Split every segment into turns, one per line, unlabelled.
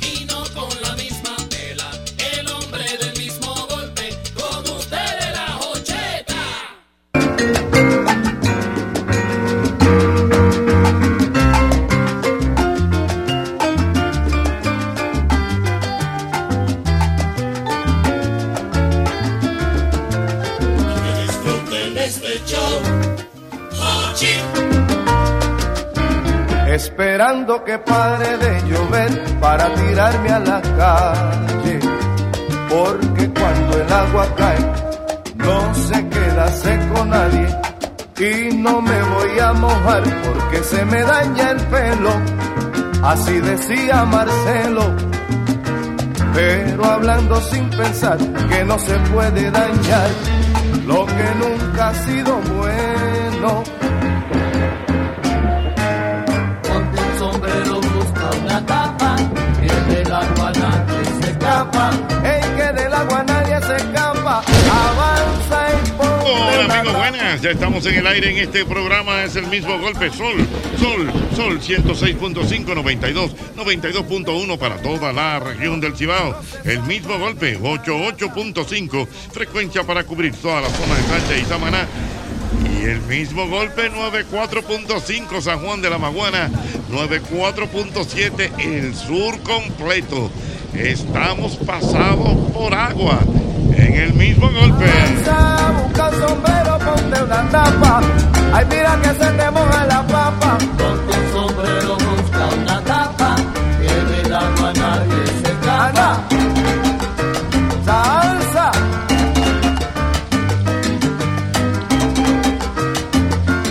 y no con la misma tela. El hombre del mismo golpe, con ustedes la Hocheta. Que disfruten este show, Hochi.
esperando que pare de llover para tirarme a la calle. Porque cuando el agua cae, no se queda seco nadie. Y no me voy a mojar porque se me daña el pelo. Así decía Marcelo. Pero hablando sin pensar que no se puede dañar lo que nunca ha sido bueno.
Ponte un sombrero, busca una tapa, el del agua nadie se escapa.
Ey, que del agua nadie se escapa. Avanza y ponte
Hola
la
amigos, buenas. Ya estamos en el aire en este programa. Es el mismo golpe. Sol, sol, sol 106.5, 92, 92.1 para toda la región del Cibao. El mismo golpe, 88.5, frecuencia para cubrir toda la zona de Sánchez y Samaná. Y el mismo golpe 94.5 San Juan de la Maguana, 94.7 el sur completo. Estamos pasados por agua en el mismo golpe.
lanza, busca un sombrero, ponte una tapa. Ay, mira que se te moja la papa.
Ponte un sombrero, busca una tapa, el del agua nadie se escapa.
Ana, salsa.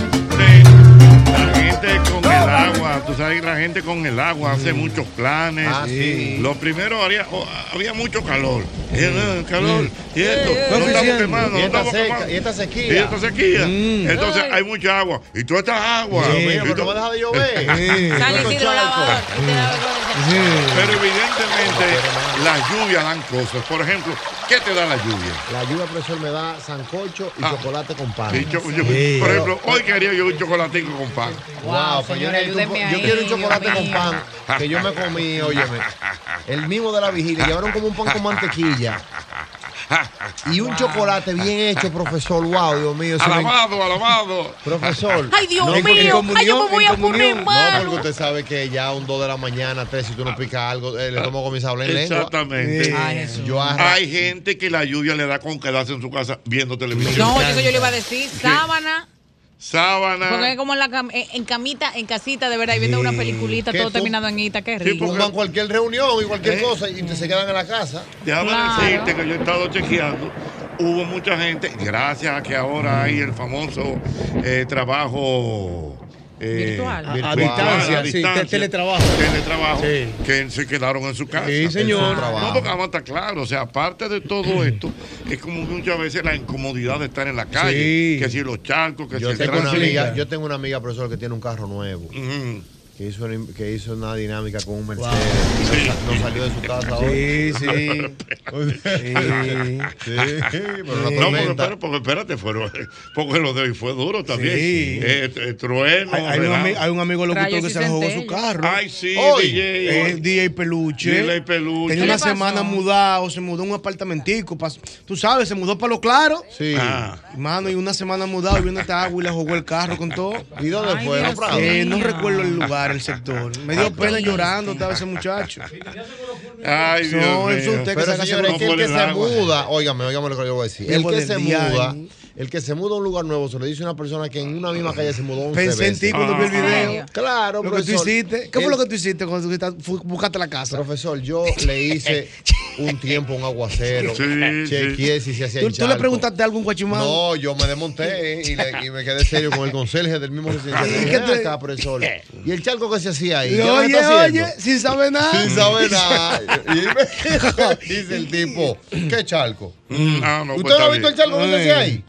gente- la gente con el agua, tú sabes que la gente con el agua
Mm.
hace muchos planes.
Ah,
Lo primero haría- o- había mucho calor.
Mm.
Eh, Calor, y esto, no estamos quemando, no
Y esta
estamos
seca,
quemando.
y esta
Y
sequía. Mm.
esta sequía. Entonces hay mucha agua. Y tú estás agua.
Dios
Y
mío, pero
tú-
no va a dejar de llover.
San
Estos
Isidro Lavador.
charcos.
usted la ve con ese-
Pero evidentemente las lluvias dan cosas. Por ejemplo, ¿qué te da la lluvia?
La lluvia, profesor, me da sancocho y
Ah.
chocolate con pan.
Y cho- yo- por ejemplo, hoy quería yo un chocolatico con pan.
Wow,
Wow,
pero yo,
señor,
necesito un po-
ayúdeme
yo
ahí,
quiero un
Dios
chocolate con
mío.
pan que yo me comí, óyeme. El mismo de la vigilia, llevaron como un pan con mantequilla.
Ah.
Y un chocolate bien hecho, profesor. Wow, Dios mío. eso me-
Alabado, alabado.
Profesor.
Ay, Dios
no, porque-
mío, ay, yo me voy a poner
No,
mal. Ah.
porque usted sabe que ya a un 2 de la mañana, 3, si tú no picas algo, eh, el estómago comienza a hablar en lengua.
Exactamente.
Yo arra-
Hay gente que la lluvia le da con quedarse en su casa viendo televisión.
No, eso yo le iba a decir. Sábana. Porque es
Sábana.
como en, la cam- en en camita, en casita, de verdad, y viendo una peliculita,
Qué
todo
tú-
terminado en guita, qué
Sí,
rico.
porque-
Tumban cualquier reunión y cualquier
¿Eh?
cosa y te se quedan en la casa.
Déjame
Claro.
decirte que yo he estado chequeando. Hubo mucha gente, gracias a que ahora hay el famoso eh, trabajo. eh,
Virtual. A- a
distancia,
a
sí,
distancia,
te- teletrabajo.
teletrabajo,
Sí.
que se quedaron en su casa.
Sí, señor. En su trabajo.
No, porque vamos a estar claro, o sea, aparte de todo esto, es como que muchas veces la incomodidad de estar en la calle,
Sí.
que si los charcos, que
Yo
si el
tengo, una
tránsito.
amiga, yo tengo una amiga, profesor, que tiene un carro nuevo,
Ujú.
que hizo, una- que hizo una dinámica con un Mercedes. y no sa- No, salió de su casa ahora.
Sí, sí. Sí.
Sí, pero la
No, porque,
tormenta.
espera- porque espérate, fueron, porque lo de hoy fue duro también.
Sí.
Eh, t- trueno,
Hay, hay un,
relajo.
ami- Eh, hay un amigo locutor
Rayos y
que se le robó su
centellas.
carro.
Ay, sí,
Hoy.
DJ.
Eh, DJ Peluche.
DJ Peluche.
Tenía
¿Qué le
una
pasó?
semana mudado, se mudó a un apartamentico. pas- Tú sabes, se mudó para lo claro.
Sí.
Ah.
Mano, y una semana mudado, viendo esta agua y le jugó el carro con todo.
¿Y dónde
Ay,
fue? Ah,
Dios
¿No, Prado?
Eh, no
mío.
recuerdo el lugar, el sector. Me dio pena llorando estaba ese muchacho.
Ay, Dios
No, es
mío.
usted que
Pero
saca
señores,
no
es que el
por
que
el
se
agua.
muda, óigame, óigame lo que yo voy a decir. El
Tiempo
que
del
se
día,
muda,
¿eh?
el que se muda a un lugar nuevo, se lo dice una persona que en una misma calle se mudó 11
Pensé en ti
veces.
cuando vi el
Ah.
video.
Claro,
Lo que tú
profesor.
hiciste. ¿Qué fue lo
El-
que tú hiciste cuando tú fuiste- fu- buscaste la casa?
Profesor, yo le hice, un tiempo un aguacero.
Sí,
Chequeé si se hacía
¿Tú, tú le
encharco.
preguntaste algo a un guachimán?
No, yo me desmonté eh, y, le- y me quedé serio con el conserje del mismo residencial.
¿Y
¿Y
qué te-
acá, profesor? ¿Y el charco que se hacía ahí?
Y
¿Qué me
oye,
está
oye,
haciendo?
sin saber nada.
Sin saber nada. Y me dice el tipo, ¿qué charco?
Ah, no, pues,
¿Usted no
está
ha visto el
bien. Mm.
charco que se hacía ahí?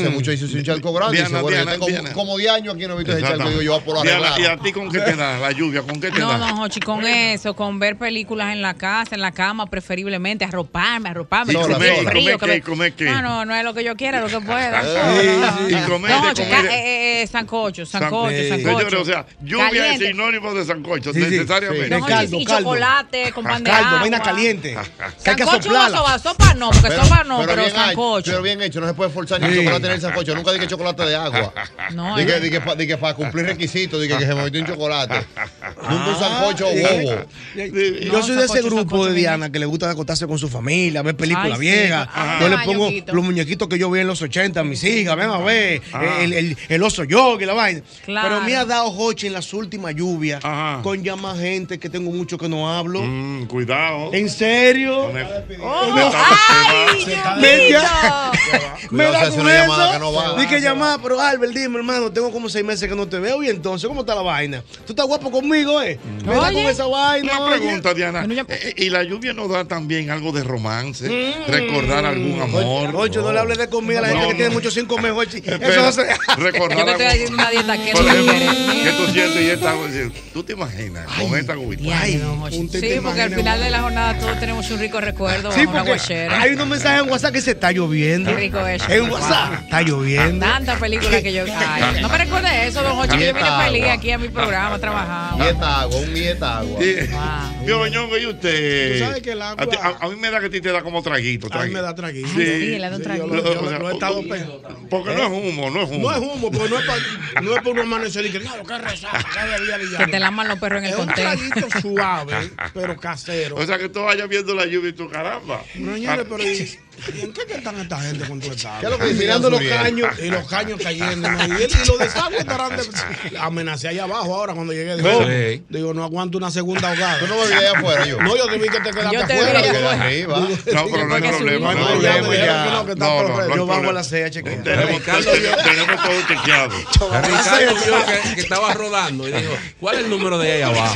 Hace mucho hice un charco grande.
Diana,
y dice, bueno, yo
Diana,
tengo
Diana.
como 10 años aquí no he visto ese charco. Digo, yo voy a por lo
Diana, ¿Y
arreglado.
a ti con qué te da la lluvia? ¿Con qué te
No,
da?
no, Jochi, con eso, con ver películas en la casa, en la cama, preferiblemente, arroparme, arroparme.
¿Y
que me
comer-
dé
y
frío,
comer qué,
me- Ah,
y comer qué?
No, no, no es lo que yo quiera, lo que pueda.
sí. Y comer de
No, Jochi,
comer de-
ca- eh, eh, eh, sancocho, sancocho,
San- eh,
sancocho.
Señores, o sea, lluvia
Caliente.
es sinónimo de sancocho,
Sí, sí,
necesariamente.
No,
de
Jochi,
caldo,
y
caldo.
chocolate
Ah,
con pan de
caldo,
agua.
vaina caliente. que hay que
Sancocho o
soplarla.
sopa, sopa no, porque sopa Pues no, pero,
bien hecho,
sancocho.
pero bien hecho, no se puede forzar ni el chocolate en el sancocho. Nunca dije chocolate de agua.
No, eh.
dije,
no.
dije, pa- dije para cumplir requisitos, dije que se me metió un chocolate. Nunca un sancocho bobo.
Yo
No,
soy de ese
sancocho,
grupo
sancocho,
de
mi
Diana que le gusta acostarse con su familia, ver películas
Ay, sí.
viejas.
Ajá.
Yo le
Ah,
pongo
Yoguito.
los muñequitos que yo vi en los 80 a mis hijas, ven a ver, el, el- el oso yogi, la vaina.
Ah. Claro.
Pero me ha dado Hochi en las últimas lluvias
Ajá.
con ya más gente que tengo mucho que no hablo.
Mm, cuidado.
¿En serio?
Oh,
Me está-
¡Ay, Diosito!
Media. Me
Cuidado,
da
se hace
con
una llamada
eso.
que no va.
Di que llamada, pero Albert, dime, hermano, tengo como seis meses que no te veo. Y entonces, ¿cómo está la vaina? ¿Tú estás guapo conmigo, eh? Me da con
Oye,
esa vaina.
Una
oye.
pregunta, Diana.
Bueno, ya-
Eh, ¿Y la lluvia nos da también algo de romance?
Mm.
¿Recordar algún amor?
Ocho, no le hables de comida a la gente
No,
que
no.
tiene muchos cinco meses, Ocho. Eso
Espera,
no se deja.
Yo
Recordar
te estoy
algún-
haciendo una dieta que
Por
no
ejemplo,
quieres.
que tú sientes y esta agua, dices, ¿Tú te imaginas con esta agüita?
Diablo, don Jochi.
un te- te
Sí, porque al
imaginas,
final de la jornada todos tenemos un rico recuerdo
Sí,
bajo una
porque
guachera.
hay unos mensajes en WhatsApp que se está lloviendo.
Qué rico Ah, eso.
En WhatsApp, está lloviendo.
Tantas películas que yo. Ay, no me recuerde eso, don Jochi, que yo vine
Dieta
feliz
agua.
aquí a mi programa trabajando.
Y esta agua, un y esta agua.
Sí.
Wow.
Yo, Ñongo, y usted.
Tú sabes que el agua-
A, ti- a- a mí me da que a ti te da como traguito.
A mí
traguito.
me da traguito.
Ay, sí, le da un
Sí,
traguito.
yo lo- yo
O sea,
lo he estado pe- ¿Eh?
Porque no es humo, no es humo.
No es humo, porque no es para no es pa uno amanecer y que, claro, qué resaca, qué bebida
Que
Villalba".
te laman los perros en el
Es un
contexto.
traguito suave, pero casero.
O sea que tú vayas viendo la lluvia y tú, caramba. Ah,
No, señores, pero ¿y, y en qué que están esta gente con todo
¿Qué es lo que dice
Mirando los
Uriel?
caños y los caños cayendo. ¿no? Y, él- y los desagües estarán de... Amenacé allá abajo ahora cuando llegué. Digo,
Sí.
digo, no aguanto una segunda
Tú
ahogada.
no bebías allá afuera, yo.
No, yo te vi que te quedaste
Yo te
afuera.
vi
Te
que-
quedas arriba.
No, pero no hay
porque
problema.
subimos.
No hay
No, ya
problema,
me
ya.
dijeron que no,
que está
No,
por
no, no
Yo
hay
bajo a
problema.
la CEA a chequear.
Tenemos
Ricardo,
todo- tenemos todo chequeado.
A Ricardo vio que, que estaba rodando y dijo, ¿cuál es el número de ahí abajo?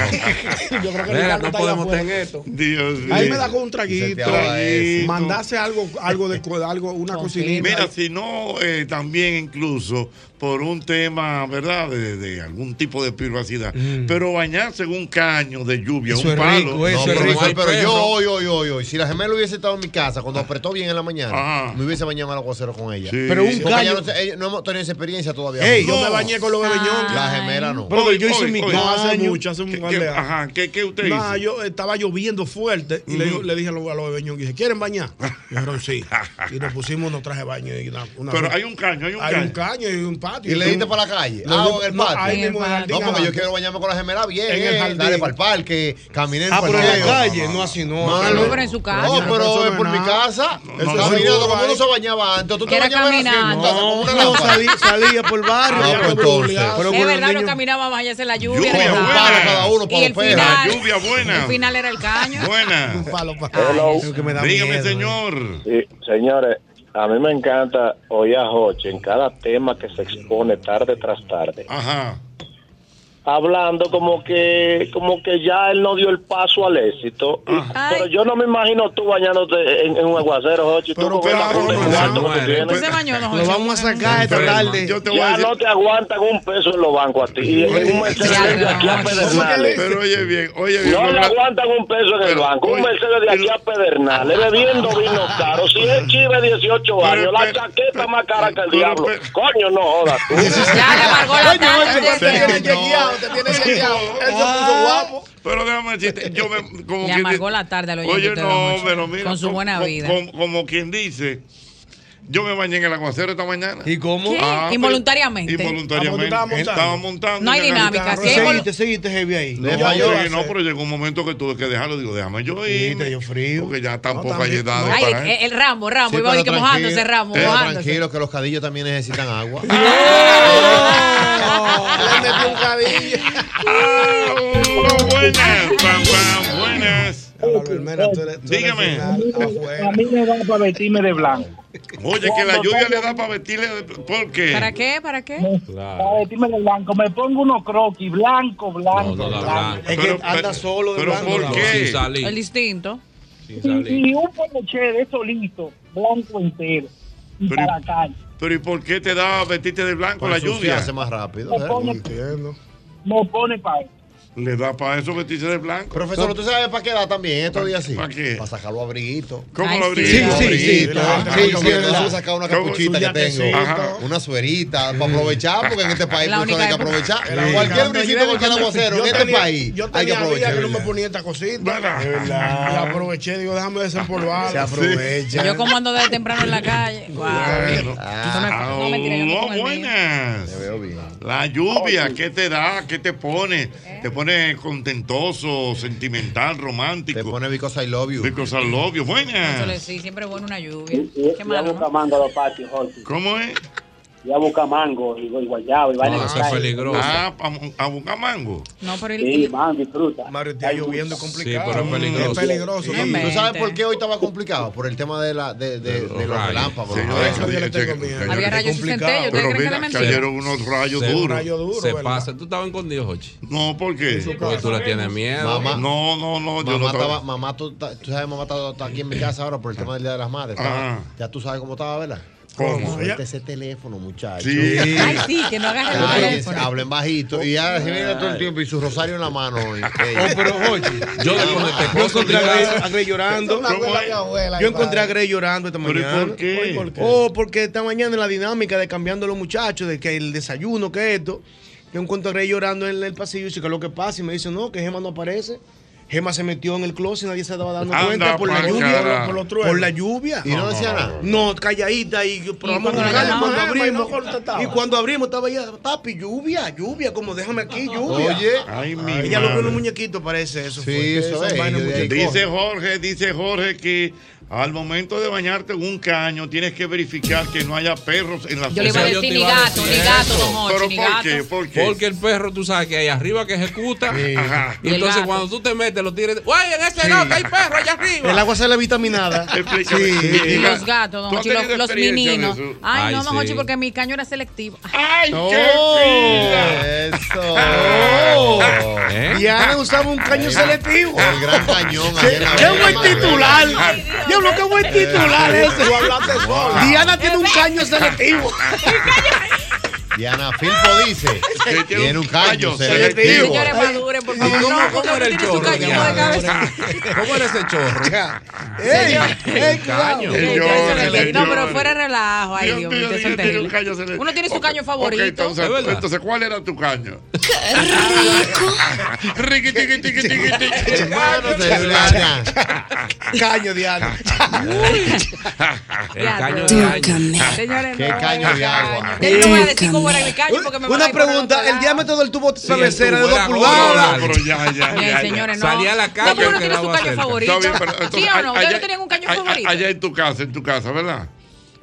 Yo creo que
Mira,
Ricardo
no
está ahí
podemos
afuera.
tener esto.
Dios
Ahí
mío.
me da con un
Se te
traguito.
ahoga ese.
Mandase algo, algo de co- algo, una cocinita.
Mira, si no, eh, también incluso por un tema, ¿verdad? De, de algún tipo de privacidad. Pero bañarse en un caño de lluvia,
Mm. Eso
un
es
palo.
rico, eso
No,
Eso es
pero,
rico,
pero
hay
yo
perro.
hoy, hoy, hoy, hoy. Si la gemela hubiese estado en mi casa cuando apretó bien en la mañana,
Ah. Ajá.
me hubiese bañado al aguacero con ella.
Sí.
Pero un
Porque ya no,
gallo.
sé, ellos no hemos tenido esa experiencia todavía.
Ey,
No.
yo me bañé con los bebeñones.
La gemela no.
Pero
Hoy,
yo hice
hoy,
mi
hoy.
caño.
No,
hace mucho, hace un
¿Qué,
par
qué-
de años.
ajá, ¿qué, qué usted
Nah,
hizo?
yo eh, estaba lloviendo fuerte y le, le dije a los, a los bebeñones, dije, ¿quieren bañar? Me dijeron sí. Y nos pusimos unos trajes de baño. Y una, una-
Pero hay un caño, hay un
hay
caño.
un caño y un patio.
¿Y le diste para la calle? Ah, o en el
no,
patio.
ahí mismo en
No,
el
No,
jardín
porque yo
abajo.
quiero bañarme con la gemela bien.
En el
eh,
jardín.
Dale para el parque, caminé
Ah,
el
pero en la
parqueo.
calle, no así, no.
Mano.
Pero en su casa.
No, pero
Eso
es
no
por
es
mi
nada.
casa.
Eso es
Caminando,
seguro,
como uno
ahí.
se bañaba antes. Tú te
Era
bañabas así en tu casa
caminando.
con una
No,
lámpara.
salí- salía por barrio.
Ah,
ya,
pues
pero
entonces.
obligado.
Pero
Es
con los
verdad, no
niños-
caminaba más allá hace la
Lluvia
lluvia.
Con
¿verdad?
un
buena.
palo cada uno
Y
para
el
los perros.
final.
Lluvia buena.
El final era el caño.
Buena.
Un palo para
Hello.
Eso que me da
Dígame,
miedo, eh.
señor.
Sí, señores, a mí me encanta oír a Joche en cada tema que se expone tarde tras tarde,
Ajá.
hablando como que como que ya él no dio el paso al éxito. Y-
Ay.
Pero yo no me imagino tú bañándote en, en un aguacero, Joche, tú
Pero pues,
con esa
claro,
culpa de
no,
gato que
bueno,
tú tienes.
¿Tú se bañó, don
Lo
Jochi?
vamos a sacar esta
Enferma.
tarde.
Yo te voy a
Ya
decir.
no te aguantan un peso en los bancos a ti. Y en un Mercedes de aquí a Pedernales.
Pero oye bien, oye bien.
No le
habla-
aguantan un peso en el
Pero,
banco. Un
oye,
Mercedes de aquí a Pedernales, bebiendo vino caro. Si es chive 18
Pero,
años, la
pero,
chaqueta
pero,
más cara que el
pero,
diablo.
pero-
Coño, no jodas tú.
Ya le amargó la
Oye, te tiene
tarde.
chequeado, te tiene chequeado. Él se
Ah.
puso guapo.
Pero déjame decirte, yo me. Como
Le
quien
amargó
di-
la tarde al oyente
Oye,
de
no,
Don Ocho,
pero mira.
con su
com-
buena
com-
vida.
com- Como, quien dice, yo me bañé en el aguacero esta mañana.
¿Y cómo?
¿Qué?
Ah, pero-
Involuntariamente.
Involuntariamente.
Ah, porque
Estaba
estaba montando.
montando.
No hay
y me
dinámica,
agarré-
sí hay vol-
Seguiste, seguiste heavy ahí.
No,
Ya, yo
sí,
lo sé.
no, pero llegó un momento que tuve que dejarlo. Digo, déjame yo ir.
Sí, te dio frío.
Porque ya
No,
tampoco hay
también.
edad de
Ay,
para
el, el Rambo, Rambo.
Sí,
iba a
pero
decir que mojándose,
tranquilo,
Rambo,
pero
mojándose.
Tranquilo, que los cadillos también necesitan agua.
Le metí un cadillo.
Ah, buenas, pam, pam, buenas.
Albert Mena, tú eres- tú eres
Dígame.
final.
A mí me da para vestirme de blanco.
Oye, que la lluvia le da para vestirle. de- ¿Por qué?
¿Para qué? ¿Para qué?
Para vestirme de blanco. Me pongo unos croquis, blanco, blanco, blanco.
Es que anda solo de
pero
blanco.
¿por
no.
qué?
Sin
El
salir.
distinto.
Y,
Sin salir.
y un poloche de solito, blanco entero. Y
Pero-
para la calle.
Pero ¿y por qué te da vestirte de blanco la lluvia?
hace más rápido.
Me
¿eh?
pone,
Entiendo.
me pone para eso.
Le da para Ah, eso vestirse de blanco.
Profesor, ¿tú sabes para qué da también estos días así?
¿Para qué?
Para sacarlo abriguito.
¿Cómo
Ay,
lo
sí.
abrí?
Sí, sí,
abriguito.
sí.
Sí, sí, yo
¿verdad?
he sacado una
Como
capuchita
su
que tengo.
yatecito.
Ajá. Una suerita para aprovechar, porque en este país
La única
profesor, hay que
época.
aprovechar.
Era
Cualquier
encanta.
brisito, cualquier aguacero, en
Yo
este
tenía-
país
Yo
hay que
tenía días
aprovechar.
que no me ponía esta cosita.
¿Verdad?
De verdad. Y aproveché, digo, déjame desempolvar.
Se aprovecha.
Yo como ando desde temprano en la calle.
Ah,
Guau.
Ah, Bueno.
No me- no me tiren, yo
Aló,
como el mío.
Te
buenas.
veo bien.
La lluvia, ¿qué te da? ¿Qué te pone? Te pone contentoso, sentimental,
Te
romántico.
pone Because I love you.
Because I love you.
Solo
Buenas.
sí, siempre es bueno una lluvia.
Y
Qué
a
malo.
buscar
¿no?
mango a los patios, Jorge.
¿Cómo es?
Y a buscar mango y, y guayabo y vaina
No,
de
eso es
calle.
peligroso.
Ah, pa- a Bucamango.
No, pero el-
Sí, mango y fruta.
Mario, está
Hay
lloviendo
mucho.
complicado.
Sí,
Mm,
pero es peligroso.
Es peligroso
Sí.
también.
¿Tú sabes
Vente.
por qué hoy estaba complicado? Por el tema de, la, de, de-
De los
de los
rayos.
relámpagos.
Señores,
eso yo le tengo
que-
miedo.
que-
había
que-
rayos y
complicado.
centellos. ¿Ustedes
Pero
creen que
mira,
le mentira?
cayeron unos rayos
Se-
duros.
rayo duro,
Se
¿verdad?
pasa. Tú estabas escondido, Jochi.
No, ¿por qué?
Porque tú le tienes miedo.
Mamá,
No, no, no,
mamá,
yo no
estaba,
estaba.
mamá tú, ta- tú sabes, mamá está, está aquí en mi casa ahora por el tema del Día de las Madres. Estaba-
Ah.
Ya tú sabes cómo estaba, ¿verdad?
¿Cómo?
Suelta ese teléfono, muchacho.
Sí.
Ay, sí, que no agarren el
Cállense,
teléfono.
hablen bajito. Y ya se viene todo el tiempo y su rosario en la mano. hoy. Ella.
Yo desconecté
Yo
cosas
encontré
de
a Grey,
casa.
a Grey llorando.
¿Cómo es?
Yo encontré a Grey llorando esta
¿Pero y
mañana.
por qué?
Oye, Oh, porque esta mañana en la dinámica de cambiando los muchachos, de que el desayuno, que esto. Yo encuentro a Grey llorando en el pasillo y dice, ¿qué es lo que pasa? Y me dice, no, que Gema no aparece. Gema se metió en el closet y nadie se estaba dando
Anda
cuenta por la
pa'l
lluvia.
carajo.
Por, los truenos. Por la lluvia.
Y no decía nada.
No, calladita y probamos
cuando la
tocarle,
llamamos,
cuando
Gema,
abrimos. Y cuando abrimos estaba ella, papi, lluvia, lluvia, como déjame aquí, lluvia.
Oye.
Ay, mi
Ella lo vio en los
madre.
muñequitos, parece eso.
Sí,
fue.
eso
Esas
es,
vainas
yo de ahí-
muñequitos.
Dice Jorge, dice Jorge que al momento de bañarte en un caño tienes que verificar que no haya perros en la
Yo le iba a
zona.
Eso
decir
yo te
ni
iba a
gato,
decir
ni gato,
eso.
don Ocho,
Pero
ni
¿por qué?
gato.
¿Por qué?
Porque el perro, tú sabes que hay arriba que ejecuta.
Ajá.
Y
Y el
entonces
gato.
cuando tú te metes, lo tires. ¡Guay, en ese lado que hay perro allá arriba!
El agua sale vitaminada.
Explícame.
Y
Diga,
los gatos, don
¿tú has
Hochi, los,
tenido
los
experiencia de
meninos.
eso?
Ay,
Ay,
no, don
sí.
Hochi, porque mi caño era selectivo.
¡Ay, qué
Eso.
Ah.
¿Eh?
Oh, Diana usaba un caño selectivo.
El gran cañón. ahí en la Eh,
¡Qué
avenida
buen
Madrid.
titular!
Ay, Dios.
Diablo, qué buen titular ese. Diana tiene un caño selectivo.
Diana Filpo dice que
Que
tiene un callo
selectivo.
selectivo.
Señores, maduren, por favor.
¿Cómo,
No, porque
cómo era el
tiene su
chorro?
caño
Diana?
de cabeza.
¿Cómo era ese chorro?
¡Ey! ¡Ey,
Caño.
Señores,
El caño selectivo. No,
señores.
pero fuera de relajo. Ay, Dios mío,
yo
eso es
tenía un
terrible.
caño celeste.
Uno tiene su
Ok,
caño
ok,
favorito.
entonces, pues.
Es verdad.
entonces, ¿cuál era tu caño? ¡Qué rico! Riqui, tiqui, tiqui, tiqui, tiqui.
Hermano, se le habla.
caño, Diana!
El caño de Ah,
Tócame.
caño.
Señores,
Qué
no,
caño de
no,
agua.
Ya yo no voy a decir cómo era mi caño porque me van a
Una
ir por el
pregunta,
otro
el
lado.
diámetro del tubo
el
cervecera
tubo
de 2
era
No,
pulgadas.
pero ya, ya,
Bien,
ya, ya.
señores, no.
Salí a la calle,
No, pero uno
aunque
tiene
el
su
agua
caño
cerca.
favorito.
Está bien, pero entonces,
¿Sí o no?
allá-
Ustedes no tenían un caño
allá-
favorito.
Allá en tu casa, en tu casa, ¿verdad?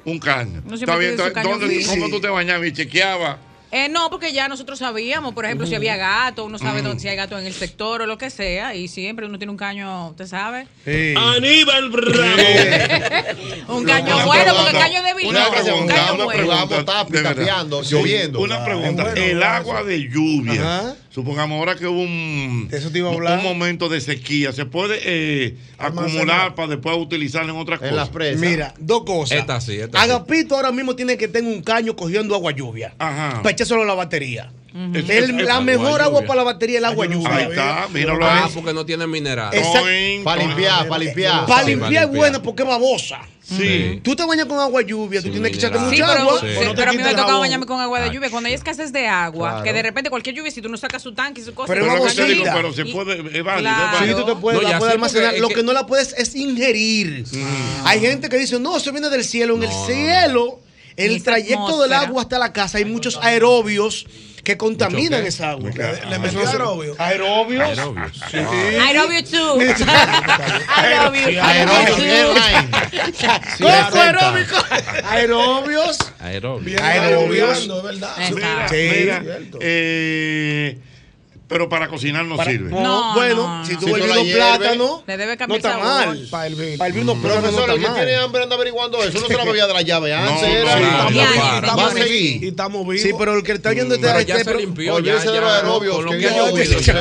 Un caño.
No siempre
Está bien,
tuve su
entonces,
caño
¿dónde,
fijo.
¿cómo tú te bañabas y chequeabas?
Eh, no, porque ya nosotros sabíamos, por ejemplo, si había gato, uno sabe dónde, si hay gato en el sector o lo que sea, y siempre uno tiene un caño, ¿usted sabe?
Ah,
Aníbal Bravo.
Un caño
Una
bueno, porque
pregunta,
el caño débil
Una
no, un
pregunta,
caño
una
bueno.
pregunta. Jugamos tapi,
de verdad.
tapeando,
Sí,
lloviendo.
Una
Ah,
pregunta.
bueno,
el
eso.
agua de lluvia.
Ajá.
Supongamos ahora que hubo un,
De eso te iba a
un-
hablar.
un momento de sequía. ¿Se puede eh,
Almacenar.
acumular para después utilizarla en otras
En las
cosas?
presas.
Mira, dos cosas.
Esta sí, esta sí.
Agapito ahora mismo tiene que tener un caño cogiendo agua lluvia.
Ajá.
Para echárselo a la batería.
Es-
El-
es-
la
agua
mejor
lluvia.
agua para la batería es el agua
Ahí
lluvia.
está, míralo
Ah,
ahí.
porque no tiene mineral.
Es-
Toin,
Para
toin.
limpiar, para limpiar.
Para
Sí,
limpiar es
limpiar.
buena porque es babosa.
Sí.
Tú te bañas con agua lluvia, tú
Sí,
tienes que echarte
mineral.
mucha
Sí, pero,
agua.
Sí.
o
sí,
no te
pero a mí me
quita el
tocaba
jabón.
bañarme con agua de lluvia. Cuando hay escasez de agua,
Claro.
que de repente cualquier lluvia, si tú no sacas su tanque y su cosa,
Pero
tu
es
Pero,
una
que te digo,
botellita.
pero se puede, es válido,
Claro.
es
Sí,
válido.
tú te puedes,
No,
la
ya
puedes
sé,
almacenar.
porque es
Lo que,
que-
no la puedes es ingerir. Hay gente que dice, no, eso viene del cielo. En el cielo,
Y
el
esa
trayecto del
atmósfera.
agua hasta la casa, hay muchos aerobios que contaminan
qué?
esa agua.
Le
metí aerobios. Aerobios.
Aerobios.
I love you too. I love you. I
Aerobic
love you too.
Airline. Sí,
Coco
acepta.
aeróbico. Aerobios.
Aerobios.
Ah. Aerobios.
Ahí está.
Mira,
cierto.
eh, Pero para cocinar no
Para-
sirve.
No, No, bueno, no, si no. tú vuelves unos plátanos,
Le debe
no
cambiar
está
sabor.
mal. Para el vino, plátano
Profesor,
no
el que
está mal.
tiene hambre anda averiguando eso. No se la bebía de la llave antes.
no,
era-
no,
estamos
ya,
vivos,
ya,
estamos
estamos
aquí.
aquí. Sí, pero el que está oyendo este
Pero ya
este
se
pro-
limpió, Oye, ya, ese de los ya, aerobios, con lo que que yo
Oye,
oído,
ese-
sí.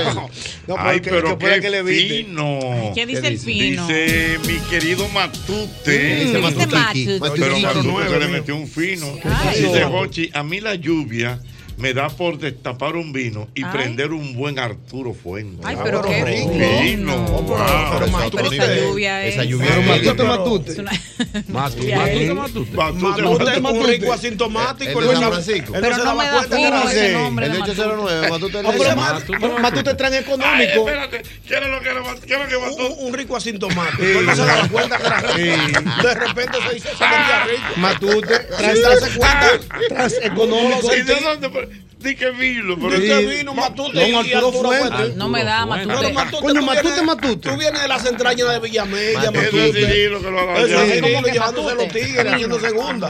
No, pero
Ay,
el que, el
pero
que pueda
qué
que le viste.
fino.
¿qué dice el fino?
Dice mi querido Matute.
Mm, Dice Matute. Matute.
Pero
Matutito
Matute
nuevo,
se le
mío.
metió un fino.
Ay.
Dice
pasó?
Jochi, a mí la lluvia me da por destapar un vino y
Ay.
prender un buen Arturo Fuente.
Ay, pero qué rico.
Fino.
Oh,
Ah,
Wow.
Pero esa lluvia es.
Esa lluvia es
Matute,
rica.
matute.
Matute,
Matute,
matute.
Matute, matute.
Un rico
asintomático.
El de San Francisco.
Pero no me da fino ese nombre.
El de 809,
Ah,
Matute.
No, Ah, pero Ma-
Matute.
pero Matute traen económico.
¿Qué era lo que era ¿Qué era lo que mató?
Un rico asintomático. Él no se daba cuenta que era rico. De repente se dice, se metía rico.
Ah,
Matute, tras darse cuenta, tras económico.
¿Y de dónde? Pero- Di que vino. Pero
Sí.
ese
vino,
Don
Matute y
Arturo
Arturo
Fuentes.
Fuentes.
Ah, No me da, Matute.
Pero Matute,
Coño,
tú
Matute,
vienes-
Matute.
Tú vienes de las entrañas de Villamella,
Matute.
Matute.
Eso es Cirilo que lo ha dañado.
Eso es
Sí.
como que
Matute.
llevándose los tigres haciendo segunda.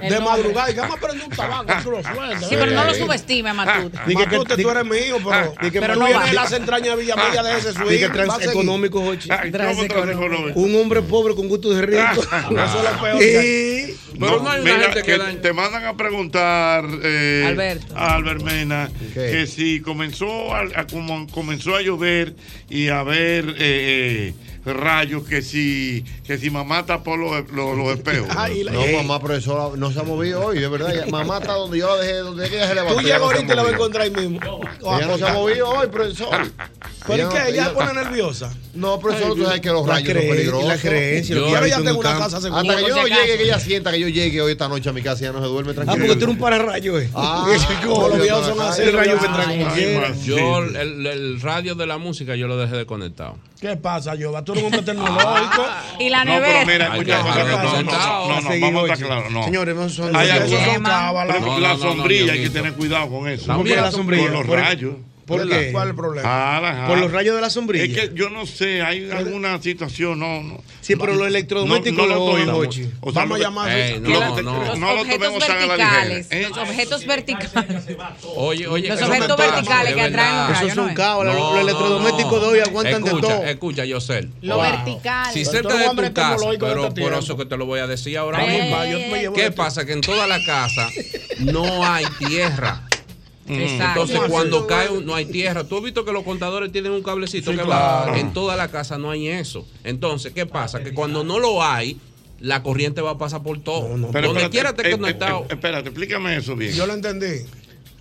De
nombre.
madrugada. Y que vamos a prender un tabaco, Arturo Fuentes.
Sí, pero no lo subestime, Matute.
Dije que-
Matute, tú
dije-
eres mío, pero,
dije que
pero
no
tú vienes
va.
de las entrañas de Villamella de ese swing.
Dije
Va a seguir.
transeconómico, Jochi.
Ay, ¿cómo transeconómico? transeconómico?
Un hombre pobre con gusto de rico.
Ah,
Eso es lo peor que
Y-
No, mira, que te mandan a preguntar eh,
Alberto.
a Albert Mena que si comenzó a, a como comenzó a llover y a ver eh, eh, rayos que si que si mamá tapó los, los, los espejos.
Ay, la- No, mamá, profesora, no se ha movido hoy, de verdad. Ya- Mamá está donde yo la dejé, donde ella se levantó.
Tú llegas ahorita y la vas a encontrar ahí mismo. Ah, pues,
Ella no se ha movido hoy, profesor.
¿Pero
Ella
es
no-
que ella
ella-
se pone nerviosa?
No, profesor, tú sabes que los
La
rayos son
creen-
peligrosos.
la creencia, lo que Yo-
Pero
habito
ya
en
tengo
un
una
campo.
casa
segura.
Hasta que
Por
yo
si
no
acaso.
llegue, que ella sienta que yo llegue hoy esta noche a mi casa, ella no se duerme
Ah,
tranquila.
porque tú eres un pararrayo, eh.
Ah,
Los viejos son así, los rayos entran como quieran.
Yo, el, el radio de la música, yo lo dejé desconectado.
¿Qué pasa, Yoba? Tú eres un hombre tecnológico.
Y la
No, pero mira,
nevera.
Ay,
escucha,
qué
cosa, no,
bárbaro.
no, no, no, no, vamos a estar claros, no.
Señores, no son-
Hay
Eso
algunos-
son cábalas.
Por ejemplo,
No,
la
no, no, no,
sombrilla hay que
Dionisio.
tener cuidado con eso.
¿Por qué la sombrilla?
Con los
¿Por-
rayos.
¿Por qué?
¿Cuál es el problema?
Ala, ajá.
Por los rayos de la sombrilla.
Es que yo no sé, hay alguna situación, no, no.
Sí, pero los electrodomésticos
lo
lo oyen,
tomemos.
Jochi.
O sea,
Vamos a
lo-
llamar.
Ey,
que
no,
la-
no.
Los
Eh, no lo
objetos
tomemos tan a la ligera.
verticales.
¿eh?
Los objetos verticales.
Oye, oye,
Los
que eso
objetos
me está-
verticales que
de
atraen
verdad.
los rayos,
Esos son
¿no es?
cábalas. los- Los electrodomésticos de hoy aguantan de
escucha,
todo.
Escucha, yo sé.
Lo vertical.
Si
Pero tú
cerca
eres
de
un hombre
tu casa,
tecnológico de
pero
este
por
tiempo.
eso que te lo voy a decir ahora
Vamos,
mismo.
Pa, yo me llevo
¿Qué
esto.
pasa? Que en toda la casa no hay tierra.
Exacto.
Mm. Entonces, cuando cae, un- no hay tierra. Tú has visto que los contadores tienen un cablecito que va. En toda la casa no hay eso. Entonces, ¿qué pasa? Que cuando no lo hay, la corriente va a pasar por todo.
Pero
Donde
espérate,
quiera esté
eh,
conectado.
eh, Espérate, explícame eso bien.
Yo lo entendí.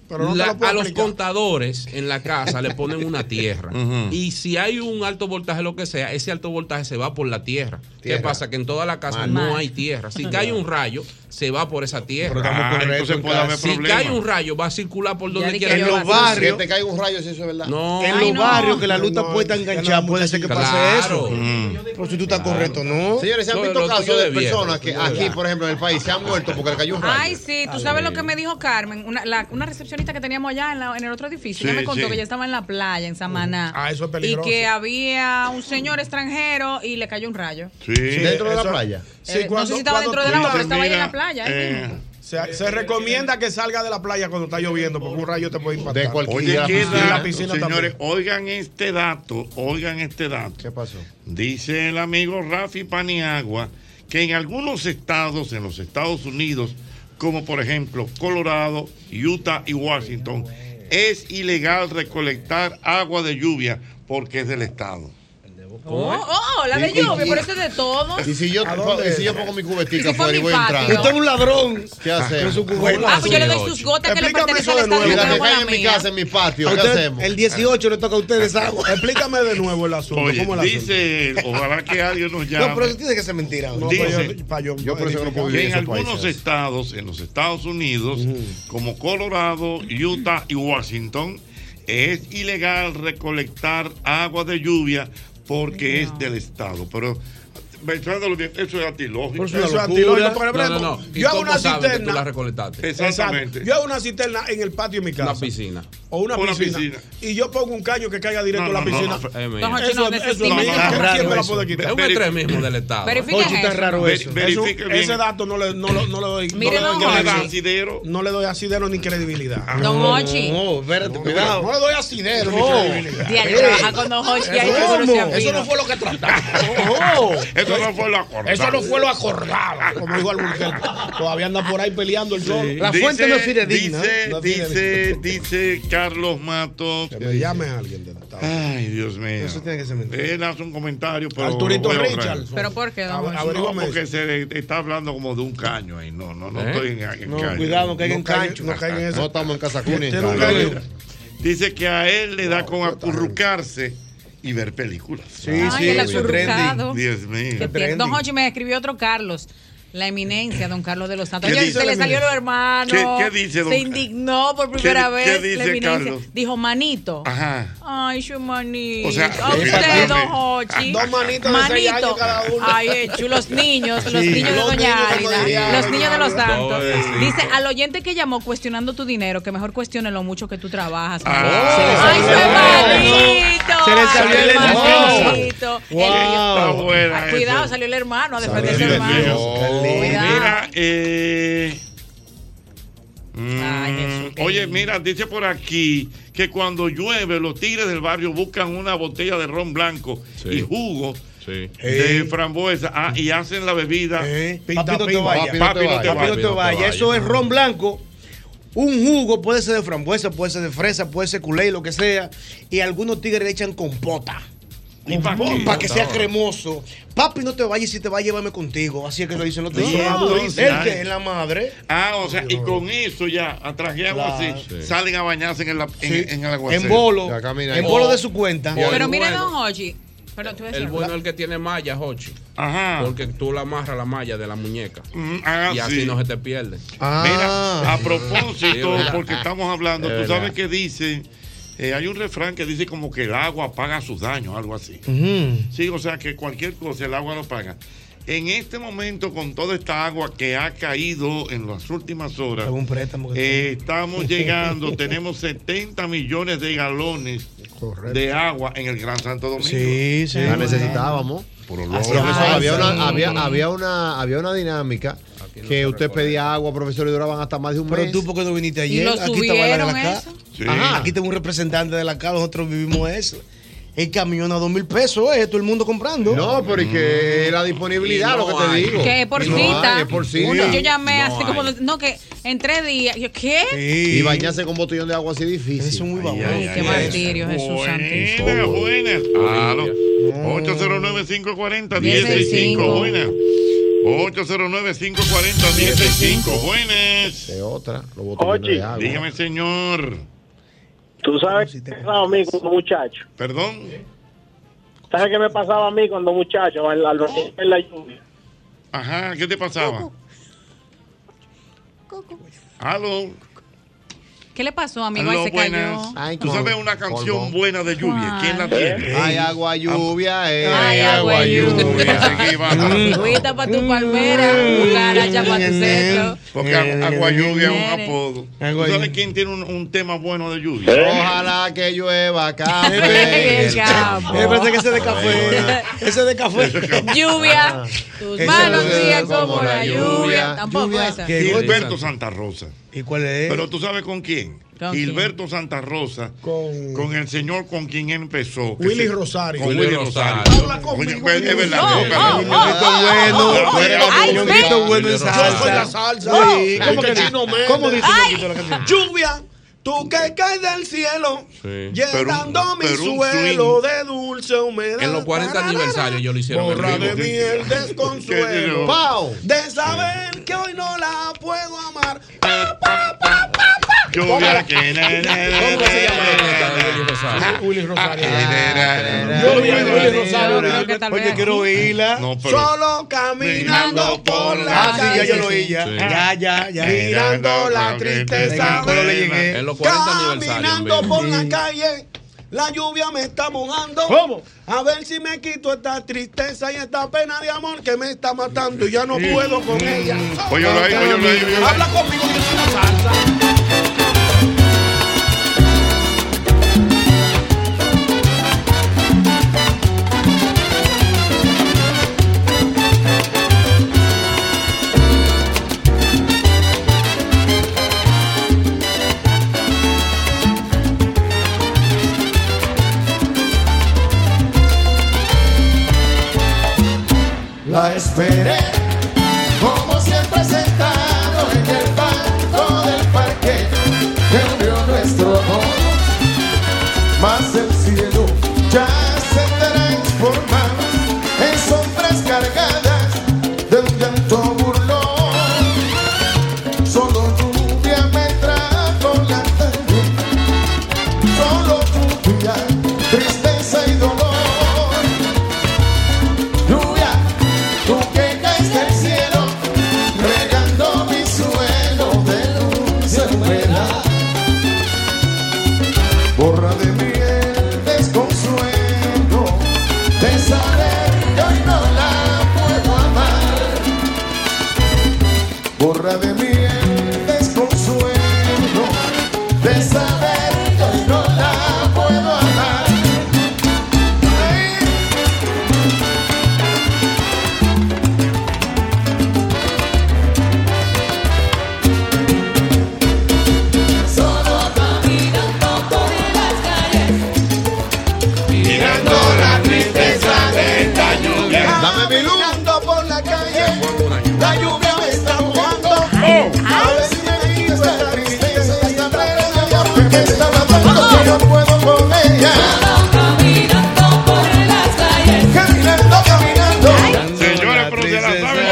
Pero no
La-
te lo puedo
a los
explicar.
contadores en la casa le ponen una tierra. Y si hay un alto voltaje, lo que sea, ese alto voltaje se va por la tierra. ¿Qué
Tierra.
pasa? Que en toda la casa
Mal.
no
Mal.
hay tierra. Si cae un rayo, se va por esa tierra.
estamos Ah, correctos entonces en puede casa. haber
si
problemas.
cae un rayo, va a circular por
Ya
donde
dije
quiera.
yo,
En los
va a
barrios.
Que
barrio.
te caiga un rayo, si eso es verdad.
No,
En
Ay,
los
no.
barrios que la
No,
luz está
no,
puesta
ya la
enganchada, puede ser que pase
Claro.
eso. Pero si tú estás correcto, ¿no?
Señores, se han
No,
visto
lo tuyo
casos
de
de
viejo,
personas que aquí, por ejemplo, en el país se han muerto porque le cayó un rayo.
Ay, sí, tú sabes lo que me dijo Carmen, una, la- una recepcionista que teníamos allá en, la- en el otro edificio.
Sí,
ella me contó
sí.
que ella estaba en la playa, en Samaná.
Ah, eso es peligroso.
Y que había un señor extranjero y le cayó un rayo.
Sí.
Dentro de la
Eso-
playa.
Sí,
Eh, no
cuando-
sé si estaba
cuando
dentro del agua,
tú-
pero estaba ahí en la
Mira,
playa. ahí
eh,
mismo.
Se, se recomienda que salga de la playa cuando está lloviendo, porque un rayo te puede impactar.
De cualquier
Oye,
la
¿qué
piscina.
dato,
La piscina
señores, oigan este dato, oigan este dato.
¿Qué pasó?
Dice el amigo Rafi Paniagua que en algunos estados, en los Estados Unidos, como por ejemplo Colorado, Utah y Washington, es ilegal recolectar agua de lluvia porque es del estado.
Oh, oh, la de
Y- y-
lluvia,
y-
pero eso es de todo.
Y si yo,
dónde?
y si yo pongo mi
¿Y si
cubetica
fue
afuera y
mi
voy
patio?
entrando.
Usted es un ladrón.
¿Qué hacemos?
Eso es un juego.
Ah, pues yo le doy
Ocho.
sus gotas que le
Explícame
pertenecen
eso
al
de
Estado.
nuevo.
Y
yo
la
me
que
voy a
cae
la
en mi
mía.
casa, en mi patio,
A
¿qué
usted
hacemos?
el 18 le toca a ustedes agua.
Explícame de nuevo el asunto.
Oye,
¿Cómo el asunto?
dice, él, ojalá que alguien nos llame.
No, pero eso tiene que ser mentira.
No,
dice-
pa' yo- pa' yo-
Yo por eso que no puedo vivir
Que en
en esos
algunos
países.
estados, en los Estados Unidos, como Colorado, Utah y Washington, es ilegal recolectar agua de lluvia porque es del estado. Pero Pensándolo bien, eso es antilógico.
Eso es antilógico. Por ejemplo,
No, no, no. ¿Y
Yo hago
cómo
una
saben que tú
cisterna.
la recolectaste?
Exactamente.
Exacto. Yo hago una cisterna en el patio de mi casa.
Una piscina.
O una,
Una
piscina,
piscina.
Y yo pongo un caño que caiga directo
No,
a la
no, no,
piscina.
no,
eh,
es mío.
Eso-
Don Jochi,
eso,
no,
es
necesito-
mío.
Está
¿Quién
raro
me la
eso.
puede quitar?
Es un extremismo del Estado.
Verifica
Oye, está
eso.
raro
Ver-
eso.
verifica
Eso-
bien.
ese
Ese dato no le, no, lo- no le doy.
Mire,
no
don
le doy
Jochi.
asidero. No le doy asidero ni credibilidad.
Don
No,
Jochi.
No, espérate, cuidado. No le doy asidero ni
No.
oh.
credibilidad.
Ya,
Ey.
trabaja con Don Jochi ahí,
¿Cómo?
seguro se afina.
Eso no fue lo que tratamos.
Eso no fue lo acordado.
Eso no fue lo acordado, como dijo Alburquerque. Todavía anda por ahí peleando el sol.
Dice-
es fidedigna,
Dice,
¿eh? No es
dice,
fidedigna.
dice Carlos Matos.
Que me llame a alguien. de-
Ay, Dios mío. Eh,
Eso tiene que ser mentira.
Él hace un comentario, pero.
Arturito
lo voy a
Richard.
ahorrar.
¿Pero por qué, don Jochi?
No, porque se le- está hablando como de un caño ahí. No, no, no
¿Eh?
estoy en, en
No,
caño.
cuidado, no caiga en caño, no caiga en eso. No
estamos en casa
cuna, en
Tiene un
caño.
caño. Dice que a él le da con acurrucarse y ver películas. Sí,
Ay, sí, el eso es acurrucado. trending.
Dios mío.
Qué pier- Don Jochi me escribió otro Carlos. La eminencia, don Carlos de los Santos.
¿Qué
Oye,
dice
se
la
le salió los
eminencia?
hermanos.
¿Qué- qué dice, don
Se
Ca-
indignó por primera
¿Qué-
vez
qué dice
la eminencia.
Carlos?
Dijo, manito.
Ajá.
Ay, su manito.
O sea,
a usted,
fíjate.
don Jochi.
eh, Ah, Dos manitos de seis años cada uno.
Ay, eh, chu- los niños, los
Sí.
niños de
Los
Doña
niños, como
Árida.
diría
Los
doña
niños de los
Árida.
santos.
Todo es
Dice al oyente que llamó cuestionando tu dinero, que mejor cuestione lo mucho que tú trabajas.
Ah.
Se le salió.
Ay, se le salió.
manito.
Se le salió el
Ay,
hermano.
manito.
Wow.
El-
Está buena
Ah,
esa.
Cuidado, salió el hermano a defender
Dios
a su hermano.
mío. Mira, eh, mm, oye, mira, dice por aquí que cuando llueve los tigres del barrio buscan una botella de ron blanco y jugo de frambuesa ah, y hacen la bebida.
Papi, no Eh. te vayas.
Papi, no te
Papi, no te vayas.
vayas.
Eso es ron blanco. Un jugo puede ser de frambuesa, puede ser de fresa, puede ser culé, lo que sea. Y algunos tigres le echan compota. Compota,
qué?
Para que sea
No.
cremoso. Papi, no te vayas. Si te vas, llévame contigo. Así es que lo dicen los
No,
tigres.
no,
Él
dice, ay.
que es la madre.
Ah, o sea, y con eso ya, atrajeados
Claro.
así,
Sí.
salen a bañarse en el, en, en el aguacero.
En bolo. En bolo de su cuenta.
Pero mire,
bueno.
don Hochi. Pero tú
El bueno es el que tiene malla, Jochi.
Ajá.
Porque tú la amarras la malla de la muñeca.
ah,
y así
sí.
no se te pierde.
Ah.
Mira, a
Ah. Sí,
propósito,
¿verdad?
porque estamos hablando,
Es
tú
verdad.
sabes que dice, eh, hay un refrán que dice como que el agua paga sus daños, algo así. Sí, o sea que cualquier cosa el agua lo paga. En este momento, con toda esta agua que ha caído en las últimas horas,
Algún préstamo que
eh, estamos llegando, tenemos 70 millones de galones de agua en el Gran Santo Domingo.
Sí, sí.
La necesitábamos.
Por lo
Así,
menos.
profesor, había, una, había,
Sí.
había una, había una dinámica que usted pedía agua, profesor, y duraban hasta más de un
Pero
mes.
tú, ¿por qué no viniste ayer? Aquí estaba la de la casa.
Ajá.
Aquí tengo un representante de la casa, nosotros vivimos eso. El camión a dos mil pesos, eh, todo el mundo comprando. Mm.
No, pero y que la disponibilidad, lo que te digo.
Que es por
No
cita.
hay, es por cita.
Uno- yo llamé
No
así como. No, que en tres días. Yo, ¿Qué?
Y bañarse con botellón de agua así difícil. Eso es muy
baboso. ay,
Qué martirio, Jesús Santísimo.
Buenas, buenas. Aló. 809-540-165. Buenas. 809-540-165. Buenas.
De otra. Los
Oye.
botellones de agua.
Dígame, señor.
Tú sabes qué pasaba a mí cuando muchacho.
Perdón.
¿Sabes qué me pasaba a mí cuando muchacho? Al, al dormir en la lluvia.
Ajá, ¿qué te pasaba? Aló.
¿Qué le pasó, amigo? Ahí
Aló,
se cayó.
buenas. Tú sabes una
Mm.
canción buena de lluvia. ¿Quién la
¿Cuál?
tiene?
Hay agua, lluvia, eh.
Hay agua, lluvia. Seguí,
Mm.
baja.
Agüita para tu palmera, cucaracha para tu seto.
Porque a- agua lluvia es un
Nene.
apodo. ¿Tú sabes quién tiene un, un tema bueno de lluvia?
¿Eh?
Ojalá que llueva
Ah,
café.
El campo.
Me parece que ese es de café. ese es de café.
Lluvia, tus
Esa
manos
es
frías como
Ah. como
la
la
lluvia.
lluvia.
Tampoco
Lluvia.
esa.
Que-
Gilberto Santa Rosa.
¿Y cuál es?
Pero tú sabes con quién.
¿Con
Gilberto Santa Rosa. Con... el señor con quien empezó. que
Willy
se-
Rosario.
Con Willy
Willy
Rosario.
Rosario.
Oye, pues, es verdad.
No,
Dios,
no,
carajo.
no. Ñonguito bueno,
Ay,
Ñonguito
ven.
bueno en
Yo soy
salsa.
la
salsa.
No.
Oh.
Sí,
¿Cómo
¿Cómo que
que
Chino
no?
Méndez?
¿Cómo dice
Ay.
Ñonguito la canción?
Lluvia, tú que caes del cielo, llenando mi
pero un
suelo de dulce humedad.
En los 40 aniversarios yo lo hicieron.
Borra
en
de
vivo.
mí el desconsuelo
Pau.
de saber que hoy no la puedo amar.
Lluvia que-
¿Cómo que se llama? Willy
Ah,
Rosario. Yo vi a Willy Rosario. Oye, quiero oírla.
Oh,
No, pero-
Solo caminando por la
Ah, sí, ya
calle.
yo lo oí, ya.
Ya, ya, ya. Mirando la tristeza.
En los 40 aniversarios. en
Caminando
vivo.
por la calle. La lluvia me está mojando.
¿Cómo?
A ver si me quito esta tristeza y esta pena de amor que me está matando y ya no puedo con ella.
Óyelo ahí, óyelo ahí, óyelo ahí.
Habla conmigo, yo soy la salsa.
La esperé como siempre sentado en el banco del parque que unió nuestro amor. Más el cielo ya se transformaba en sombras cargadas de un llanto burlón. Solo lluvia me trajo la tarde, solo lluvia, tristeza y dolor. Lluvia, tú que caes del cielo, regando mi suelo de dulce humedad. Borra de mí el desconsuelo de saber que hoy no la puedo amar. Borra de mí el desconsuelo de saber que hoy no la puedo amar.
Solo camina un poco en las calles.
Mirando la tristeza de esta lluvia. Dame mi luz. Mirando por la calle.
Eh,
La lluvia me está mojando. A ver si me quito esta tristeza y esta pena de amor que me está matando. Que no puedo con ella. Caminando por las calles. Caminando, caminando.
Señores, pero se la saben.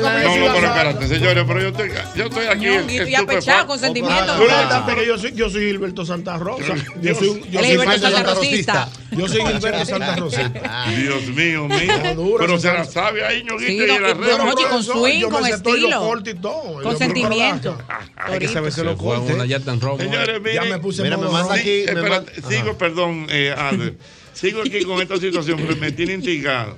No, no, pero espérate, señores, pero yo estoy, yo estoy aquí.
Ñonguito, ya
estupefacto.
pechado, con sentimiento.
Ah,
Tú no
ah.
notaste que yo soy, yo soy Gilberto Santa Rosa. Yo soy, un- yo
Él es
soy
Gilberto Santa Rosista.
Yo soy Gilberto Santa Rosita.
Dios mío, mío. Pero se la sabe ahí, ñoguito,
Sí,
y
no,
la
y-
red.
no, oye, con swing,
Yo me
con
sé todo y lo
estilo.
corto y todo.
Con
Yo-
sentimiento.
Hay que saberse
Se
los
fue
cortes.
una, ya tan rojo.
Señores, miren.
Ya me puse Mira, modo me manda rojo. aquí,
Sí,
me
espera,
manda- Ah. Ajá.
sigo, perdón, eh, Albert. Sigo aquí con esta situación, pero me tiene intrigado.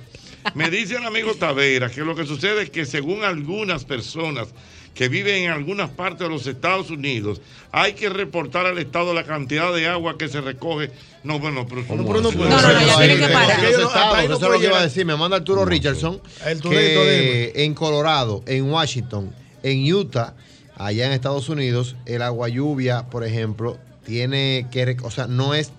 Me dice el amigo Tavera que lo que sucede es que según algunas personas que viven en algunas partes de los Estados Unidos, hay que reportar al Estado la cantidad de agua que se recoge. No, bueno, pero eso no, puede ser.
Los estados, Eso es lo que iba a decir. Me manda Arturo Richardson.
El Tudito,
que en Colorado, en Washington, en Utah, allá en Estados Unidos, el agua lluvia, por ejemplo, tiene que, rec- o sea, no es,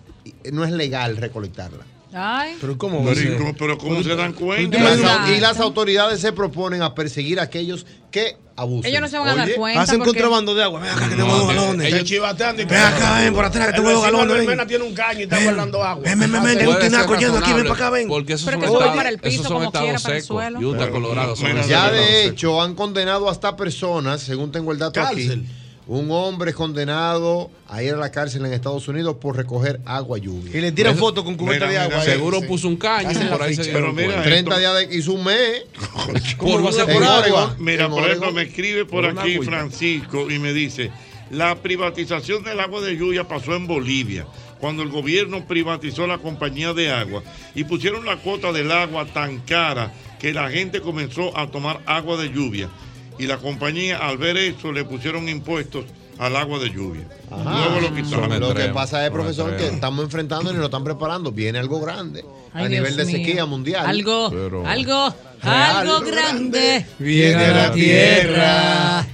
no es legal recolectarla.
Ay.
Pero
¿cómo va a Pero, ser? ¿cómo- pero cómo se dan cuenta?
Pues, Y las,
Exacto.
y las autoridades se proponen a perseguir a aquellos que abusan.
Ellos no se van a dar cuenta
Hacen
porque-
contrabando de agua. Ven acá que tengo dos galones.
Ellos chivateando y
Ven acá, ven por atrás, este que tengo los galones,
El
ven.
vecino de tiene un caño y está guardando agua.
ven, ven, ven,
Ah,
que
puede
no tiene
ser
agua yendo aquí, ven
razonable.
para acá, ven.
Porque esos
Pero
son
que eso va
estados,
para el piso,
esos son
como
estados
quiera, para el
secos.
suelo.
Utah, Colorado. son estados
Ya de
secos.
hecho han condenado hasta personas, según tengo el dato
Cárcel.
aquí. Un hombre es condenado a ir a la cárcel en Estados Unidos por recoger agua lluvia.
Y le tiran Eso- fotos con cubeta de agua.
Seguro puso un caño
Hacen la
por ahí se
ficha.
dieron
Pero mira
cuenta.
30 días de hizo un mes.
Por
En Oregon.
Mira,
En
por ejemplo,
Oregon.
me escribe por
Por una
aquí
agüita.
Francisco y me dice, la privatización del agua de lluvia pasó en Bolivia, cuando el gobierno privatizó la compañía de agua y pusieron la cuota del agua tan cara que la gente comenzó a tomar agua de lluvia. Y la compañía, al ver eso, le pusieron impuestos al agua de lluvia. Luego lo quitaron.
Lo que pasa es, profesor, que estamos enfrentando y nos están preparando. Viene algo grande a
Ay,
nivel de
Dios mío.
sequía mundial.
Algo, algo,
Real.
algo grande.
Viene a la tierra.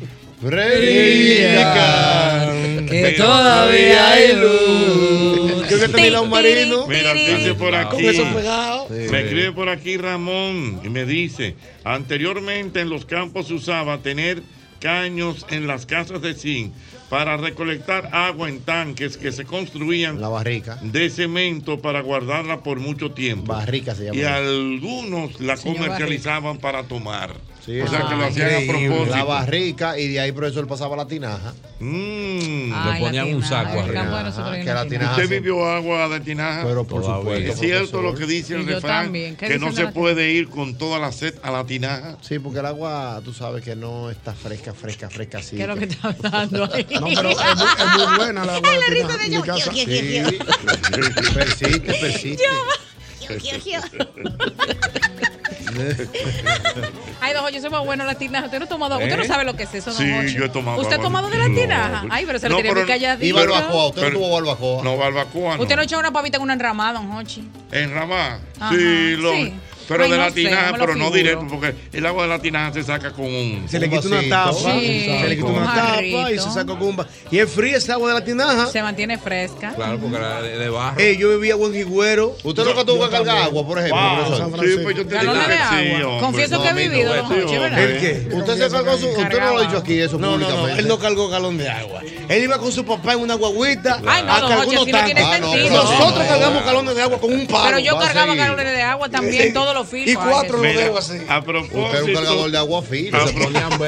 Rica,
que
todavía hay
luz.
Yo que tenía la un marino.
Mira, dice por
Con
aquí.
eso pegado.
Me escribe por aquí Ramón y me dice, anteriormente en los campos se usaba tener caños en las casas de zinc para recolectar agua en tanques que se construían
La barrica.
de cemento para guardarla por mucho tiempo.
Barrica se llama.
Y algunos la
Señor
comercializaban para tomar.
Sí,
o sea,
ah,
que lo hacían a
increíble.
propósito.
La barrica y de ahí, profesor, pasaba la tinaja.
Ah,
Mm,
le ponían un saco arriba.
que la tinaja
¿Usted
siempre-
vivió agua de tinaja?
Pero por
Todavía.
supuesto,
Es cierto
profesor.
lo que dice
Y
el
yo
refrán,
también. ¿Qué
que
dice
no
el
se
refrán?
puede ir con toda la sed a la tinaja.
Sí, porque el agua, tú sabes que no está fresca, fresca, fresca, sí.
¿Qué es lo que está hablando ahí?
No, pero es muy- es muy buena la agua de
Ay, la
tinaja
risa de
en mi
yo,
casa.
yo, yo, yo, yo.
persiste, persiste.
Ay, don Jorge, eso es más bueno, la tinaja. Usted no ha tomado agua. Usted
¿Eh?
no sabe lo que es eso, don
Sí,
Jorge.
yo he tomado
¿Usted ha
agua.
tomado de la
No.
tinaja? Ay, pero se lo
No,
tiene
pero-
muy calladito.
Y barbacoa,
usted no tuvo barbacoa.
No, barbacoa no.
Usted no echó una pavita en una enramada, don Jorge.
En Ramá.
Ajá,
Sí, lo-
sí.
Pero
Ay,
de
no
la
sé,
tinaja,
no me lo
pero no
figuro.
directo, porque el agua de la tinaja se saca con un.
Se le quita una tapa, se le quita una tapa y se sacó con un ba- Y es fría esa agua de la tinaja.
Se mantiene fresca.
Claro, porque era de, de barro.
Eh, yo bebía agua en jigüero.
¿Usted nunca tuvo que cargar agua, por ejemplo, profesor?
Sí, pues yo
te Galones digo de que sí, agua. hombre. eh. Confieso que he
a mí
vivido,
no,
don Jorge,
sí,
¿verdad?
¿El qué?
Usted se cargó su- usted no lo ha dicho aquí, eso
No, no, no,
públicamente.
él no cargó galón de agua. Él iba con su papá en una guagüita
Ay, no,
a
don
cargar
Jorge,
unos
así no tiene
tanques.
sentido.
Nosotros
No.
cargamos galones de agua con un palo.
Pero yo
Va a
cargaba
seguir.
galones de agua también, todos los filos.
Y cuatro
Ay,
lo
Jesús.
debo así.
A
Usted era un cargador de agua fina.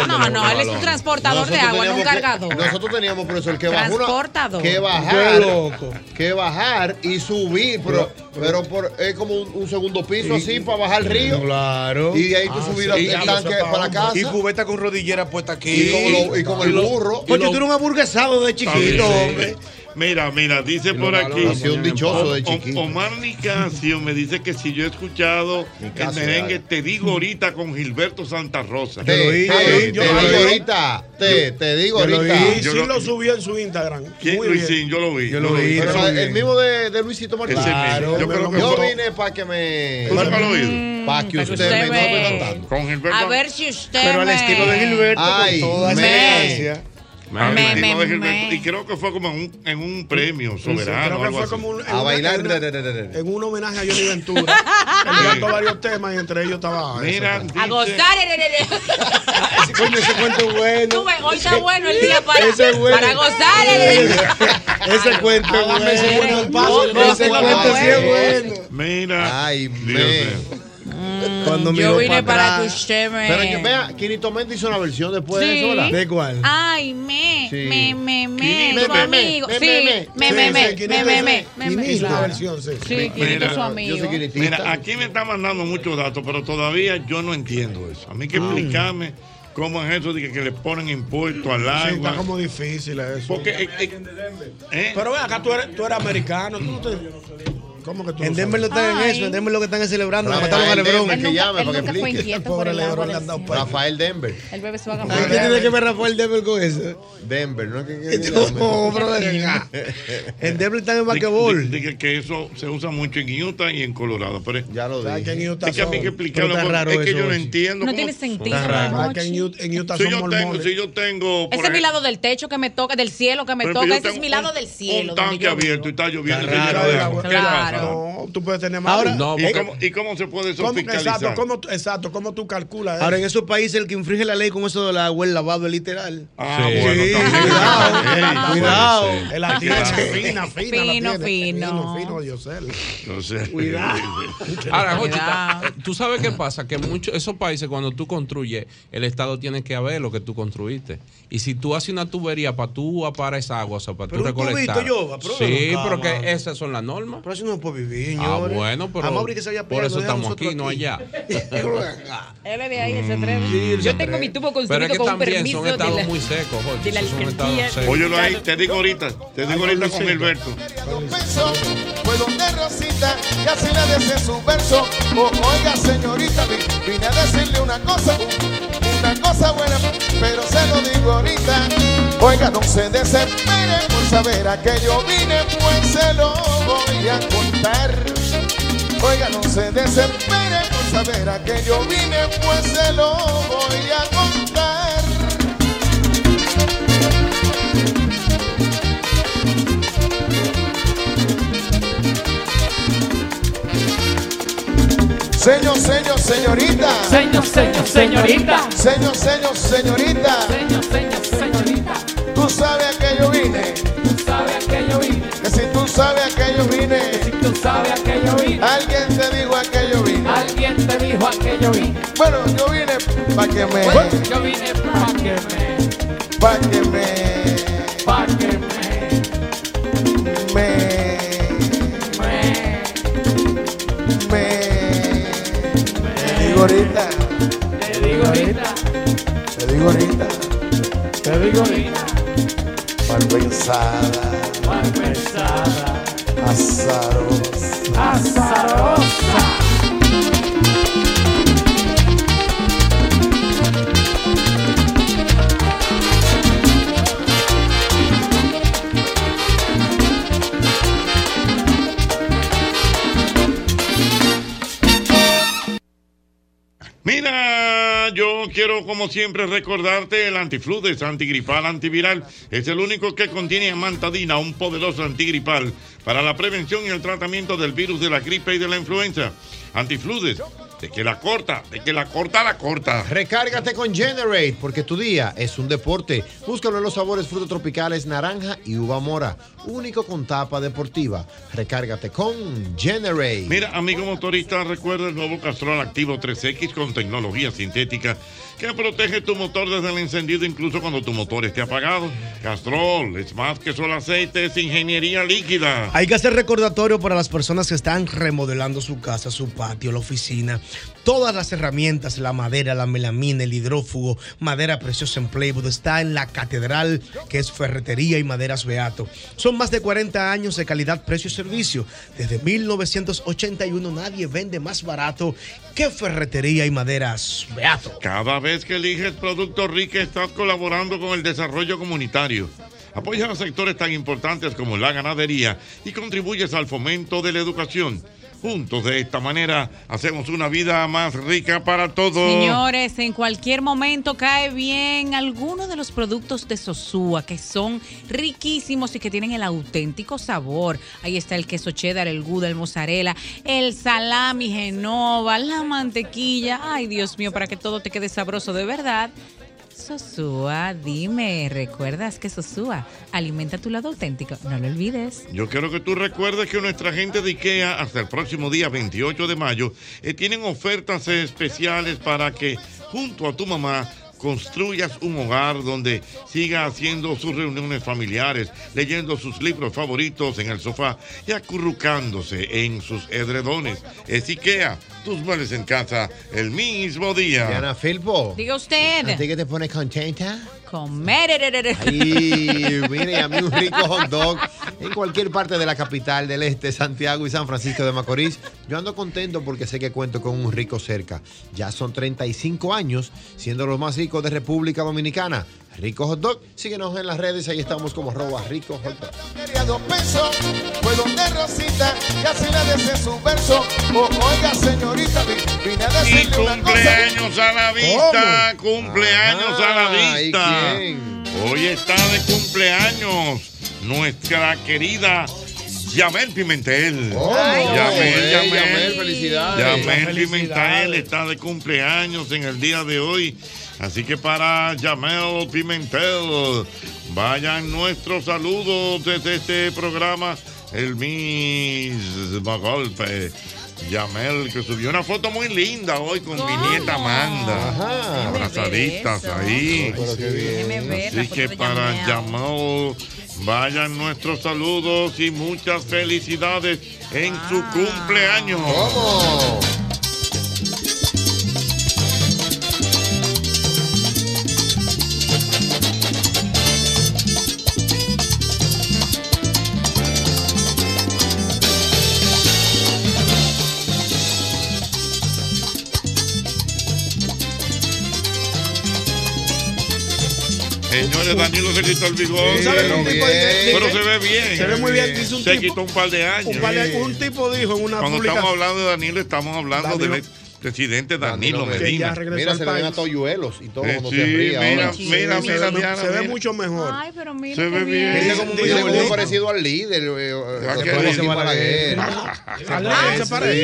No, no, él es un transportador de agua, no un cargador.
nosotros teníamos, profesor, que bajar. una-
Transportador.
que bajar. Que bajar y subir, pero, pero por, es como un, un segundo piso así para bajar el río.
Claro. Ah,
Y de ahí tú subir al-
y-
el
y-
tanque para la casa.
Y cubeta con rodillera puesta aquí.
Y con lo- y con el burro.
Pues
Y
yo
lo-
tú eres un hamburguesado de chiquito, hombre.
Mira, mira, dice por
los
aquí.
galones Hacía un dichoso de
O- o-
chiquito.
Omar Nicasio me dice que si yo he escuchado el
Nicasio,
merengue,
dale.
te digo ahorita con Gilberto Santa Rosa.
Te, te- te digo ahorita, te, te digo ahorita.
Y sí lo subió en su Instagram.
¿Quién,
Muy bien.
Luisín? Yo lo vi.
Yo lo vi,
Pero
yo lo
eso-
vi.
El mismo de, de Luisito Martínez.
Ese mismo. Yo
Yo,
creo que fue-
vine para que me.
¿Tú nunca lo has oído?
Para que
que
usted, me
usted ve.
note cantando.
Con Gilberto.
A ver si usted.
Pero al
me-
estilo de Gilberto, con
Ay,
toda esa
me.
elegancia. Al
Me,
estilo
me,
de Gilberto.
me.
Y creo que fue como en un, en un premio
creo
soberano.
que
algo
fue
así.
como un- en una- en una-
re, re, re.
En un homenaje a Johnny Ventura. Él cantó varios temas y entre ellos estaba.
Mira,
A gozar. eh, re, re, re.
Coño, ese cuento es bueno.
Tú ves, Hoy está bueno el día para,
Ese es bueno.
para gozar. eh, re, re, re.
Ese cuento es bueno.
ese cuento al paso.
No, no, Ese
no,
cuento sí es
no,
bueno.
Mira.
Ay,
Cuando
Yo vine para que usted me.
Pero yo, vea, Quinito Méndez hizo una versión después de eso, ¿verdad?
¿De cuál?
Ay, me,
Sí.
Ah, me, me, me,
Quinito,
su
me, me,
amigo.
me,
Sí, me, me, me, me, me, me, me, me.
Hizo una
Claro.
versión, sí.
Sí, Quinito es su amigo.
Mira, aquí me está mandando muchos datos, pero todavía yo no entiendo eso. A mí hay
Ah.
que explicarme cómo es eso de que, que le ponen impuesto al
Sí, está
agua.
como difícil eso.
Porque, eh, eh, ¿eh?
Pero ven acá, tú eres, tú eres americano. Tú no te... ¿Cómo que tú
En
no
Denver no
sabes?
están en eso, en Denver lo que están es celebrando.
Rafael
Mataron a Lebron.
Denver, que Él nunca- llame él para que nunca fue explique.
inquieto por el agua del cielo.
pues. Rafael Denver.
El bebé se va a
Ay, ¿Qué tiene que ver Rafael Denver con eso?
Denver, ¿no? Que, que-
No, brother. En Denver están en
de-
basquetbol.
de que- que eso se usa mucho en Utah y en Colorado. Pero es-
ya lo
¿Sabes que
dije.
en Utah
es que a mí hay que
son?
explicarlo.
Pero está raro
porque es que
eso,
yo no
Ochi.
entiendo.
No
cómo-
tiene sentido.
¿Sabes que
Mochi.
en Ut- en Utah
Si
son
yo tengo,
mormones?
si yo tengo.
Ese
por
es mi
ejemplo,
lado del techo que me toca, del cielo que me
por ejemplo, yo
toca. Ese es
tengo
mi lado
un-
del cielo.
Un
donde
tanque
yo vivo.
abierto y está lloviendo.
Está
se
raro
llena de
eso.
agua. ¿Qué
Claro.
pasa?
No, tú puedes tener más.
Ahora,
No,
¿Y
porque-
cómo, ¿Y cómo se puede
¿Cómo, exacto,
fiscalizar?
¿cómo, tú- exacto, ¿cómo tú calculas
ahora
eso?
en esos países el que infringe la ley con eso del agua es lavado es literal.
Ah,
Sí.
bueno,
Sí,
también.
cuidado,
Ey,
cuidado.
bueno, sí.
El artista
Hay que darle.
fina, fina, la
Fino,
tiene.
fino.
Fino, fino, Yosel.
No sé.
Ahora, Jochita, tú sabes qué pasa, que muchos esos países cuando tú construyes, el Estado tiene que ver lo que tú construiste. Y si tú haces una tubería para tú apar esa agua, o sea, para tú
Pero un
recolectar.
tubito, Yoba, pero
sí,
no,
pero
cabrón.
que esas son las normas.
Pero eso no es por vivir,
Ah,
señores.
bueno, pero
A Mauri que se vaya
por
peleando,
eso
deja
estamos aquí,
nosotros
no allá.
Él es de ahí, ese tren.
Mm, sí,
yo
ese
tengo
tren.
mi tubo
Pero
construido
es que
con un
también
permiso
son
de
estados
la-
muy secos, Jorge.
de la
Son
alcaldía.
estados secos.
Óyelo ahí, te digo ahorita. Te digo ahorita con Gilberto.
Pues donde Rosita casi nadie hace su verso. O- oiga, señorita, vi- vine a decirle una cosa, una cosa buena, pero se lo digo ahorita. Oiga, no se desespere por saber a qué yo vine, pues se lo voy a contar. Oiga, no se desespere por saber a qué yo vine, pues se lo voy a contar. Señor, señor, señorita.
Señor, señor, señorita.
Señor, señor, señorita.
Señor, señor, señorita.
Tú sabes a qué yo vine.
Tú sabes que yo vine.
Que si tú sabes a qué yo vine.
Tú sabes a qué yo vine.
Alguien te dijo a qué yo vine.
Alguien te dijo a qué yo vine.
Bueno, yo vine para que me.
Yo vine pa' que me,
Pa' que me.
pa' que me,
me,
me,
me. Te digo ahorita,
te digo ahorita,
te digo ahorita,
te digo ahorita,
mal pensada,
mal pensada,
azarosa.
azarosa.
Mira, yo quiero como siempre recordarte el antifludes, antigripal, antiviral. Es el único que contiene amantadina, un poderoso antigripal para la prevención y el tratamiento del virus de la gripe y de la influenza. Antifludes, de que la corta, de que la corta, la corta.
Recárgate con Generate, porque tu día es un deporte. Búscalo en los sabores frutos tropicales, naranja y uva mora. Único con tapa deportiva. Recárgate con Generate.
Mira, amigo motorista, recuerda el nuevo Castrol Activo 3X con tecnología sintética que protege tu motor desde el encendido incluso cuando tu motor esté apagado. Castrol es más que solo aceite, es ingeniería líquida.
Hay que hacer recordatorio para las personas que están remodelando su casa, su patio, la oficina. Todas las herramientas, la madera, la melamina, el hidrófugo, madera preciosa en Playwood, está en la catedral, que es ferretería y maderas Beato. Son más de 40 años de calidad, precio y servicio. Desde 1981 nadie vende más barato que ferretería y maderas Beato.
Cada vez que eliges Productos Rica estás colaborando con el desarrollo comunitario. Apoyas a sectores tan importantes como la ganadería y contribuyes al fomento de la educación. Juntos de esta manera hacemos una vida más rica para todos.
Señores, en cualquier momento cae bien alguno de los productos de Sosúa que son riquísimos y que tienen el auténtico sabor. Ahí está el queso cheddar, el gouda, el mozzarella, el salami genova, la mantequilla. Ay, Dios mío, para que todo te quede sabroso de verdad. Sosúa, dime, ¿recuerdas que Sosúa alimenta tu lado auténtico? No lo olvides.
Yo quiero que tú recuerdes que nuestra gente de IKEA hasta el próximo día 28 de mayo eh, tienen ofertas especiales para que junto a tu mamá construyas un hogar donde siga haciendo sus reuniones familiares, leyendo sus libros favoritos en el sofá y acurrucándose en sus edredones. Es IKEA, tus muebles en casa el mismo día.
Diana Filpo.
Diga usted.
¿A ti que te pones contenta?
Comer.
Y mire, a mí un rico hot dog en cualquier parte de la capital del este, Santiago y San Francisco de Macorís. Yo ando contento porque sé que cuento con un rico cerca. Ya son 35 años siendo los más ricos de República Dominicana. Rico Hot Dog, síguenos en las redes, ahí estamos como arroba rico hot dog.
Quería dos pesos, fue donde Rosita casi le dice su verso. O, oiga, señorita, vi- vine a decirle una cosa.
Cumpleaños a la vista, cumpleaños a la
¿y
vista. Hoy está de cumpleaños nuestra querida Yamel Pimentel.
Ay,
Yamel,
Yamel,
Yamel,
Oh, eh, Yamel, felicidades.
Yamel
Felicidades.
Pimentel está de cumpleaños en el día de hoy. Así que para Yamel Pimentel, vayan nuestros saludos desde este programa, el mismo golpe. Yamel, que subió una foto muy linda hoy con mi nieta Amanda. Abrazaditas ahí. Así que para Yamal, vayan nuestros saludos y muchas felicidades en su cumpleaños. Señores, Danilo se quitó el bigote.
Sí, ¿Sabe cómo tipo dice?
Pero se ve bien.
Se ve muy bien, dice un
Se
tipo-
quitó un par de años.
Un, par de- un tipo dijo en una
Cuando
publicación.
estamos hablando de Danilo, estamos hablando
Danilo.
del ex presidente Danilo,
Danilo
Medina.
Medina.
Que ya regresó
Mira,
al
se le ven
país.
a toyuelos y todo
Eh,
cuando
sí,
se ríe.
mira,
ahora.
mira,
se, ve, se ve mucho mejor.
Ay, pero mira.
Se ve
qué
bien. Dice como muy
Dice
bonito.
bonito.
parecido al líder. eh, eh,
Ah,
se
que
parece
Luis
a
Balaguer.
Balaguer.
Ah, se parece.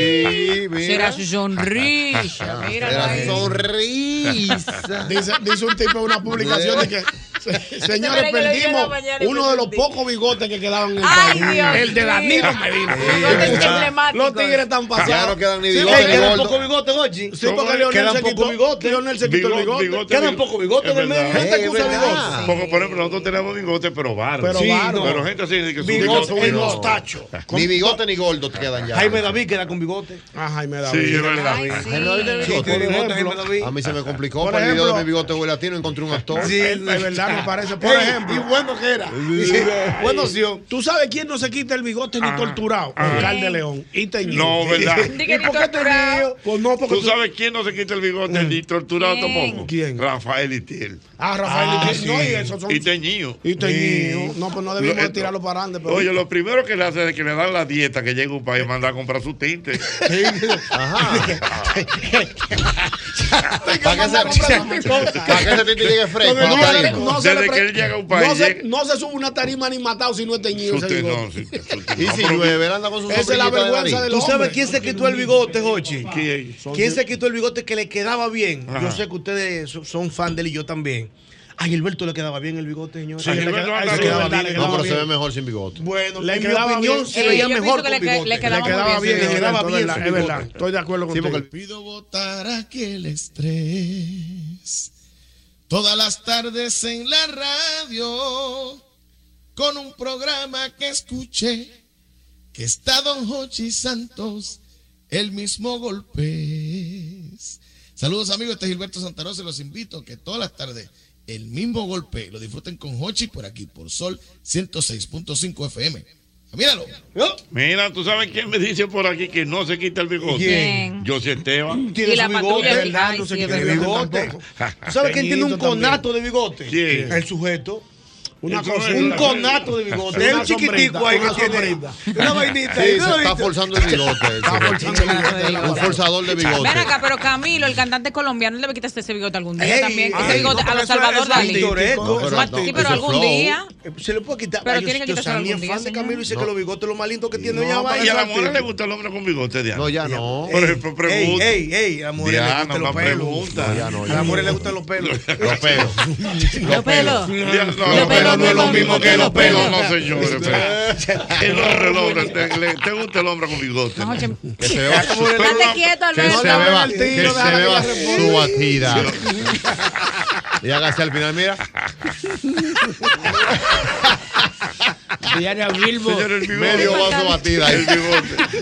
Sí, mira.
Será su sonrisa.
Era
Míralo ahí.
sonrisa.
Dice, dice un tipo en una publicación de que Señores,
Señores, que le dio la
perdimos
mañana y
uno de los pocos bigotes que quedaban en el país.
Dios
El de Danilo
mío.
Medina.
Bigotes emblemáticos.
Los tigres están pasados.
Ya no quedan ni bigotes,
Sí,
ni
quedan
gordo.
pocos bigotes, Jochi. Sí, porque Leonel
Quedan
se quitó
pocos
bigote.
bigotes.
Leonel se quitó el
Bigote,
bigote.
bigote,
Quedan
bigote.
pocos bigotes en el medio. No te acusa bigote.
Porque, por ejemplo, nosotros tenemos bigote, pero barro.
Pero barro.
Pero gente así de que
Bigote en
no.
los tachos.
Ni bigote ni gordo te quedan ya.
Jaime David queda con bigote.
Ah, Jaime
David.
Sí, es verdad.
Ay, sí.
Jaime David tiene
Sí,
bigote.
tiene
Por
bigote,
ejemplo.
Jaime David. A mí se me complicó
Por
para el video de
ejemplo.
mi bigote huele latino. Encontré un actor.
Sí, de verdad me parece. Por
Ey,
ejemplo. Y bueno que era. Buena opción. ¿Tú sabes quién no se quita el bigote ni torturado?
ah.
Oscar de León. Y teñido.
No, ¿verdad?
¿Y por qué teñido? Pues no, porque Mm.
¿Tú sabes quién no se quita el bigote ni torturado
¿Quién?
tampoco? ¿Quién? Rafael Itiel.
Ah, Rafael
Ah,
Itiel. No,
sí.
y esos son...
Y teñido.
Y teñido. No, pues no debimos
Lo- eh,
de tirarlo para adelante. pero-
Oye, lo primero que le hace es que le dan la dieta que llega a un país manda a comprar su tinte.
Para que se- para que ese tinte llegue fresco.
Porque
a la
no,
tarima.
no se le
Desde
pre-
que él llega a un país, eh.
No se,
llega-
no se sube una tarima ni matado si no es teñido. ese
Usted no,
bigote.
sí,
Y si llueve, él anda con su
Esa es la
sombrillita de
vergüenza
nariz.
del
¿Tú
hombre.
sabes quién se quitó el bigote, Jochi?
¿Quién?
¿Quién se quitó el bigote que le quedaba bien?
Ajá.
Yo sé que ustedes so- son fan de él y yo también. A Gilberto le quedaba bien el bigote, señor.
Sí,
A él le
Gilberto
queda- a él
anda
le
bien,
quedaba
¿verdad?
bien, le
No,
quedaba
pero se ve
bien.
mejor sin bigote.
Bueno,
Le
en mi
quedaba
opinión
bien.
se
Eh,
veía
yo pienso
mejor
que
con
le que-
bigote.
le quedaba muy bien,
le
señor.
quedaba
Es
bien
verdad,
su
es verdad.
bigote.
Estoy de acuerdo
Sí,
contigo.
porque
Pido votar aquel estrés. Todas las tardes en la radio. Con un programa que escuché. Que está Don Jochi Santos. El mismo golpes. Saludos amigos, este es Gilberto Santarosa y los invito a que todas las tardes el mismo golpe lo disfruten con Hochi por aquí, por Sol 106.5 FM. Míralo.
Mira, tú sabes quién me dice por aquí que no se quita el bigote.
¿Quién?
Yo Esteban.
Tiene su bigote, ¿verdad? No se quita el bigote. ¿Tú sabes quién tiene un conato de bigote?
¿Quién?
El sujeto.
Una
El
cosa,
sujeto. un conato de bigote. Es un
Una sombrita,
chiquitico ahí que
una
tiene.
sombrita.
Una vainita.
Sí,
ahí,
se
¿no lo
está
viste?
forzando el bigote. Un forzador de bigote.
Ven acá, pero Camilo, el cantante colombiano, le quitaste ese bigote algún día
Ey,
también.
ey,
Ese bigote
no,
a
pero
los
eso es-
Salvador
eso es
Dalí.
pintoresco.
No, pero
Mati,
Sí, pero algún día.
Eh, Se le puede quitar.
Pero
Ay, yo-
tiene que
yo
quitarse
salí
algún
en
día,
fan de Camilo y dice
No.
que los bigotes lo más lindo que tiene.
No,
ya va,
y a
esa
la mujer
actriz.
le gusta el hombre con bigote, Diana.
No, ya no.
Por ejemplo,
Ey,
pregunta.
ey, ey, a la mujer le
Diana,
gustan los
más
pelos.
pregunta.
No, ya no, ya A la mujer no. le gustan los pelos.
Los pelos.
Los pelos. Diana, no, Los pelos no es lo mismo que los pelos, no, señores. El hombre, el hombre. Te, le- te gusta el hombre con bigote.
No, Jochi.
Que se vea-
Date quieto,
Que
Alberto.
se beba, que se beba su batida. Y hágase al final, mira.
Diana Bilbo.
Señor, el bigote.
Medio vaso batida.
El bigote.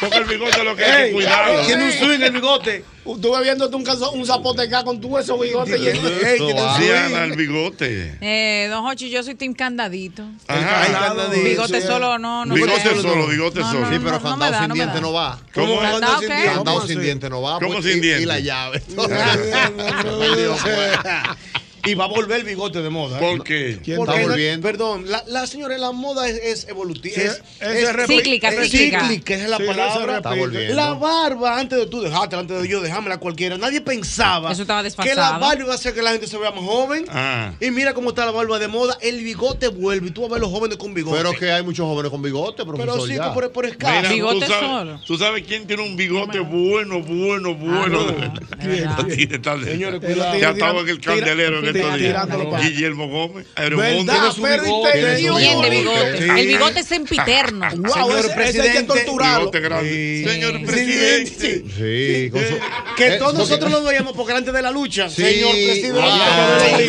Porque el bigote lo que hay que
Ey,
cuidarlo.
tiene un
swing el bigote.
Estuve viéndote un, calzón- un zapote acá con tu esos bigotes. y- Ey, tiene un
Diana, el bigote.
Eh, don Hochi, yo soy Team Candadito.
Ajá.
Bigote solo, no, no.
Bigote
puedo.
solo, bigote
No,
solo.
no,
Sí,
no,
pero
no me
candado
da,
sin
no me da.
diente no va.
¿Cómo?
¿Candado qué?
Candado sin diente no va.
¿Cómo
pues,
sin
y-
diente?
Y la llave.
Y va a volver el bigote de moda.
¿Por qué?
Porque
está
la-
volviendo?
Perdón, la, la señora, la moda es, es evolutiva.
Sí,
es,
es- es repi- Cíclica,
es
cíclica.
cíclica, esa es la
Sí, se
palabra.
repite. Está volviendo.
La barba, antes de tú dejártela, antes de yo dejármela cualquiera, nadie pensaba
Eso estaba
que la
desfasado.
barba iba a hacer que la gente se vea más joven.
Ah.
Y mira cómo está la barba de moda, el bigote vuelve y tú vas a ver los jóvenes con bigote.
Pero que hay muchos jóvenes con bigote, profesor.
Pero sí,
ya.
por, por escala.
Mira, tú sabes, tú sabes quién tiene un bigote bueno, bueno,
Ah,
bueno. Lo tiene tal de-
Señores, cuidado.
Ya estaba en el
Tira-
candelero en estos
tira-
días.
tirándolo para-
Guillermo Gómez, Aeromundo.
¿Verdad? Pero interior.
Bien de bigote.
Sí.
El bigote es sempiterno.
Wow, ese- ese hay que torturarlo.
Bigote grande. Señor presidente.
Sí, con su-
Que
Eh,
todos
porque-
nosotros lo veíamos porque era antes de la lucha.
Sí,
Señor presidente.
había que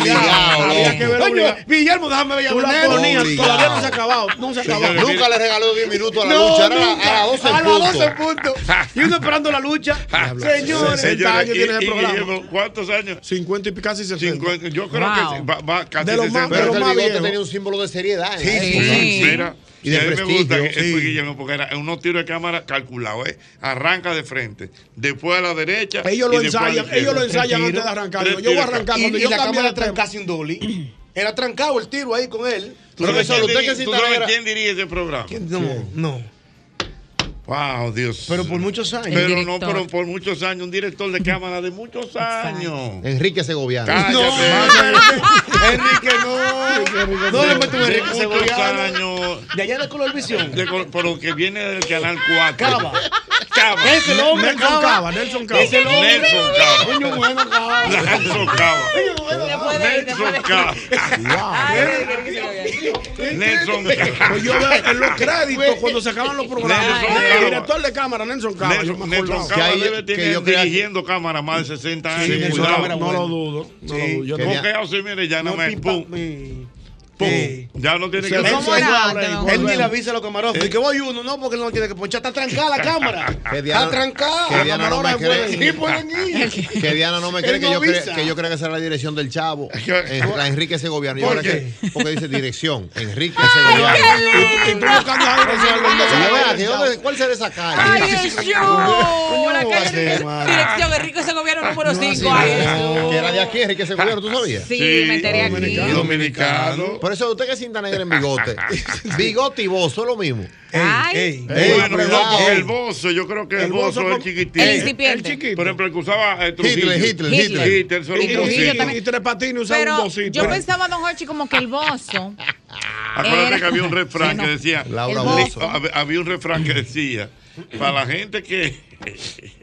Ay,
verlo obligado,
obligado.
había que verlo
Coño,
obligado.
Guillermo, déjame ver.
Tú la
Llanero.
ponías,
Obligado.
todavía no se ha acabado. No se ha acabado.
Señores,
Nunca le regaló 10 minutos a la
No,
lucha. Era a-
nunca.
a las 12
A
en
las
punto.
12 en punto. Y uno esperando la lucha. Señores,
60 años
y-
tiene ese
y
programa.
Guillermo, ¿Cuántos años?
50 y casi 60.
50, yo creo
Wow.
que va, va casi
De los más-
60.
Pero
Pero
que el
más
bigote
viejo.
tenía un símbolo de seriedad.
Sí,
¿eh?
sí,
Eso,
sí.
Mira,
Y
y
de
a mí me gusta que
prestigio,
es por Guillermo, porque era unos tiros de cámara calculado, ¿eh? Arranca de frente, después a la derecha.
Ellos lo
y después a la
ensayan,
izquierda.
ellos lo ensayan
Tres
antes de
tiros.
arrancar.
Tres
Digo, Yo voy a
tiros.
arrancar.
Y,
Cuando
y
yo
la
cambie
cámara
de tema.
trancase un dolly. Era trancado el tiro ahí con él.
¿Tú sabes,
Profesor,
quién,
usted
dirige-
que sí
tú sabes
era-
quién dirige ese programa?
No, no.
Wow, Dios.
Pero por muchos años.
Pero no, pero por muchos años, un director de cámara de muchos años.
Enrique Segoviano.
Cállate.
No,
Enrique
Enrique, no. No le meto a Enrique
muchos
Segoviano.
años. No.
De allá de Color Visión.
De col- pero que viene del canal 4.
Cava.
Cava.
Es el hombre Cava. Es el hombre.
Nelson Cava.
Coño, bueno, Cava.
Nelson Cava. Nelson Cava. Nelson Cava.
Pues yo veo en los créditos cuando se acaban los programas.
Nelson
El
Cava.
director de cámara, Nelson Cava. yo me
Nelson, Nelson
acordaba.
Cava debe tener dirigiendo cámara más de 60 años.
Sí, Nelson
Cuidado.
Cava era No bueno. lo dudo, no lo dudo. Yo
Porque
tenía-
así, mire, ya no,
No
me.
pipa-
Pum. Pum. Ya no tiene
Sí,
que
él,
hacer-
se- él ni le avisa a los camarógrafos. Y que voy uno, no, porque él no tiene que ponchar. Está trancada la cámara.
Que Diana-
Está trancada.
que Diana no me
Camarógrafo,
cree.
pueden ir, pueden ir.
Que Diana no me
pues, Él
cree que, yo cre-
avisa.
que yo creo que esa es la dirección del chavo. En- La Enrique Segoviano. Y
¿Por
ahora
qué?
que- porque dice dirección. Enrique Segoviano.
Y tú buscando ahí,
Y yo, vea, que yo- ¿Cuál será esa calle?
¡Ay, Jesús! La
Coño,
calle
Guatemala.
Dirección Enrique Segoviano número 5.
Que era de aquí, Enrique Segoviano, ¿tú sabías?
Sí, me enteré aquí. Dominicano.
Dominicano. Por eso usted que es cinta negra en bigote. bigote y bozo es lo mismo.
Ay.
bueno, no, porque el bozo, yo creo que el,
El
bozo
bozo
es
con-
chiquitito.
El incipiente.
El chiquito. Por ejemplo, el que usaba eh, Trujillo.
Hitler, Hitler, Hitler.
Hitler, solo
Y
un
Trujillo
bocito.
también.
Y tres patines usaba un
Pero
bocito.
yo pensaba, don Hochi, como que el bozo.
Acuérdate
Era-
que había un
Eh, Sí,
refrán
no.
que decía.
Laura
li-
Bozo.
hab- Había un refrán que decía. Para la gente que.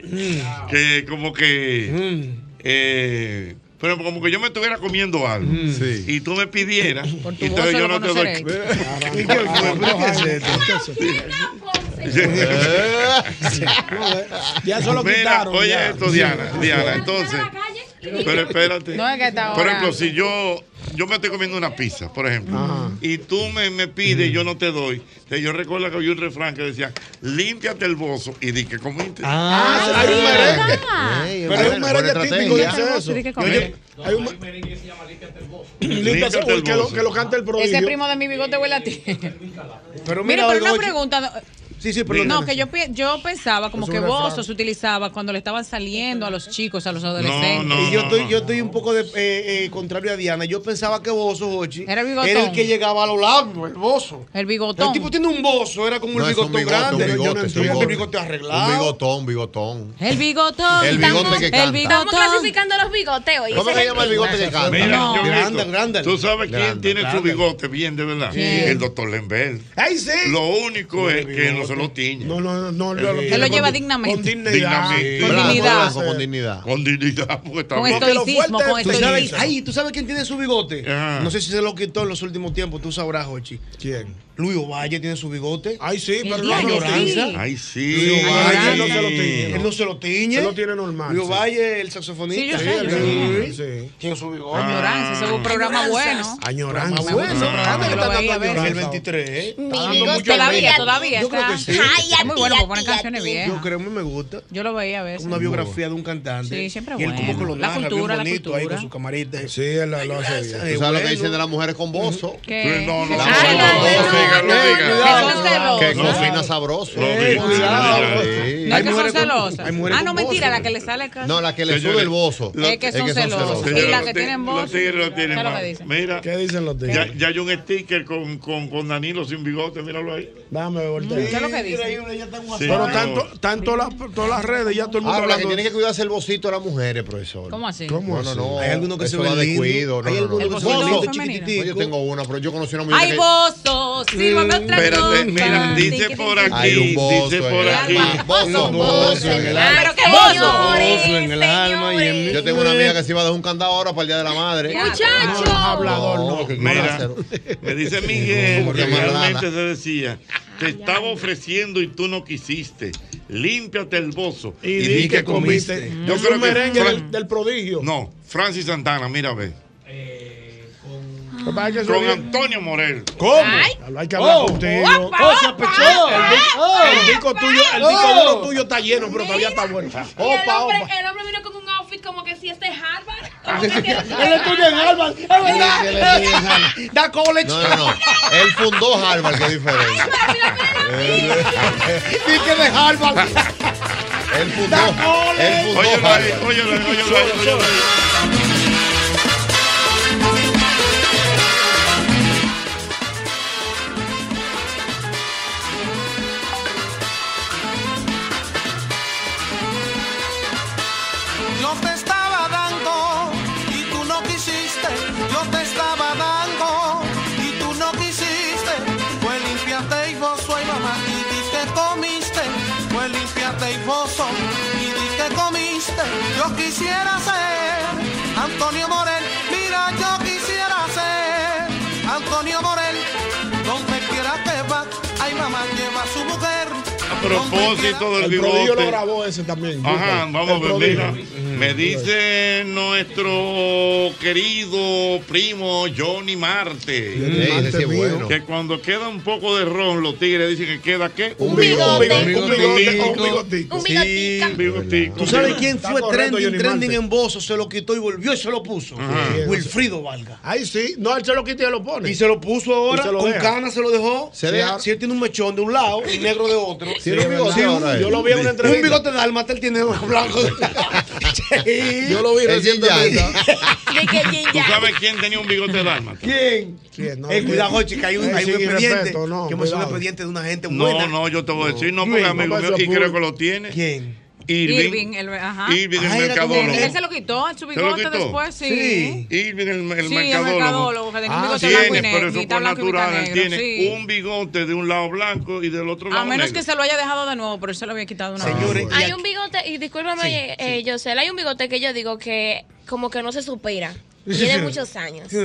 Mm.
que como que. eh, pero como que yo me estuviera comiendo algo
Mm.
y tú me pidieras, entonces
bozo
yo
lo
no te doy.
¿Y qué fue? ¿Pero qué es esto? Ya se lo
Eh, Mira,
quitaron,
Oye,
ya.
esto, Diana, Diana, entonces. Pero espérate.
No, es que hasta
Por
ahora-
ejemplo, si yo yo me estoy comiendo una pizza, por ejemplo, y tú me, me pides y yo no te doy. Entonces, yo recuerdo que había un refrán que decía, límpiate el bozo y di que comiste.
Ah, hay un merengue. Pero hay un merengue típico que dice eso. Yo- yo- Hay un merengue que se llama Límpiate el bozo. que lo- que lo canta el
Ese
prodigio.
primo de mi bigote huele a ti. Mira, pero
Pero mira,
una
Olgochi.
pregunta.
Sí, sí, pero
no, que yo, pi- yo pensaba como
Es
que
una
bozo
frase.
se utilizaba cuando le estaban saliendo a los chicos, a los adolescentes.
y yo estoy, yo estoy un poco de, eh, eh, contrario a Diana. Yo pensaba que Bozo, Jochi,
Era el bigotón.
era el que llegaba a los labios, el Bozo.
El bigotón.
El tipo tiene un bozo, era como
No,
un
es un
bigotón
bigote, un
grande. Yo no
bigote, es un
entiendo el
bigote.
bigote arreglado.
Un bigotón, bigotón.
El bigotón.
El bigote que
Estamos-
canta.
Estamos clasificando los bigotes hoy.
¿Cómo
Ese
se
es
llama el bigote que canta?
Mira,
No.
yo
Grande,
Vito,
grande.
Tú sabes quién
Grande,
tiene su
grande.
bigote bien, de verdad.
¿Quién?
El doctor Lembert.
¡Ay, sí!
Lo único es que no se lo tiñe. Eh,
No, no, no.
Él lo
tiene
lleva
con-
dignamente.
Con dignidad.
Dignamente.
Con
Blanco,
dignidad.
blanco, con dignidad.
Con dignidad, porque está
Porque
bien.
lo fuerte- ¿Tú sabes, ay, ¿tú sabes quién tiene su bigote?
Ajá.
No sé si se lo quitó en los últimos tiempos, tú sabrás, Jochi. ¿Quién? Luis Ovalle tiene su bigote.
Ay, sí, pero no
la
se lo
ignorancia.
tiñe.
Ay, sí.
Luis Ovalle
Él no se lo tiñe.
Él no se lo tiñe.
Se lo tiene normal.
Luis
sí.
Ovalle, el saxofonista.
Sí, yo sé, yo sé.
Tiene su bigote.
Ignorancia, ese es un programa Añoranzas. bueno. Añoranzas.
Programa bueno.
Ah.
Programa que
Yo lo
está
veía,
dando
veía.
añoranza. El 23, ¿eh? Está
Mi
dando
bigote.
mucho
Todavía,
añoranza.
todavía
Yo creo que
está.
sí.
Ay, a Es muy ti, bueno a para poner ti, a canciones ti. viejas.
Yo creo que me gusta.
Yo lo veía a veces.
Una biografía de un cantante.
Sí, siempre
Y él como
bueno.
que lo
La
narra bien
cultura, la
bonito ahí con
cultura.
su camarita.
Sí, él lo- lo hace bien.
¿Tú sabes lo que dicen de las mujeres con bozo?
¿Qué?
No, no,
Ay,
no.
ay, ay,
no, no,
no.
dígalo,
Que
dígalo.
son celosas.
Que cocina sabroso.
Eh,
Cuidado. Sí.
No es que son celosas.
hay mujeres
Ah, no,
con
mentira,
bozo.
la que le sale acá.
No, la que le
Señores,
sube el bozo.
los-
Es que son celosas. Y las que tienen
Los
bozo.
tigres lo
¿qué
tienen
es lo
más.
que dicen?
Mira.
¿Qué dicen los tigres?
Ya, ya hay un sticker con, con, con Danilo sin bigote, míralo ahí.
Dame, voltea.
¿Qué es lo que dicen?
Increíble, ya está en
Sí,
WhatsApp.
Pero
no.
tanto, tanto las, todas las redes, ya todo el mundo
Ahora, la que
hablando.
tiene que cuidarse el bocito de las mujeres, profesor.
¿Cómo así?
No, no, no.
Hay algunos que
Eso
se ven
da
lindos.
descuido. No,
Hay
no, no.
algunos que se ven
Bozo.
lindos,
Oye, Yo tengo una, pero yo conocí una mujer
Ay,
que-
bozo, sírvame otra
Espérate,
cosa.
mira, dice por aquí,
Hay un bozo
dice
en
por
el
aquí.
alma. Bozo, bozo en el alma.
Pero qué
Bozo
bozo.
en el alma y en mí. Yo tengo una amiga que se iba a dar un candado ahora para el Día de la Madre.
Muchacho.
hablador, no. porque no la
Mira,
hacer.
me dice Miguel
Como
que
que más
realmente
lana.
se decía, te estaba ofreciendo y tú no quisiste. Límpiate el bozo y, di, que comiste. Mm.
Yo
Yo creo
un
que
merengue
Fran-
del, del prodigio.
no, Francis Santana, mira a ver.
Lo que pasa es que eso
Ah. Con
viene-
Antonio Morel.
¿Cómo?
Ay.
Hay que hablar
Oh.
contigo.
Oh, se apechó.
El disco- El disco tuyo, el disco
Oh.
duro tuyo está lleno, pero todavía está bueno.
Y el,
Opa,
hombre,
opa.
el hombre vino con un outfit como que si este es Harvard.
Ah,
Él estudia en Harvard, es
oh,
verdad. Da college.
No, no, no. Él fundó Harvard, qué diferencia.
Dice que de Harvard.
Él fundó. Él fundó
Óyelo ahí,
Harvard.
óyelo ahí, óyelo ahí, óyelo ahí.
Yo te estaba dando y tú no quisiste. Yo te estaba dando y tú no quisiste. Fue el
y di que comiste. Yo quisiera ser Antonio Morel. Mira, yo quisiera ser Antonio Morel. Donde quiera que va, ay mamá lleva a su mujer.
A propósito del
el prodigio lo
bigote.
grabó ese también.
Ajá,
Búscalo.
vamos
El
a ver. mira,
prodigio.
me dice nuestro querido primo Johnny Marte.
Johnny Sí, Marte ese sí es mío. bueno.
Que cuando queda un poco de ron, los tigres dicen que queda qué?
Un bigote.
Un bigote. Un bigote. Un bigotico.
Un
Sí, un bigotico.
¿Tú sabes quién
Está
fue
correcto,
trending,
Johnny
trending
Marte.
en Bozo? Se lo quitó y volvió y se lo puso. Wilfrido Valga.
Ahí sí. No, él se lo quita y lo pone.
Y se lo puso ahora,
Y se lo
con
deja.
cana se lo dejó.
Se
Sí,
deja.
sí, él tiene un mechón de un lado y negro de otro.
Tiene un bigote
Sí, un-
ahora, eh.
yo lo vi en
Sí.
una entrevista. Un bigote de alma, él tiene uno blanco. Sí.
Yo lo vi recientemente.
¿Tú sabes quién tenía un bigote de dálmata?
¿Quién? Eh, cuidado, chica, hay un,
Eh,
hay un
sí,
expediente.
respeto, no,
que me un
cuidado.
expediente de una gente buena.
No, no, yo te voy a decir, no,
Luis,
porque amigo
no,
mío,
eso
y
es
creo
puro.
que lo tiene.
¿Quién?
Irving.
Irving, el, ajá.
Irving, el
Ah, era como-
mercadólogo.
Él se lo quitó, su
¿Se lo
bigote
quitó?
después, sí.
Irving, el, el
Sí, el
mercadólogo.
mercadólogo, que tenía un
Ah,
bigote
tiene,
blanco y negro,
pero eso
mitad
fue
blanco y mitad
natural. Él
negro,
tiene
sí.
un bigote de un lado blanco y del otro lado
A menos
negro.
que se lo haya dejado de nuevo, pero él se lo había quitado una vez.
Hay un bigote, y discúlpame,
Sí,
oye, eh, Yosel, hay un bigote que yo digo que como que no se supera.
Sí,
Tiene
sí.
muchos años.
Sí.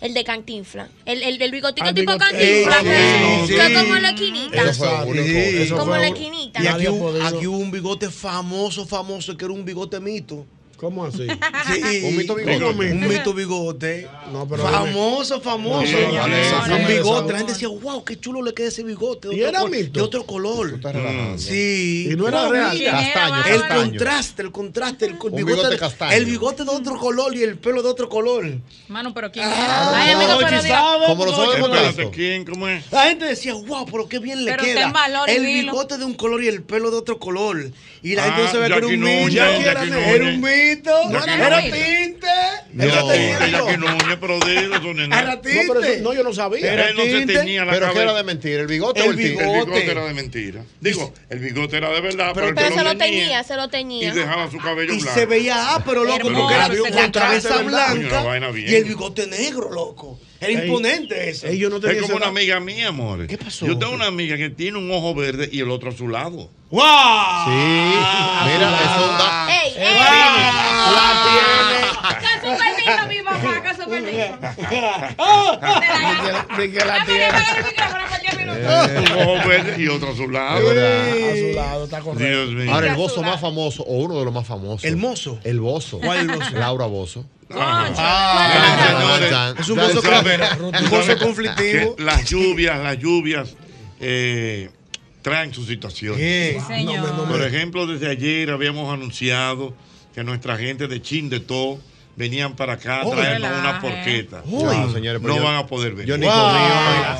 El de Cantinfla. El, el, el bigotico
Ah,
tipo
bigote.
Eh,
Cantinfla.
Sí,
que-
sí,
pues, que
sí.
como la quinita.
Eso fue uno, eso
como
fue
la
uno.
quinita.
Y aquí, hubo- aquí hubo un bigote famoso, famoso, que era un bigote mito.
¿Cómo así?
Sí,
Un mito bigote.
Un mito bigote.
pero
famoso, famoso.
Sí, no, no,
un
no,
bigote.
no.
La gente decía, wow, qué chulo le queda ese bigote. De
Y
otro
era
col-
mito.
De otro color. Mm,
relajando.
Sí.
Y no era real.
mira.
Castaño,
El
castaño.
contraste, el contraste. El,
Un
bigote,
bigote
de-
castaño.
El bigote de otro color y el pelo de otro color.
Mano, pero ¿quién?
Ay, amigo, pero
pero
diga- Como los ojos de
Espérate,
contacto.
¿quién? ¿Cómo es?
La gente decía, wow, pero qué bien le
Pero
queda.
ten valor y
el
dilo.
bigote de un color y el pelo de otro color. Y la gente
Ah,
no sabía que era
Jackie
un
Núñez,
mito.
Jackie
Era
Núñez.
era un mito.
Jackie
Era
Núñez.
tinte.
Mira, mira que Núñez, pero dilo, eso no es nada.
Era
No, pero eso-
tinte.
no, yo no sabía.
Él no se tenía la
Pero que
cabeza.
era de mentira, el bigote o
El
el tigre?
bigote. era de mentira. Digo, el bigote era de verdad, pero, él
Pero se lo
tenía
tenía, se lo
y
tenía.
dejaba su cabello
Y
blanco.
se veía, ah, pero loco, porque era
Hermoso,
con
se la
cabeza
trata, ¿verdad? Coño, una
blanca
vaina bien.
y el bigote negro, loco. Era
Ey,
imponente eso.
ey, yo no tenía Es como esa una edad. amiga mía, amor. ¿Qué pasó? Yo tengo una amiga que tiene un ojo verde y el otro azulado.
¡Wow!
Sí. Mira, eso da.
¡Ey, ey!
La
Con su permiso, mi papá, con su permiso.
De que la tiene.
Un ojo verde y otro azulado.
Es verdad.
Azulado, está correcto.
Dios mío.
Ahora, el bozo más famoso, o uno de los más famosos. ¿El mozo? El bozo.
¿Cuál el bozo?
Laura Bozo. Ah,
Ah,
Ah,
Es un bozo
un bozo conflictivo. Las lluvias, las lluvias eh, traen sus
¿Qué?
situaciones.
Sí, señor. No me- no me-
Por ejemplo, desde ayer habíamos anunciado que nuestra gente de Chindeto venían para acá a
Uy.
traernos una
Relaje.
porqueta.
Uy.
No,
señores, pero
no
yo-
van a poder venir.
yo ni Wow. comí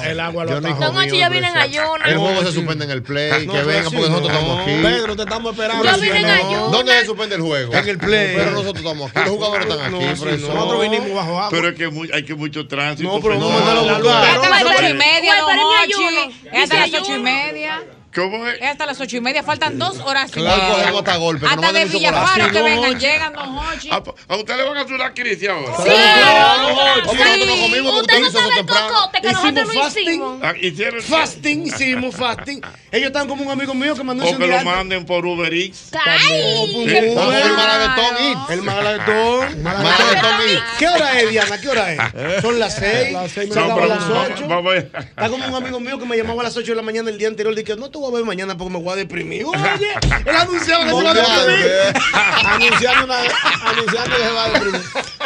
hoy.
El agua lo
Yo ni
atajó.
comí
Nacho, ya
hoy,
vienen
pero
en ayunas.
El juego se suspende en el play.
No,
que
pero
vengan
así
porque nosotros
no.
estamos aquí.
Pedro, te estamos esperando.
Pero
Yo vine
si
en
no,
ayunas.
¿Dónde se suspende el juego?
En el play.
Pero nosotros estamos aquí. Los jugadores están aquí. profesor.
Nosotros vinimos bajo agua.
Pero es que muy- hay que mucho tránsito.
No, pero
señor.
vamos a mandar a
La
buscar.
luz.
Hasta
Hasta las ocho y
Güey,
media, don
pero mi
Hochi.
ayuno.
Es hasta
Mi
las ocho y
ayuno.
media.
¿Cómo es?
Es hasta las ocho y media. Faltan dos horas. y
Claro.
media.
Cogemos hasta golpe, que nos
Hasta de
manden un chocolate.
Villafaro que
Sí, don
vengan,
Hochi.
llegan, don Hochi.
A, Ah, pues, a usted le van a hacer una crisis ahora.
Sí, Claro,
Vamos, nosotros nos comimos porque
Usted
usted
no
hizo eso
sabe el
temprano.
cocote, que nosotros
Hicimos
no
fasting.
hicimos.
Ah, Hicieron
Fasting, hicimos fasting. Ellos están como un amigo mío que mandó
o
ese
que lo
día.
manden por Uber Eats.
¡Ay!
Sí.
Vamos por el
Malaguetón Eats.
El Malaguetón.
Malaguetón Eats.
¿Qué hora es, Diana? ¿Qué hora
Eh.
es? Son las seis.
Las seis,
Se
mira,
acaba a las
vamos,
ocho.
Vamos a ver.
Está como un amigo mío que me llamaba a las 8 de la mañana el día anterior. Dije, no te voy a ver mañana porque me voy a deprimir. Oye, él anunciaba que se iba a deprimir.
Anunciando una- anunciando que se va a deprimir.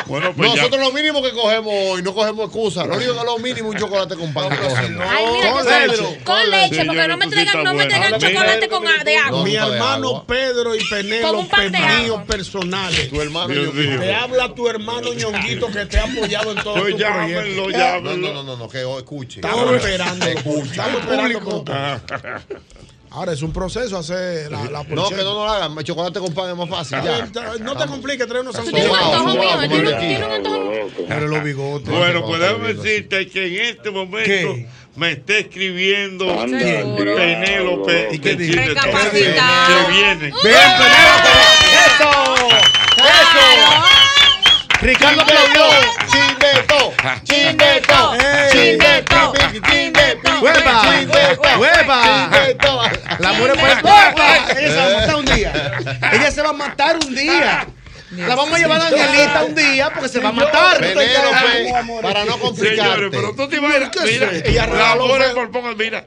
Bueno, pues ya.
Nosotros lo mínimo que cogemos hoy, no cogemos excusa. Lo único que lo mínimo un chocolate con pan que cogemos.
Ay, mira,
Con
yo sé-
leche.
Con leche, porque no me
Señora,
traigan, no
tú
me
sí
traigan
estás buena.
chocolate con a- de agua.
Mi
Nunca de
hermano
agua.
Pedro y
Con un
Penélope
pan de
míos personales.
Tu hermano.
Dios
yo-
mío.
Te habla tu hermano ñonguito que te ha apoyado en todo
Pues
tu
llámenlo,
proyecto.
No,
llámenlo.
no, no, no, no, que hoy escuche.
Estamos esperando. Estamos esperando. con-
Ah,
Ahora es un proceso hacer la, la
No, que
porcheta.
no lo hagan. Chocolate con pan es más fácil.
Ya,
Ya.
ya, No te compliques, trae unos
Tú tienes un
sanduiches.
Wow,
antojo
wow,
mío, tú no-
aquí.
tienes un antojo mío.
Pero los bigotes.
Bueno,
vamos a
podemos
abrirlo
decirte que en este momento
¿Qué?
me está escribiendo
Anda, Seguro.
Penélope
¿Y qué
de
dice?
Chile,
Recapacita.
que viene.
¡Eso! ¡Eso! Ricardo aplaudió.
Chimbeto,
Chimbeto,
chimbeto,
chimbeto,
chimbeto,
¡Hueva! ¡Hueva!
chimbeto.
La mujer puede matar. Ella se va a matar un día. Ella se va a matar un día. La vamos a llevar a Angelita un día porque se va a matar.
Penélope, para no complicarte.
Señores, pero tú te imaginas. Mira,
Ella
la
regaló
pobre
feo.
por poco, mira.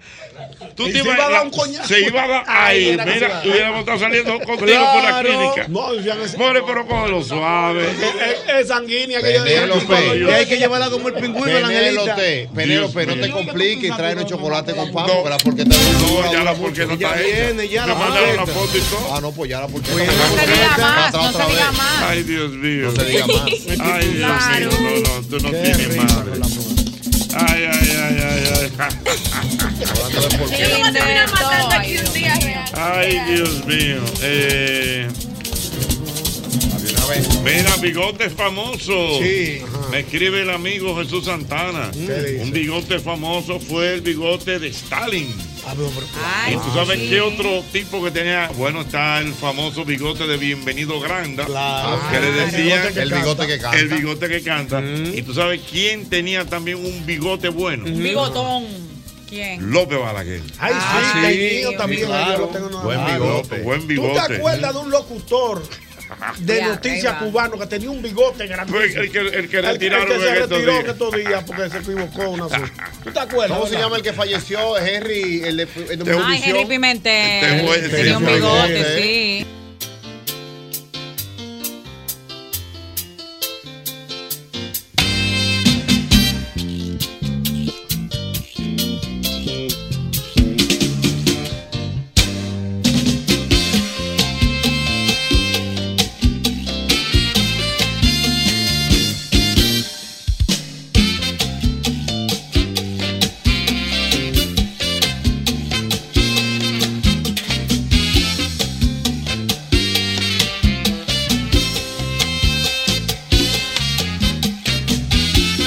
Tú
Y
te
se iba a
imaginas.
dar un coñazo.
Se iba a dar
Ahí
ahí.
era que se iba
Mira,
a dar.
hubiéramos estado saliendo contigo por la
Claro.
clínica.
No,
More, pero cógelo suave.
Eh, Es sanguínea que yo dije.
Penélope.
Y hay que llevarla como el pingüino, la Angelita.
Penélope, Penélope, no te compliques, tráenos chocolate con pan, porque la porque
No, ya la porque no está
viene,
ya Me la mandaron la foto y todo.
Ah, no, pues ya la porque
se diga
más, no se diga
más.
Ay, Dios mío.
No se diga más.
Ay, Dios mío. No, no, tú no tienes madre. Ay, ay, ay, ay, ay.
Vamos a terminar matando aquí un día real.
Ay, Dios mío. Eh, Mira, bigote famoso.
Sí.
Me escribe el amigo Jesús Santana.
dice?
Un bigote famoso fue el bigote de Stalin.
Ay,
¿Y tú sabes
sí.
qué otro tipo que tenía? Bueno, está el famoso bigote de Bienvenido Granda. Que
Ah,
le decía
El bigote que canta.
El bigote que canta. Y tú sabes quién tenía también un bigote bueno.
Bigotón. ¿Quién?
López Balaguer.
Ay, sí,
Ah, sí.
Caimillo también.
Claro.
yo lo tengo nada
Buen
más.
bigote, buen
¿Tú
bigote.
te acuerdas de un locutor de
Ya,
noticias
ahí va.
cubano que tenía un bigote grande?
Fue el que- el que retiraron
El que se
en estos
retiró
días.
en estos días porque se equivocó una cosa. ¿Tú te acuerdas?
¿Cómo se
verdad?
llama el que falleció? Henry, el de, el de
Ay,
Univision.
Henry Pimentel.
Te voy a decir
Tenía un
por qué,
bigote,
¿eh?
sí.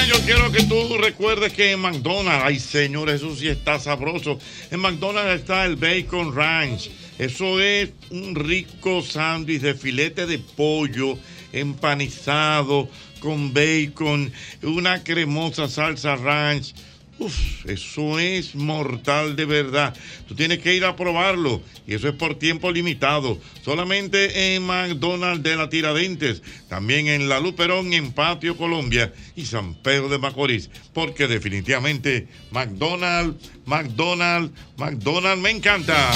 Yo quiero que tú recuerdes que en McDonald's, ay señores, eso sí está sabroso. En McDonald's está el Bacon Ranch. Eso es un rico sándwich de filete de pollo empanizado con bacon, una cremosa salsa ranch. Uf, eso es mortal de verdad. Tú tienes que ir a probarlo. Y eso es por tiempo limitado. Solamente en McDonald's de la Tiradentes. También en La Luperón, en Patio Colombia y San Pedro de Macorís. Porque definitivamente McDonald's, McDonald's, McDonald's me encanta.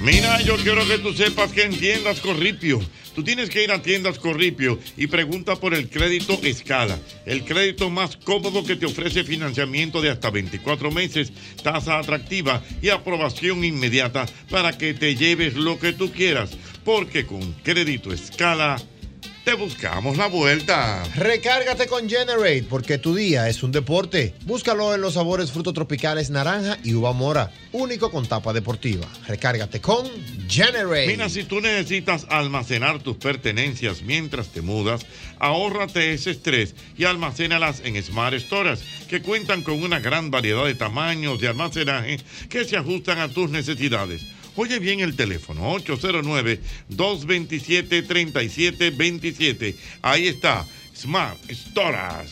Mira, yo quiero que tú sepas que en Tiendas Corripio, tú tienes que ir a Tiendas Corripio y pregunta por el crédito Escala, el crédito más cómodo que te ofrece financiamiento de hasta 24 meses, tasa atractiva y aprobación inmediata para que te lleves lo que tú quieras, porque con crédito Escala te buscamos la vuelta.
Recárgate con Generate, porque tu día es un deporte. Búscalo en los sabores frutos tropicales naranja y uva mora, único con tapa deportiva. Recárgate con Generate.
Mira, si tú necesitas almacenar tus pertenencias mientras te mudas, ahórrate ese estrés y almacénalas en Smart Storage, que cuentan con una gran variedad de tamaños de almacenaje que se ajustan a tus necesidades. Oye bien el teléfono, 809-227-3727. Ahí está, Smart Storage.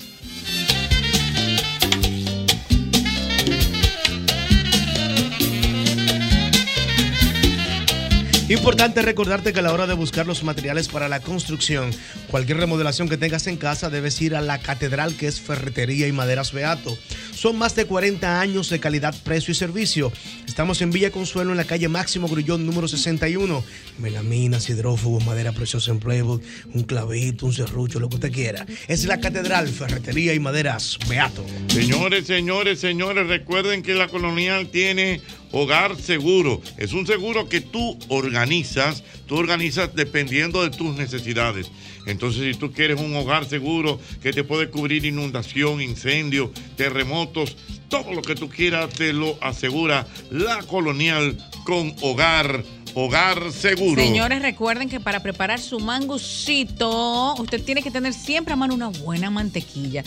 Importante recordarte que a la hora de buscar los materiales para la construcción, cualquier remodelación que tengas en casa debes ir a la catedral que es Ferretería y Maderas Beato. Son más de 40 años de calidad, precio y servicio. Estamos en Villa Consuelo en la calle Máximo Grullón número 61. Melaminas, hidrófugos, madera preciosa en playbook, un clavito, un serrucho, lo que usted quiera. Es la catedral Ferretería y Maderas Beato.
Señores, señores, señores, recuerden que la colonial tiene hogar seguro. Es un seguro que tú organizas, tú organizas dependiendo de tus necesidades. Entonces, si tú quieres un hogar seguro que te puede cubrir inundación, incendio, terremotos, todo lo que tú quieras te lo asegura la colonial con hogar, hogar seguro.
Señores, recuerden que para preparar su mangucito, usted tiene que tener siempre a mano una buena mantequilla.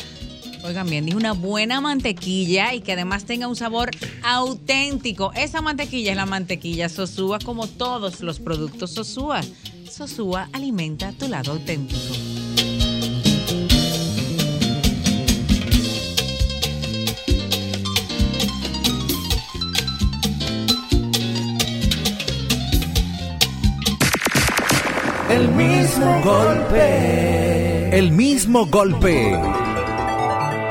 Oigan bien, dijo una buena mantequilla y que además tenga un sabor auténtico. Esa mantequilla es la mantequilla Sosúa, como todos los productos Sosúa. Sosúa alimenta tu lado auténtico.
El mismo golpe. El mismo golpe.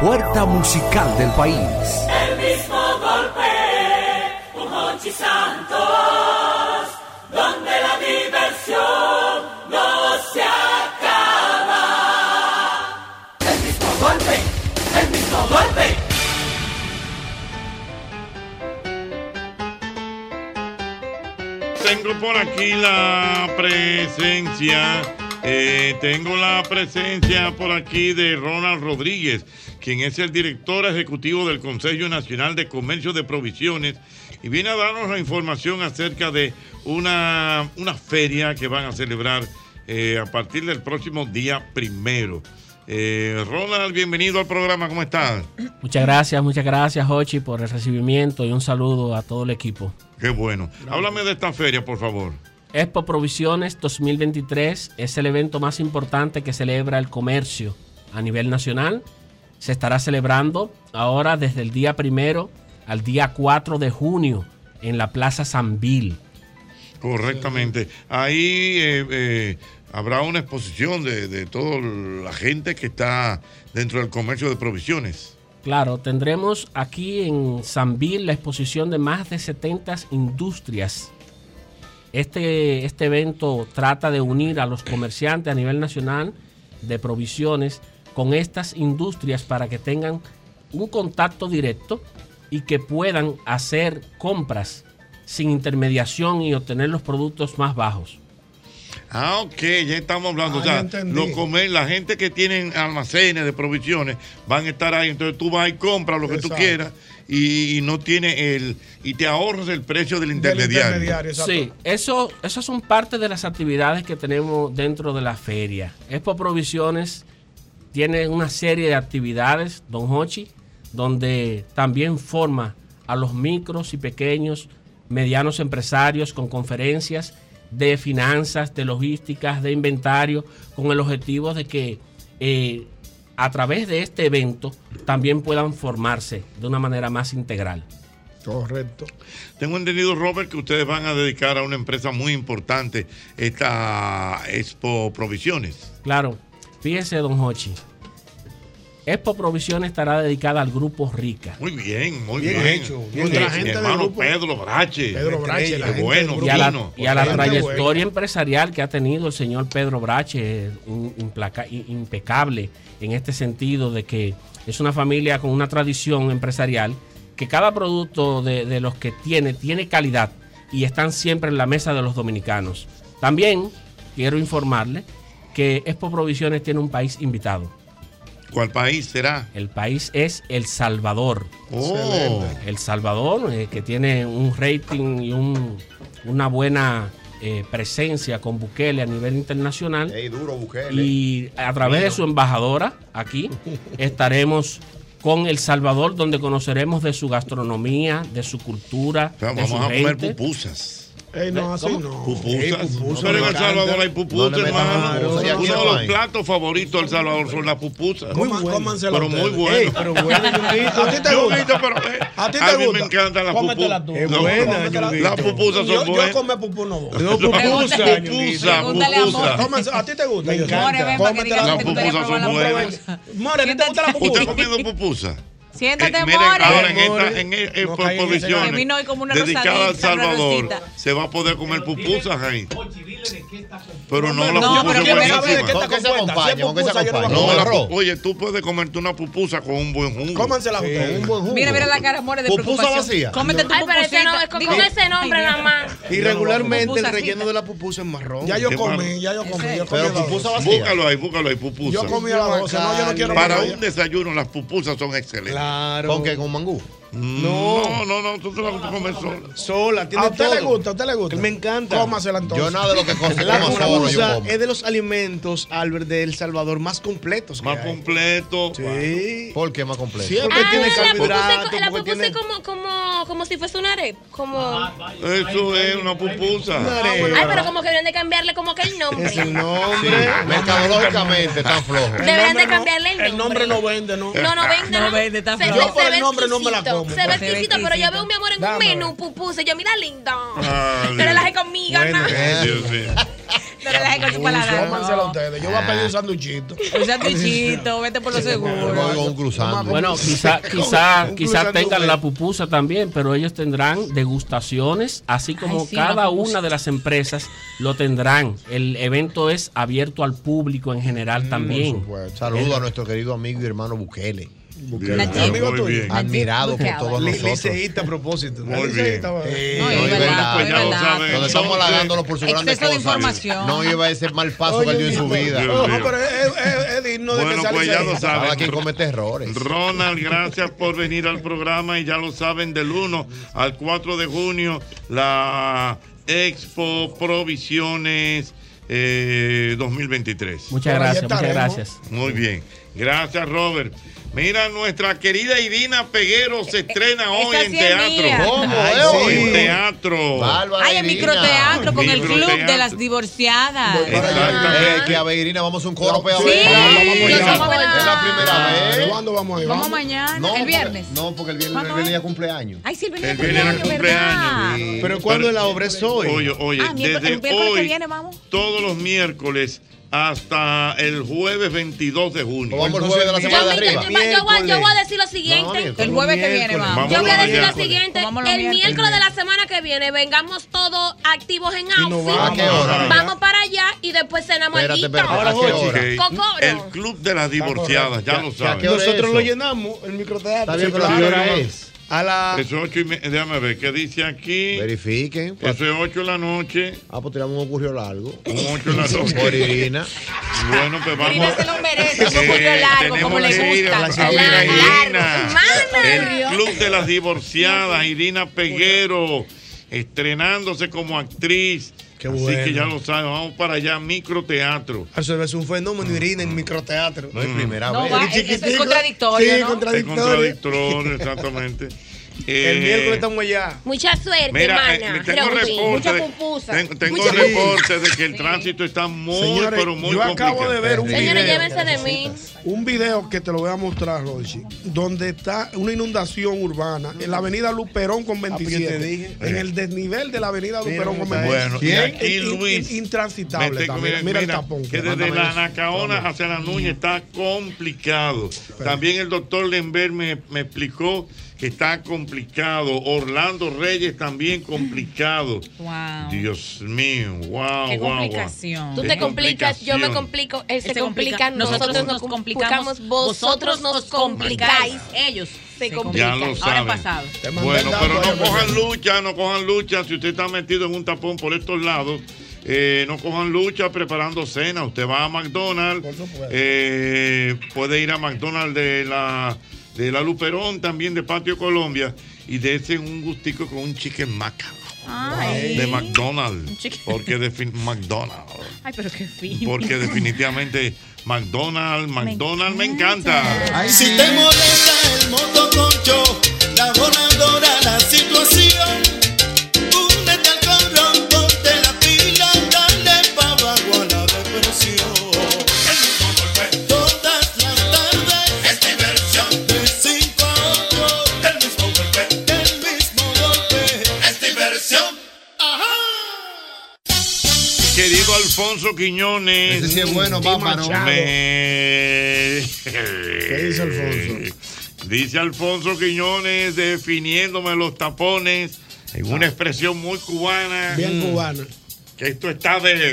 Puerta musical del país.
El mismo golpe, un Hochi Santos, donde la diversión no se acaba. El mismo golpe, el mismo golpe.
Tengo por aquí la presencia, eh, tengo la presencia por aquí de Ronald Rodríguez, quien es el director ejecutivo del Consejo Nacional de Comercio de Provisiones y viene a darnos la información acerca de una, una feria que van a celebrar eh, a partir del próximo día primero. Eh, Ronald, bienvenido al programa, ¿cómo estás?
Muchas gracias, muchas gracias, Hochi, por el recibimiento y un saludo a todo el equipo.
Qué bueno. Háblame de esta feria, por favor.
Expo Provisiones 2023 es el evento más importante que celebra el comercio a nivel nacional. Se estará celebrando ahora desde el día primero al día 4 de junio en la Plaza Sambil.
Correctamente. Ahí eh, eh, habrá una exposición de, de toda la gente que está dentro del comercio de provisiones.
Claro, tendremos aquí en Sambil la exposición de más de 70 industrias. Este, este evento trata de unir a los comerciantes a nivel nacional de provisiones con estas industrias para que tengan un contacto directo y que puedan hacer compras sin intermediación y obtener los productos más bajos.
Ah, ok, ya estamos hablando.
Ah,
o
ya
sea,
entendí.
lo comer, la gente que tienen almacenes de provisiones van a estar ahí. Entonces tú vas y compras lo que tú
Exacto.
quieras y, y no tiene el. y te ahorras el precio del intermediario.
Sí, eso, esas son parte de las actividades que tenemos dentro de la feria. Expo Provisiones tiene una serie de actividades, Don Hochi, donde también forma a los micros y pequeños, medianos empresarios con conferencias de finanzas, de logísticas, de inventario, con el objetivo de que eh, a través de este evento también puedan formarse de una manera más integral.
Correcto. Tengo entendido, Robert, que ustedes van a dedicar a una empresa muy importante esta Expo Provisiones.
Claro, fíjese, don Hochi. Expo Provisión estará dedicada al grupo Rica.
Muy bien, muy bien.
Bien hecho, bien
Contra
hecho.
gente
Mi
del
hermano
grupo. Pedro Brache.
Pedro Brache, la
Qué
gente
bueno,
y a la,
fino.
y a la
Gente
trayectoria
buena.
empresarial que ha tenido el señor Pedro Brache, un- implaca- i- impecable en este sentido de que es una familia con una tradición empresarial, que cada producto de, de los que tiene tiene calidad y están siempre en la mesa de los dominicanos. También quiero informarle que Expo Provisiones tiene un país invitado.
¿Cuál país será?
El país es El Salvador.
Oh.
El Salvador, eh, que tiene un rating y un- una buena eh, presencia con Bukele a nivel internacional. Y a través de su embajadora aquí estaremos con El Salvador, donde conoceremos de su gastronomía, de su cultura. de
vamos
su
a comer
gente.
pupusas.
Ey, no, así
¿Cómo?
no.
Pupusas.
pupusas,
Pero en
me
El Salvador
encanta.
hay pupusas,
No le metas
hermano.
mano, y aquí
Uno
no
de los
hay.
platos favoritos del Salvador son las pupusas.
Muy
Comá-
bueno.
cómansela Pero muy
ustedes.
bueno.
Ey, pero bueno, Yunguito. ¿A ti te gusta?
Yunguito, pero, eh,
¿A ti te
mí me
gusta?
encantan las
Cómetela
pupusas.
tú.
No,
Es buena,
cómetela.
Yunguito.
Las pupusas
Yo-
son buenas.
Yo come pupú no voy.
No, pupusa,
Pregúntale,
pupusa,
Yunguito.
Pregúntale a pupusa. More.
Cómanse- ¿A ti te gusta?
Me encanta. More, ven, para que diga que te gustaría Las pupusas probar las son
More, ¿a ti te gusta la pupusa?
¿Usted ha comido pupusas?
Siéntate,
Eh,
amor.
miren, ahora en esta en, e, en- en
caiga en ese
provisiones
Que vino hoy como una
dedicada
rosadita,
al
una
Salvador,
rosita.
se va a poder comer pupusas ahí. Pero no,
No,
la
pero
pupusa es
quiero saber de
buenísima.
qué está Con que se compuesta. acompañe, Si es con que se pupusa, yo no la
No,
como.
la-
Arroz.
oye, tú puedes comerte una pupusa con un buen jugo.
Cómansela
ustedes. Un buen
Mira, mira la cara, amores, de
Pupusa
preocupación.
vacía.
Cómete tu
Ay, pero ese,
pupusita.
no, es con,
Digo,
con ese nombre
ay,
nada más.
Y regularmente el
Pupusacita.
relleno de la pupusa es marrón.
Ya yo comí, ya yo comí. yo comí la dos.
Búscalo ahí, búscalo ahí, pupusa.
Yo comí a las doce, no, yo no quiero
Para
más.
un desayuno, las pupusas son excelentes.
Claro. ¿Con qué? ¿Con mangú?
No, no, no, tú te la comes sola.
Sola, tiene
¿A usted le
gusta? ¿A usted le gusta? Me encanta.
Cómasela, entonces. Yo nada de lo que como,
La
como solo, yo
merluza
como.
es de los alimentos, Albert, de El Salvador más completos. Más
completo.
Sí.
¿Por qué más completo?
Sí, porque
Ah,
tiene
la puse,
carbohidratos,
co- la
porque
puse
tiene...
como, como, como si fuese una arepa. Como...
Eso es una pupusa.
Ay, pero como que deberían de cambiarle como que el nombre.
el nombre. Mercadológicamente está flojo.
Deberían de cambiarle el nombre.
El nombre no vende, ¿no?
No, no vende.
No vende, está
Se
flojo.
ve-
Yo por
se
el
ve
nombre no me la
exquisito,
como.
Se ve
Se ve
exquisito, pero yo
exquisito.
veo mi amor en un
Dame,
menú, pupusa. Yo, mira, lindo.
Ah,
No relajes conmigo,
Bueno,
¿no?
eh,
Dios mío.
No relajes con tu paladar.
Cómansela ustedes. Yo voy a pedir
Ah.
un sanduchito.
Un sanduichito, vete por lo seguro.
Con cruzando.
Bueno, quizá,
Con-
quizá,
un
quizá
cruzando
tengan
verde.
la pupusa también, pero ellos tendrán degustaciones, así como
Ay, sí, la
cada
pupusa.
una de las empresas lo tendrán. El evento es abierto al público en general
Mm,
también.
Saludo a nuestro querido amigo y hermano Bukele.
Bukele. Nachito.
Amigo
Muy
tuyo.
bien.
Admirado por
Bukele.
todos
Li-
nosotros.
liceísta a propósito.
Muy bien.
Liceísta, bueno.
Eh,
No,
No,
es
es
verdad,
verdad.
es verdad.
Nos estamos
Entonces,
halagándolo por su grande
exceso de
cosa.
información.
No iba a ese mal paso que él dio en su vida.
Dios mío.
de
bueno,
que sale
pues ya
ahí.
lo saben.
Cada quien comete errores.
Ronald, gracias por venir al programa y ya lo saben, del 1 al 4 de junio, la Expo Provisiones eh, 2023.
Muchas Por ahí gracias, muchas estaremos. gracias.
Muy bien. Gracias, Robert. Mira, nuestra querida Irina Peguero se estrena hoy
esa
en
sí es mía.
teatro.
¿Cómo?
Ay,
¿Es
sí,
hoy?
En teatro.
Ay, el microteatro con el club de las divorciadas.
Eh, que a Beirina vamos a un coro para
Sí,
ver. Vamos, vamos,
yo
ya.
soy buena.
Es la primera vez. ¿Cuándo
vamos a
ir? Vamos Vamos. mañana, el viernes.
No, porque el viernes
Vamos
el
a
viernes ya cumpleaños.
Ay, sí, el
El
viernes
viernes
cumpleaños,
era
¿verdad?
Pero cuando la obra
es hoy.
Oye, oye,
Ah, miércoles- el
desde
miércoles que
hoy,
viene vamos.
todos los miércoles hasta el jueves 22 de junio.
Vamos el jueves de la semana de
Yo,
arriba.
yo-
Ah,
yo voy, yo voy a decir lo siguiente.
El jueves que viene vamos.
Yo voy a
Vamos
decir lo
miércoles.
siguiente.
Vamos los
El
miércoles.
miércoles de la semana que viene, vengamos todos activos en
Y nos
outfit.
vamos. ¿A qué hora?
Vamos para allá y después cenamos
Espérate,
alguito.
espérate, ¿a qué hora? El
Cocoro.
club de las divorciadas, ya lo saben.
Nosotros lo llenamos, el microteatro.
Está bien,
Sí,
pero ¿a qué
claro.
hora
es?
A la...
Eso es ocho y media. Déjame ver qué dice aquí.
Verifiquen.
Eso es 8 de la noche.
Ah, pues tiramos un ocurrió largo.
Un 8 de la noche.
Por Irina.
Bueno, pues vamos.
Irina se
lo merece, un ocurrió largo,
tenemos
como le
que ir a
gusta.
la- a ver a
Largo,
Irina.
largo.
El Club de las Divorciadas, Irina Peguero, estrenándose como actriz. Así
bueno.
que ya lo saben, vamos para allá, microteatro.
Eso es un fenómeno, Irina, en microteatro.
No es primera
No, vez. va, eso es
Chiquitico.
contradictorio,
Sí,
¿no?
Es
contradictorio.
contradictorio, exactamente.
El
Eh,
miércoles estamos allá.
Mucha suerte,
Mira, eh,
mana.
tengo
Pero,
reporte. de-
pupusa.
Tengo, tengo
Mucha-
reporte de que el tránsito está muy,
Señores,
pero muy
yo
complicado.
acabo de ver un
Señores,
video.
llévense de mí.
Un video que te lo voy a mostrar, Rochi, donde está una inundación urbana en la avenida Luperón con
pues yo
27.
te dije.
En el desnivel de la avenida
Mira,
Luperón con
mira.
27.
Bueno, y aquí,
In- in-
Luis,
Intransitable
Vete,
también.
mira,
Mira, el
mira,
tapón.
Que desde
Mándame
la
eso.
Anacaona hacia la Nuña está complicado. También el doctor Lembert me, me explicó que está complicado. Orlando Reyes también complicado.
Wow.
Dios mío, wow.
Qué
wow, wow.
complicación.
Tú
Qué
te complicas, yo me
complicación.
complico, él se,
se complica,
complica, nosotros,
nosotros
nos
nos
complicamos,
complicamos,
vosotros
vosotros
nos
os complicáis,
complicáis, ellos se
Ya
complican.
lo
Ahora
saben.
en pasado.
Bueno, pero no cojan lucha, no cojan lucha. Si usted está metido en un tapón por estos lados, eh, no cojan lucha preparando cena. Usted va a McDonald's, eh, puede ir a McDonald's de la, de la Luperón, también de Patio Colombia, y dése un gustico con un chicken maca
Ay.
de McDonald's.
chicken-
Porque de fin- McDonald's.
Ay, pero qué fino.
Porque definitivamente McDonald's, McDonald's me encanta.
Si te molesta el motoconcho, la voladora, la situación, únete al corro, ponte la pila, dale pa' abajo a la depresión. El mismo golpe, todas las tardes, es diversión, de 5 a 8. El mismo golpe, el mismo golpe, es diversión. Ajá.
Querido Alfonso Quiñones.
Ese sí es bueno, pámpano.
Me- dice Alfonso? Quiñones definiéndome los tapones en una expresión muy cubana.
Bien cubana.
Que esto está de.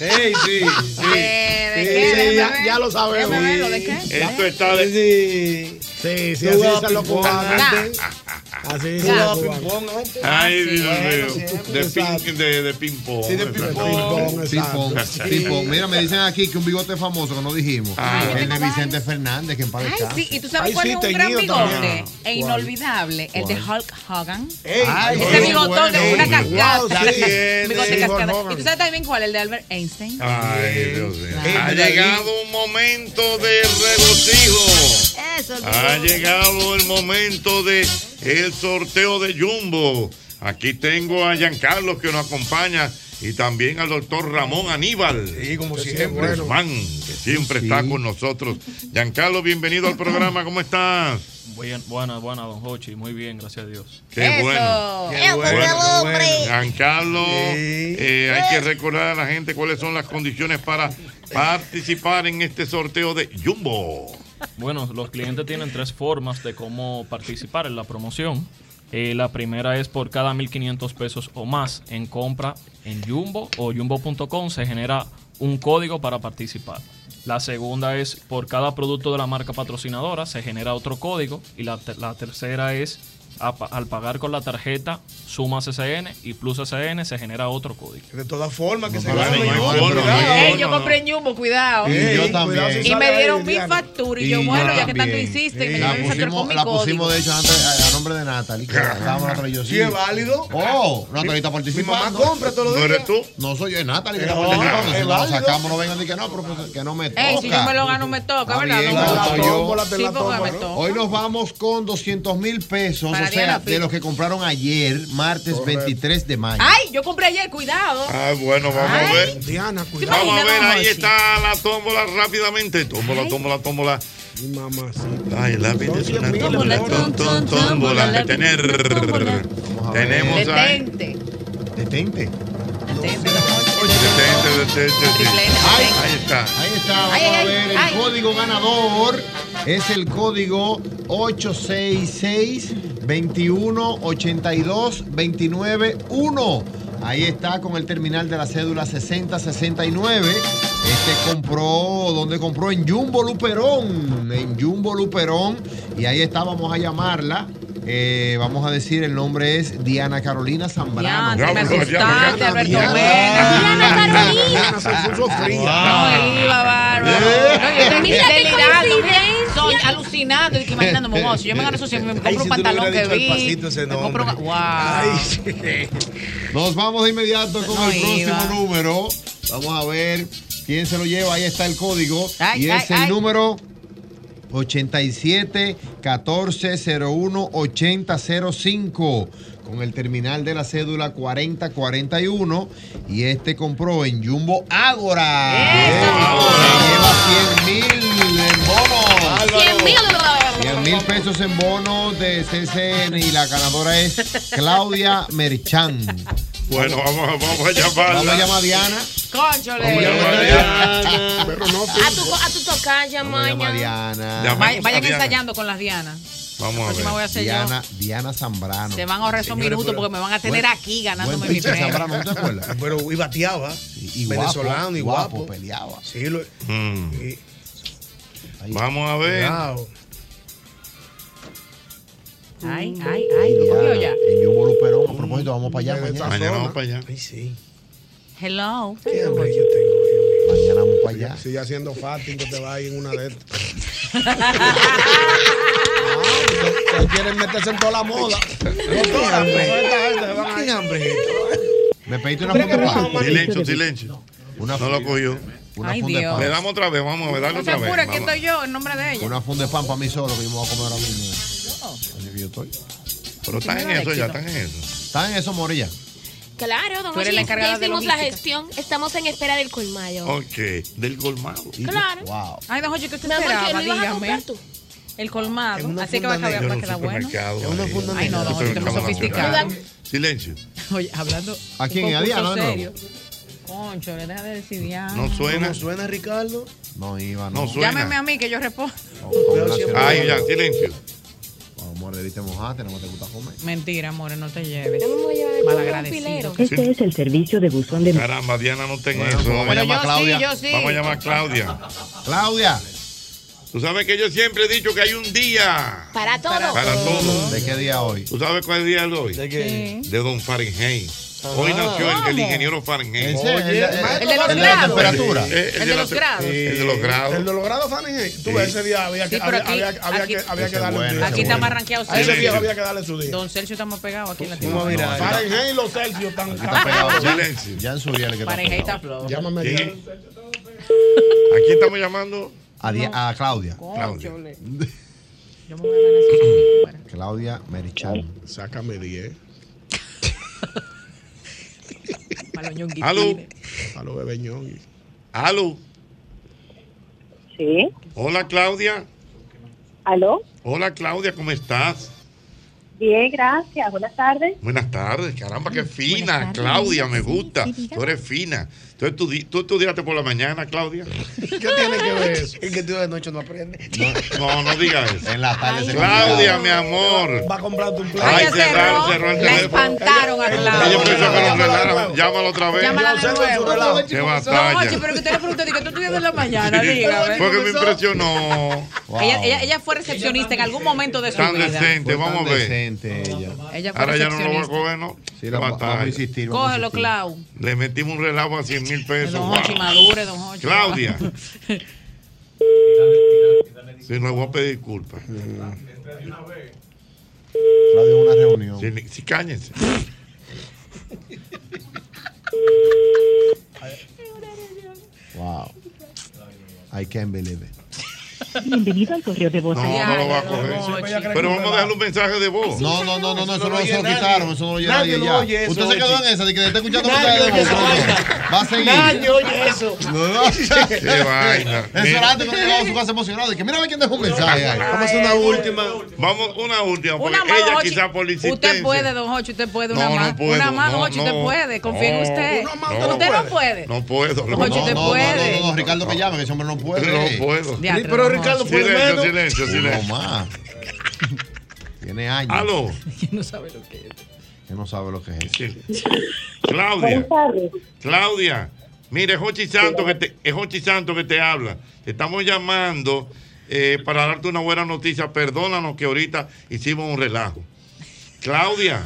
Ey, sí, sí.
Eh, ¿De
Sí,
qué?
ya, ya lo sabemos.
Déjame verlo, ¿de qué?
Esto está de.
Sí, sí, así
Tú
dicen los
guapo,
cubanos.
guapo.
Así
Así
Tú jugabas ping-pong antes.
Ay,
Sí,
Dios mío.
bueno, siempre,
De
exacto.
ping, de, de ping pong.
Sí, de
ping-pong.
Ping-pong, ping-pong. Mira, me dicen aquí que un bigote famoso que no dijimos.
Ah.
el de Vicente Fernández, que en paz
Ay,
descanse.
sí, y tú sabes
Ay,
cuál
sí,
es un gran
teñido
bigote
también.
e
¿Cuál?
inolvidable, el de Hulk Hogan.
Ay,
Ese
sí,
bigotón
bueno,
de una
sí.
cascada.
Wow, sí,
Un bigote
sí, Hulk
cascada.
Hogan.
Y tú sabes también cuál, el de Albert Einstein.
Ay, Dios mío. Ha
Ay,
llegado un momento de regocijo.
Eso,
Ha
Dios.
llegado el momento de el sorteo de Jumbo. Aquí tengo a Giancarlo que nos acompaña y también al doctor Ramón Aníbal. Sí, como siempre. Guzmán, que siempre está con nosotros. Giancarlo, bienvenido al programa. ¿Cómo estás?
Buena, buena, buena, don Hochi. Muy bien, gracias a Dios.
Qué bueno.
Qué bueno. Pues.
Giancarlo, eh, hay que recordar a la gente cuáles son las condiciones para participar en este sorteo de Jumbo.
Bueno, los clientes tienen tres formas de cómo participar en la promoción. Eh, la primera es por cada 1.500 pesos o más en compra en Jumbo o jumbo.com se genera un código para participar. La segunda es por cada producto de la marca patrocinadora se genera otro código. Y la, ter- la tercera es a pa- al pagar con la tarjeta Suma CCN y Plus CCN se genera otro código.
De todas formas, que se
para
gana.
mí no hay
Jumbo,
forma, no hay
cuidado.
forma.
Ey, yo compré en Jumbo, cuidado.
Y yo
Ey,
también.
cuidado si Y me
sale
dieron
ahí,
mi
Diana.
factura y yo, bueno, ya que tanto
también.
hiciste, y me
la
dieron mi factura con
pusimos,
mi
la pusimos
código.
de hecho antes a, a nombre de Natalie. que estábamos nosotros y yo,
Sí, es válido.
Oh,
Mi-
Natalie está
mi
participando.
mamá compra todos los
¿No
días.
eres
tú?
No soy yo, es Natalie que
Es
está
válido,
participando.
es
Si no lo
válido.
sacamos, no vengan de que no, profesor, que no me toca.
Ey, si yo me lo gano, me toca,
Está
¿verdad?
bien,
No me
la
toca.
tómbola, te
Sí,
la
porque me
tómbola.
toca.
Hoy nos vamos con 200 mil pesos,
Para
o sea,
Diana
de los que compraron ayer, martes 23 de mayo.
Ay, yo compré ayer, cuidado.
Ah, bueno, vamos a ver.
Diana,
Vamos a
imaginas,
ver,
don
ahí
Hochi?
está la tómbola rápidamente. Tómbola, tómbola, tómbola.
Mi mamá, sí.
Ay, lápiz es una tómbola, tón, tón, tómbola que tener. Tenemos a.
Detente.
Detente.
Detente, detente, detente.
Ay,
Ahí está.
Ahí está, vamos
Ay, ay,
a ver.
ay,
el
ay.
código ganador es el código 866 21 82 29 1. Ahí está con el terminal de la cédula 6069. Este compró, donde compró en Jumbo Luperón. En Jumbo Luperón. Y ahí está, vamos a llamarla. Eh, vamos a decir, el nombre es Diana Carolina Zambrano.
Diana, me gustaste, Alberto
Diana
Ay, iba bárbaro. este No, yo estoy
Mira qué
delirando,
coincidencia.
mira, Soy alucinando, y que imaginándome un oso. Yo me gano eso, si me compro
Ay, si
un
tú le
pantalón que
hubieras dicho al
vi.
pasito ese
Me compro un...
nombre.
Wow.
Nos vamos de inmediato con
No
el próximo
iba.
número. Vamos a ver quién se lo lleva. Ahí está el código.
Ay,
y
ay,
es el
ay.
número 87 14 01 8005 con el terminal de la cédula 4041 y este compró en Jumbo Ágora. Se Lleva 100 mil en bonos.
100 mil.
100 mil pesos en bonos de CCN y la ganadora es Claudia Merchán.
Bueno, vamos, vamos a llamarla.
Vamos a llamar a Diana.
Cónchole.
Pero no
A tu, a tu tocaya, maña.
Diana.
Vay- Vayan ensayando con las dianas.
Vamos
La próxima voy a hacer yo.
Diana, Diana Zambrano.
Se van a ahorrar esos
Ah, Señores,
minutos
pero-
porque me van a tener
Buen-
aquí ganándome
buen
mi
pitcher,
premio.
Zambrano, ¿no te acuerdas?
Pero y bateaba.
y guapo,
venezolano y guapo.
guapo, peleaba.
Sí, lo-
Mm.
y-
Vamos a ver.
Cuidado.
Ay, ay, ay. ¿Lo cogió ya?
Mm. En Jumbo Luperón. A propósito, vamos para allá mañana.
Mañana vamos para allá.
Hello.
Mañana vamos para allá.
Sigue haciendo fasting que te va a ir en una de estas.
Que quieren meterse en toda la moda. Doctora,
hambre.
pero esta gente se van a-
Me pediste una foto para.
Silencio, silencio. no lo cogió.
Una
Ay,
funda de
Dios.
pan.
Le damos otra vez, vamos a ver, dale
No se
otra vez.
apure, aquí
vamos.
estoy yo en nombre de ella.
Una funda de pan para mí solo que yo me voy a comer ahora mismo. Así que yo estoy.
Pero están en eso ya, están en eso.
Están en eso, Morilla.
Claro, don
Tú eres
Hochi,
la
ya
encargada de
hicimos la
logística.
gestión. Estamos en espera del colmayo.
Ok, del colmado.
Claro.
Wow.
Ay, don Jorge, ¿qué usted
Mi amor, ¿qué
esperaba?
lo ibas a
Dígame. El colmado. Así que va a quedar, va a quedar bueno.
Es una funda
Ay, no, no, usted es muy sofisticado.
Silencio.
Oye, hablando.
¿A quién?
un
¿A
concurso
Diana de nuevo?
serio. Concho, le deja de decir Diana.
No suena.
¿No suena, Ricardo?
No iba,
no. Oh,
Llámeme a mí que yo respondo.
Ay, ya, silencio.
Amor, debiste mojarte, no te gusta comer.
Mentira, amores, no te lleves.
llevar
Malagradecido.
Este es el servicio de buzón de
Caramba, Diana no está en eso.
vamos a llamar a Pero yo sí, Claudia. yo sí.
Vamos a llamar a Claudia.
Claudia.
Tú sabes que yo siempre he dicho que hay un día
Para todo.
para todos.
¿De qué día hoy?
¿Tú sabes cuál día es hoy? ¿De
qué?
De Don Fahrenheit. Hoy nació el, el ingeniero Fahrenheit.
Ah. Ese, el- el- el-
El de los el de la grados. temperatura.
Eh,
El de los
te-
grados.
El de los grados.
El de los grados, Fanny. hey, Tú
Sí.
ves, ese día había que
Sí, pero
había-
aquí-
había- había
aquí-
que- había
Ese
que darle
bueno,
un día.
ese Aquí está bueno. marranqueado
A ese
Sergio.
día había que darle su día.
Don Sergio está más pegado aquí en la
Vamos a
tienda.
mirar. Fahrenheit y los Celsius están
Ah.
Está pegado.
están-
Ya, ya en su día le quedó
Fahrenheit
pegado.
está flojo.
Llámame
Sí.
ya.
Aquí estamos llamando
A, Di- a Claudia.
Claudia.
Claudia Merichán.
Sácame 10.
Aló.
Aló, bebé ñongui.
Aló.
Sí.
Hola, Claudia.
¿Aló?
Hola, Claudia, ¿cómo estás?
Bien, gracias. Buenas tardes.
Buenas tardes. Caramba, qué fina, Claudia, me gusta. Tú eres fina. Tú, estudi- tú estudiaste por la mañana, Claudia.
¿Qué tiene que ver eso? El que estudia de noche no aprende.
No, no digas eso.
En la tarde se
Claudia, mi amor.
Va a comprarte un
Ay, cerró, cerró el teléfono.
Espantaron a
Ella
Claudia.
pensó que lo arreglaron. Llámala otra vez.
Llámala de nuevo.
Qué
No, Ochi,
batalla.
pero que usted le preguntó, ¿qué tú estudias en la mañana? Dígame.
Porque me impresionó.
Ella, ella, ella fue recepcionista en algún momento de su
Tan
vida.
decente, vamos a ver.
Ella fue
Ahora ya no lo voy a
recepcionista.
coger, ¿no?
Sí, la-
Qué
vamos a
batalla.
insistir,
Cógelo, Clau.
Le metimos un relajo a 100 mil pesos.
Don
Wow.
Hochi, madure, don Hochi.
Claudia. Sí, le voy a pedir disculpas.
Claudia, una reunión.
Sí, sí, cállense.
Wow. I can't believe it.
Bienvenido al correo de voz.
No, no lo va a coger. Pero vamos a dejarle un mensaje de voz.
No, no, no, no, no, eso no,
lo
se lo
oye
quitaron, eso no lo oye nadie,
Nadie
ya.
lo oye eso,
usted se quedó
Ochi.
en esa, de que está escuchando
Nadie
ustedes.
oye
de que
esa
no,
vaina.
no. Va a seguir.
Nadie oye eso.
No, no.
Qué vaina.
Eso era antes cuando llegaba a su casa emocionado. De que mira, ve quién dejó un mensaje ahí.
Vamos a hacer una última.
Vamos una última, porque
Una más, don
ella
Hochi.
quizá por la
Usted
insistencia.
puede, don Hochi, usted puede. Una
No, no
más.
puedo,
una más, don
no,
Hochi, usted
no.
puede. Confía
No,
en usted.
una más, no
usted no
puedo.
puede.
No puedo.
Don Hochi, usted puede.
No, no, Ricardo que llame, que ese hombre no puede.
No puedo.
Diatre,
Pero
don
Ricardo
Hochi.
puede Silencio, menos. silencio, silencio.
Uno más. Tiene años.
Aló.
no sabe lo que
Que no sabe lo que es.
Claudia,
tardes.
Claudia, mire, es Hochi Santo que te, es Hochi Santo que te habla. Te estamos llamando eh, para darte una buena noticia. Perdónanos que ahorita hicimos un relajo. Claudia.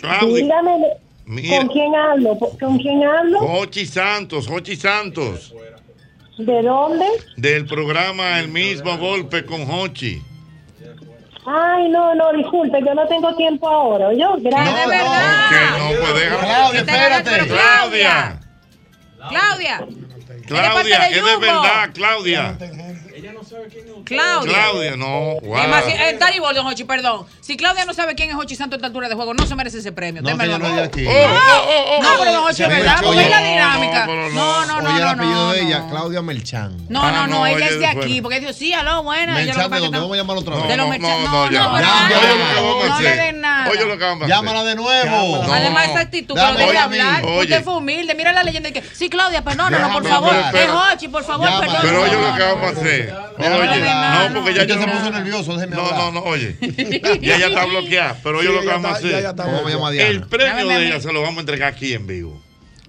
Claudia.
Dígame,
Mira. Oh.
¿con quién hablo? ¿Con quién hablo?
Hochi Santos, Hochi Santos,
¿De dónde?
del programa El mismo golpe con Hochi.
Ay, no, no, disculpe, yo no tengo tiempo ahora, ¿yo? Gracias.
Ah,
Que no, pues déjame. Claudia, espérate. Claudia,
Claudia.
Claudia,
de
es de
Jumbo.
verdad, Claudia.
Claudia.
Claudia, no. wow.
Es más, si- eh, Daribol, don Hochi, perdón. Si Claudia no sabe quién es Hochi Santo a esta altura de juego, no se merece ese premio.
No,
Usted me
que
lo
ella no
va a
es de
dar.
aquí. Oh,
No, Ah, no, pero don Hochi,
Se
es
me
verdad,
escapó.
porque es la
oh. No,
dinámica.
pero
No, no,
Oye, el
no, no,
apellido
no.
de ella, Claudia Melchán.
No, no, no, ella es de aquí, porque dijo, sí, aló, buena. ella lo que
Melchán,
pasa es
¿de
que
dónde
está-
vamos a llamar otra vez?
De los
No,
Melchán,
no,
no,
ya.
no, pero
Ya,
nada.
ya, oye lo que vamos a
No le
hacer.
den nada.
Oye lo que vamos a hacer.
Llámala de nuevo.
No.
Además, esa actitud,
Dame,
cuando deje
oye a
hablar,
mí.
usted
Oye.
fue humilde. Mira la leyenda y que, sí, Claudia, perdón, no, no, por
Déjame
favor.
hablar,
Es
pero-
Hochi, por favor, perdón.
Pero oye lo que vamos a hacer. Oye, no, porque ya
Ella
yo
se
no-
puso nervioso, déjeme
No,
hablar.
no, no, oye. Ya ella está bloqueada, pero oye
Sí,
lo que
ya
vamos a
está- ya
hacer.
ella está ¿Cómo bloqueada. llama a Diana?
El premio
Llámeme a
de
mí.
ella se lo vamos a entregar aquí en vivo.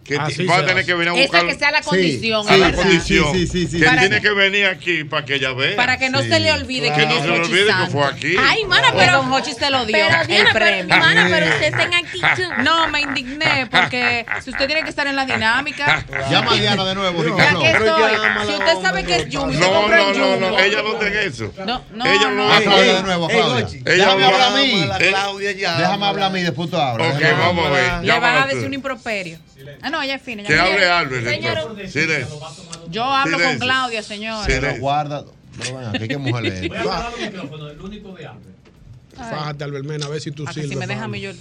Que ti-
Así
va a
se
tener
hace.
que venir a
Esa
buscar.
que sea la
Sí,
condición,
a
es
la
verdad.
condición.
Sí, sí, sí, sí.
Que
Para
tiene que venir aquí para que ella vea.
Para que no se le olvide
Que
que,
no
es
se le
Hochi
olvide que
Santos.
fue aquí.
Ay, mana, pero don Hochi se lo dio
Pero,
el
Diana, pero-
premio.
Diana, pero usted está en actitud.
No, me indigné porque si usted tiene que estar en la dinámica,
Llama a Diana de nuevo,
ya
Ricardo.
que estoy, si usted sabe que es Jumbo, usted
No,
compra
no,
el
no, no,
Jumbo.
ella no tiene eso.
No, no, no.
ella no
Ah, Claudia de nuevo, Claudia. Déjame hablar a mí. Déjame hablar a mí, después tú hablas.
Ok,
Déjame
vamos a
hablar.
Le
ver.
van
Llámala
a decir
tú.
un improperio. Ah, no, ella es fina. ella
Que
no
hable
quiere.
Albert.
Señor,
entonces. Silencio.
yo hablo con
Silencio.
Claudia, señor.
Se lo guarda. Pero ven acá, ¿qué mujer es esta?
Fájate, Albermena, a ver si tú
Ah, que
sirves.
si me deja a mí, yo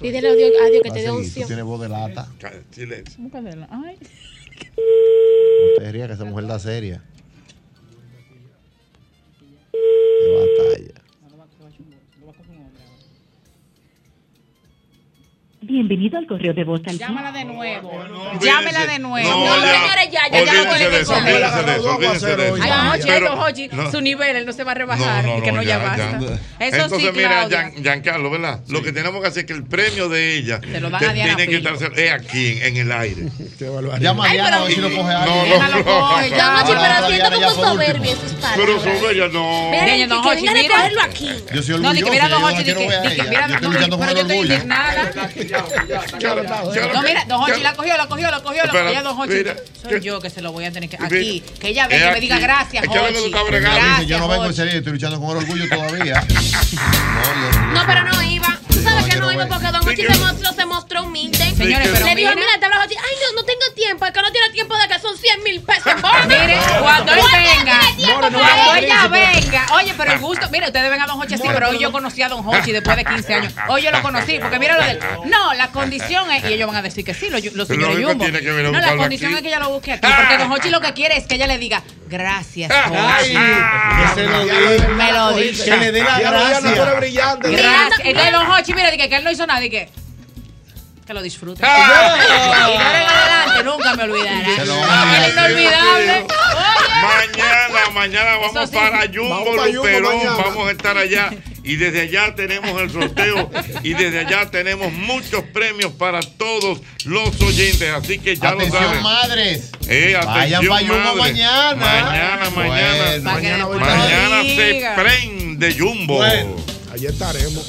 Pídele a Dios, a Dios que te dé
Va a seguir, Tú
unción.
tienes voz de lata.
Silencio.
Ay.
No te rías que esa mujer da seria. Qué batalla.
bienvenido al correo de voz al
Llámala de nuevo. Llámela de nuevo.
No, No, ya. señores, ya, ya, ya no Olvídense pueden
este
de eso, comer. olvídense de eso, olvídense de eso.
Ay, Hochi, ay,
Pero-
don Hochi,
no.
su nivel, él no se va a rebajar,
No, no,
que
no,
no ya,
ya,
basta.
ya.
Eso
Entonces,
sí,
mira,
Claudia.
Gian- Giancarlo, ¿verdad? Lo que tenemos que hacer es que el premio de ella
Se lo van
te-
a Diana
tiene que estarse es aquí, en el aire.
Llama a Ay, Diana pero- a ver si lo coge alguien.
No,
Diana
no,
lo
no.
coge, llama,
No,
chico, pero
no,
siento
Diana ya
como
fue última.
soberbia
sus
Pero soberbia no.
Miren, que
don
vengan
Hochi,
a
mira.
cogerlo aquí.
Yo soy
No, ni que mira
orgulloso,
don
yo
Hochi,
no
ni que,
quiero ver a
ni que
ella.
mira don
Yo estoy luchando
Hochi,
con
pero yo
el
estoy
orgullo.
indignada. No, mira, don Hochi la cogió, la cogió, la cogió, la
Espera,
cogió, don Hochi.
mira,
Soy yo que se lo voy a tener que...
Mira,
Aquí, que ella venga y me diga
aquí.
gracias,
Es que ahora que tú
Hochi.
estás bregando, dice, Yo no vengo en
Gracias, Hochi.
serio, estoy luchando con el orgullo todavía.
No, pero no iba. Tú sabes que no iba porque Don Hochi se mostró, se mostró humilde.
Señores, pero
Le dijo,
mira.
mira, te habla Hochi. Ay, no, no tengo tiempo. El que no tiene tiempo de que son 100 mil pesos.
Mire, cuando él venga, cuando ella venga, oye, pero el gusto, mire, ustedes ven a Don Hochi así,
Bueno,
pero hoy
no.
yo conocí a Don Hochi después de 15 años. Hoy yo lo conocí, porque mira lo de él. No, la condición es, y ellos van a decir que sí, los, los
Pero
señores
lógico,
Jumbo.
tiene que venir a
No, la
buscarlo
condición
aquí.
es que ella lo busque aquí, porque Don Hochi lo que quiere es que ella le diga,
Ah,
gracias, Hochi. Me lo dice.
Que le dé la
Ya lo- ya
gracia.
lo- tú eres Gracias. Entonces Don Hochi, mira, dije que él no hizo nada, dije que lo
Ah.
disfrute. Y de ahora en adelante nunca me olvidará. Él es inolvidable.
Mañana, mañana vamos
sí.
para
Vamos
Jumbo
pa' Jumbo
Luperón.
mañana.
Vamos a estar allá. Y desde allá tenemos el sorteo. Y desde allá tenemos muchos premios para todos los oyentes. Así que ya lo
Atención,
saben.
madres.
Eh,
Vayan
atención,
pa' Jumbo
madre.
mañana.
Mañana, mañana.
Bueno,
mañana
voy
mañana
para
se
allá.
prende Jumbo.
Bueno, allí estaremos.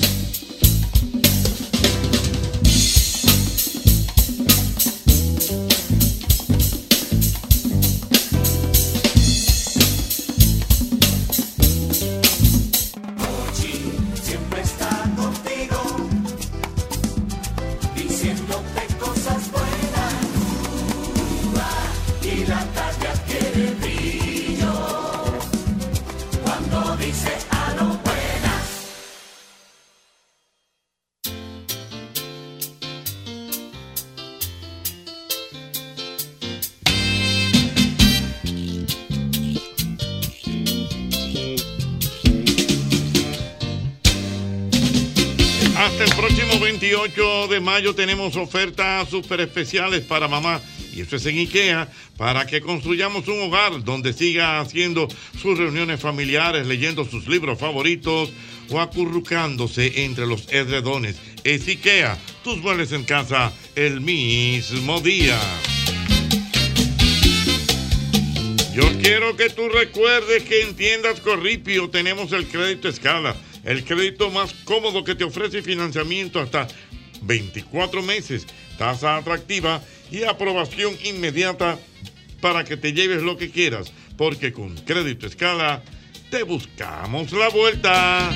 Siempre está contigo, diciéndote cosas buenas. Duda y la tarde adquiere brillo cuando dice "Ah, a lo buenas.
Hasta el próximo 28 de mayo tenemos ofertas super especiales para mamá. Y eso es en IKEA, para que construyamos un hogar donde siga haciendo sus reuniones familiares, leyendo sus libros favoritos o acurrucándose entre los edredones. Es IKEA, tus muebles en casa el mismo día. Yo quiero que tú recuerdes que en tiendas Corripio tenemos el crédito escala, el crédito más cómodo que te ofrece financiamiento hasta 24 meses, tasa atractiva y aprobación inmediata para que te lleves lo que quieras, porque con crédito escala te buscamos la vuelta.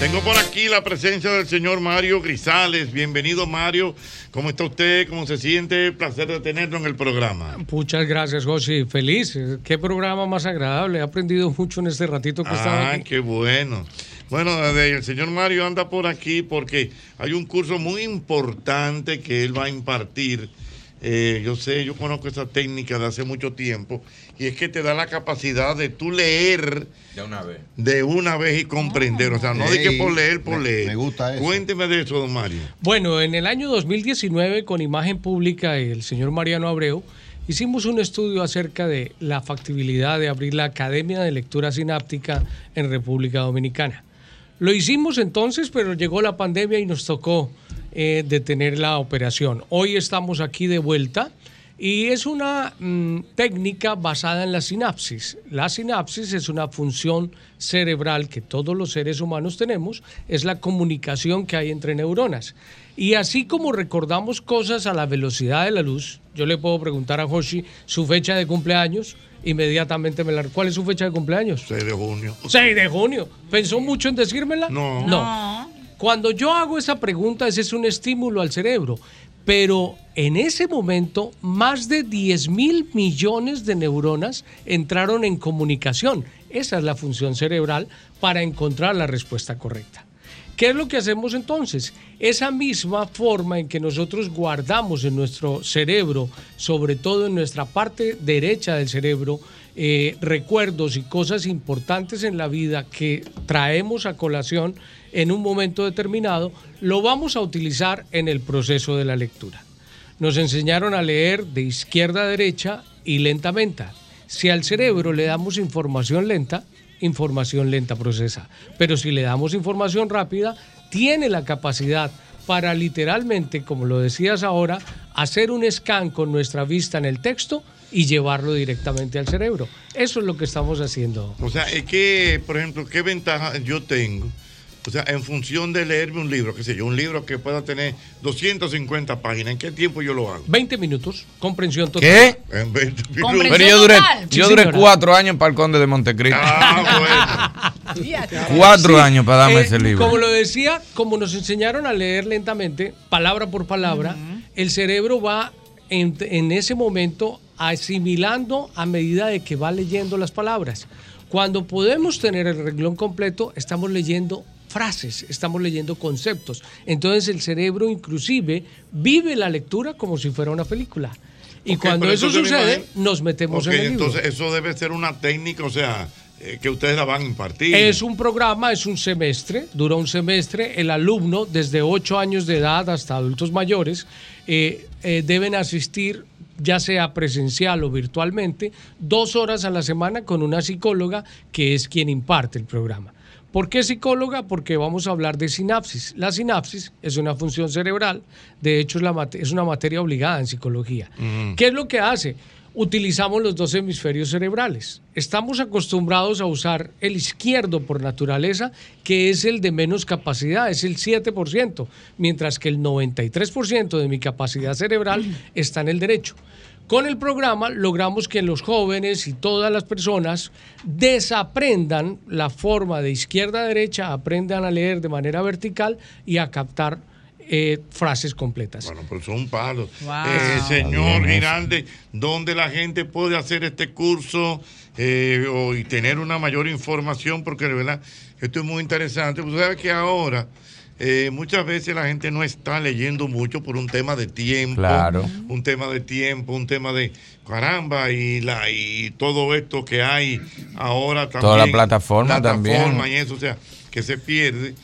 Tengo por aquí la presencia del señor Mario Grisales. Bienvenido Mario. ¿Cómo está usted? ¿Cómo se siente? Placer de tenerlo en el programa.
Muchas gracias, José. Feliz. Qué programa más agradable. He aprendido mucho en este ratito que estaba
Ah,
aquí.
qué bueno. Bueno, de- el señor Mario anda por aquí porque hay un curso muy importante que él va a impartir. Eh, yo sé, yo conozco esa técnica de hace mucho tiempo y es que te da la capacidad de tú leer
Ya una vez.
de una vez y comprender. O sea, no de que por leer, por leer. Me gusta eso. Cuénteme de eso, don Mario.
Bueno, en el año 2019, con Imagen Pública y el señor Mariano Abreu, hicimos un estudio acerca de la factibilidad de abrir la Academia de Lectura Sináptica en República Dominicana. Lo hicimos entonces, pero llegó la pandemia y nos tocó eh, detener la operación. Hoy estamos aquí de vuelta Y es una mm, técnica basada en la sinapsis. La sinapsis es una función cerebral que todos los seres humanos tenemos, es la comunicación que hay entre neuronas. Y así como recordamos cosas a la velocidad de la luz, yo le puedo preguntar a Hoshi su fecha de cumpleaños, inmediatamente me la... ¿Cuál es su fecha de cumpleaños?
6 de junio.
6 de junio. ¿Pensó mucho en decírmela?
No.
No. Cuando yo hago esa pregunta, ese es un estímulo al cerebro. Pero en ese momento, más de 10 mil millones de neuronas entraron en comunicación. Esa es la función cerebral para encontrar la respuesta correcta. ¿Qué es lo que hacemos entonces? Esa misma forma en que nosotros guardamos en nuestro cerebro, sobre todo en nuestra parte derecha del cerebro, eh, recuerdos y cosas importantes en la vida que traemos a colación en un momento determinado, lo vamos a utilizar en el proceso de la lectura. Nos enseñaron a leer de izquierda a derecha y lentamente. Si al cerebro le damos información lenta, información lenta procesa. Pero si le damos información rápida, tiene la capacidad para literalmente, como lo decías ahora, hacer un scan con nuestra vista en el texto y llevarlo directamente al cerebro. Eso es lo que estamos haciendo.
O sea, es que, por ejemplo, ¿qué ventaja yo tengo? O sea, en función de leerme un libro, qué sé yo, un libro que pueda tener 250 páginas, ¿en qué tiempo yo lo hago?
20 minutos, comprensión total.
¿Qué?
En 20 minutos.
Pero yo duré, yo
Sí,
duré
señora.
cuatro años en Palcón de Montecristo.
Ah,
Cuatro
Sí.
años para darme
Eh,
ese libro.
Como lo decía, como nos enseñaron a leer lentamente, palabra por palabra, el cerebro va en, en ese momento asimilando a medida de que va leyendo las palabras. Cuando podemos tener el renglón completo, estamos leyendo frases, estamos leyendo conceptos. Entonces el cerebro inclusive vive la lectura como si fuera una película. Y
Ok,
cuando
pero
eso
entonces me
sucede,
imagino-
nos metemos
Ok,
en el libro.
entonces eso debe ser una técnica, o sea, eh, que ustedes la van a impartir.
Es un programa, es un semestre, dura un semestre. El alumno, desde 8 años de edad hasta adultos mayores, eh, eh, deben asistir, ya sea presencial o virtualmente, dos horas a la semana con una psicóloga que es quien imparte el programa. ¿Por qué psicóloga? Porque vamos a hablar de sinapsis. La sinapsis es una función cerebral, de hecho es, la mate- es una materia obligada en psicología. ¿Qué es lo que hace? Utilizamos los dos hemisferios cerebrales. Estamos acostumbrados a usar el izquierdo por naturaleza, que es el de menos capacidad, es el 7%, mientras que el 93% de mi capacidad cerebral está en el derecho. Con el programa logramos que los jóvenes y todas las personas desaprendan la forma de izquierda a derecha, aprendan a leer de manera vertical y a captar eh, frases completas.
Bueno, pues son palos.
Wow.
Eh,
Está
señor
bien eso.
Giralde, ¿dónde la gente puede hacer este curso eh, o, y tener una mayor información? Porque de verdad, esto es muy interesante. Usted sabe que ahora eh, muchas veces la gente no está leyendo mucho por un tema de tiempo.
Claro.
Un tema de tiempo, un tema de caramba y, la, y todo esto que hay ahora también.
Toda la plataforma también.
plataforma y eso, o sea, que se pierde.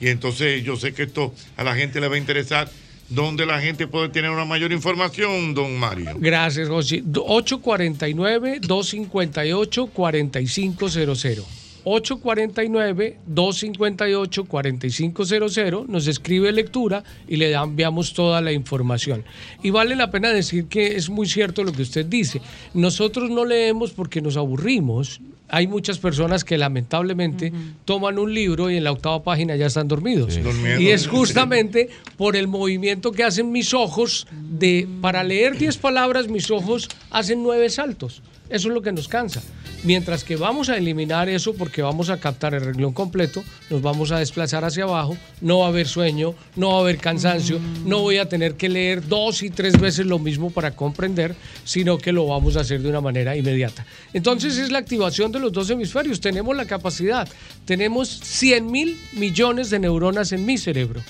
Y entonces yo sé que esto a la gente le va a interesar. ¿Dónde la gente puede tener una mayor información, don Mario?
Gracias, José. 849-258-4500. 849-258-4500. Nos escribe lectura y le enviamos toda la información. Y vale la pena decir que es muy cierto lo que usted dice. Nosotros no leemos porque nos aburrimos. Hay muchas personas que lamentablemente toman un libro y en la octava página ya están dormidos.
Durmiendo.
Y es justamente por el movimiento que hacen mis ojos de para leer 10 palabras mis ojos hacen nueve saltos. Eso es lo que nos cansa. Mientras que vamos a eliminar eso porque vamos a captar el renglón completo, nos vamos a desplazar hacia abajo, no va a haber sueño, no va a haber cansancio, no voy a tener que leer dos y tres veces lo mismo para comprender, sino que lo vamos a hacer de una manera inmediata. Entonces es la activación de los dos hemisferios, tenemos la capacidad, tenemos 100 mil millones de neuronas en mi cerebro.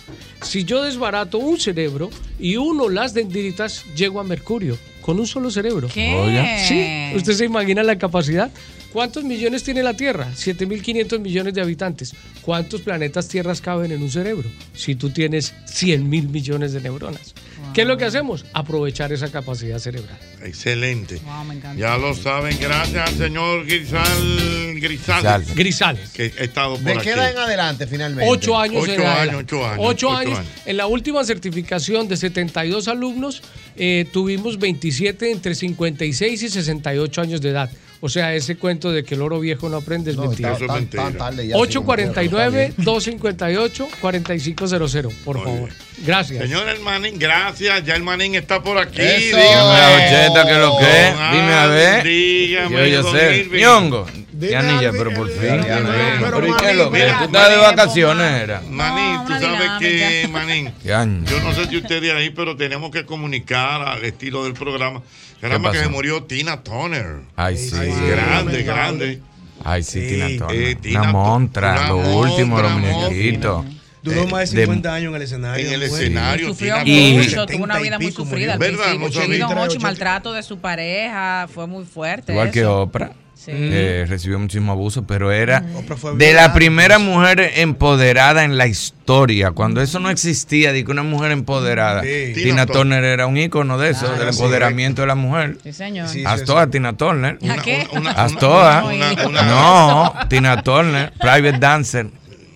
Si yo desbarato un cerebro y uno las dendritas, llego a Mercurio con un solo cerebro.
¿Qué? Oiga.
Sí, usted se imagina la capacidad. ¿Cuántos millones tiene la Tierra? 7.500 millones de habitantes. ¿Cuántos planetas tierras caben en un cerebro? Si tú tienes 100.000 millones de neuronas. ¿Qué es lo que hacemos? Aprovechar esa capacidad cerebral.
Excelente.
me encanta.
Ya lo saben, gracias al señor Grisal Grisales.
Grisales. Grisales.
Que he estado por
¿De
aquí.
qué edad en adelante finalmente?
Ocho años,
Ocho
en la-
años, ocho años,
ocho
ocho
años.
años.
En la última certificación de 72 alumnos eh, tuvimos 27 entre 56 y 68 años de edad. O sea, ese cuento de que el oro viejo no aprende es
No,
mentira.
está- Eso es tan- mentira. tan tarde ya,
849 258 4500, por favor. Gracias.
Señor Hermanín, gracias. Ya Hermanín está por aquí.
Eso.
Dígame.
Dígame, Ocheta, ¿qué es lo que es?
Don
Dime a
Alvin,
ver.
Dígame,
Yo, yo
don
sé.
Irving.
Ñongo. Ya ni ya, pero por fin. ya no es. Pero ¿y qué es lo que? Tú estabas de vacaciones, era.
Manín, tú sabes que, Manín,
Qué año.
yo no sé si usted de ahí, pero tenemos que comunicar al estilo del programa. Caramba,
pasó?
que se murió Tina Turner.
Ay, sí.
grande, grande.
Ay, sí, Tina Turner.
eh, Tina
una
Turner,
montra,
una
lo
montra,
último, los
montra.
muñequitos.
Duró
Eh,
más de
de-
50 años en el escenario.
en el
güey.
escenario,
Sufrió
Y-
mucho, tuvo una vida muy sufrida al principio. Sí, don Hochi, maltrato de su pareja, fue muy fuerte.
Igual que
eso.
Oprah.
Sí.
que recibió muchísimo abuso, pero era
fue
de
violada,
la primera mujer empoderada en la historia. Cuando eso no existía, de que una mujer empoderada.
Sí.
Tina
Tina Turner.
Turner era un ícono de eso,
Claro,
del
sí.
empoderamiento de la mujer.
Sí, señor.
Astoa, Tina Turner.
¿A qué?
Astoa.
Una-
No, Tina Turner, Private Dancer.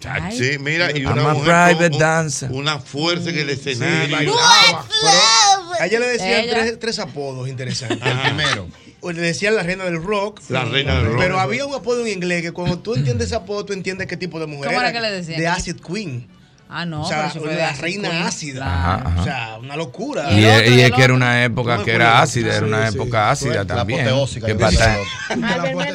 Ah, Sí, mira, y
I'm
una
a
mujer
private
con un-
dancer.
una fuerza en el escenario.
bailaba. A ella le decían
Ella.
tres, tres apodos interesantes.
Ajá.
El primero. o Le decían la reina del rock.
La reina del rock.
Pero había un apodo en inglés que cuando tú entiendes ese apodo, tú entiendes qué tipo de mujer
¿Cómo era que le decían?
De Acid Queen.
Ah, no,
o
pero
sea,
eso fue
la
de-
reina ácida.
Ajá, ajá.
O sea, una locura.
Y, es- y es que era una
Tú
época
me
que era
ponías.
ácida, era
Sí,
una
sí.
época
Fue la
ácida también.
apoteósica,
que
yo
pata-
decía.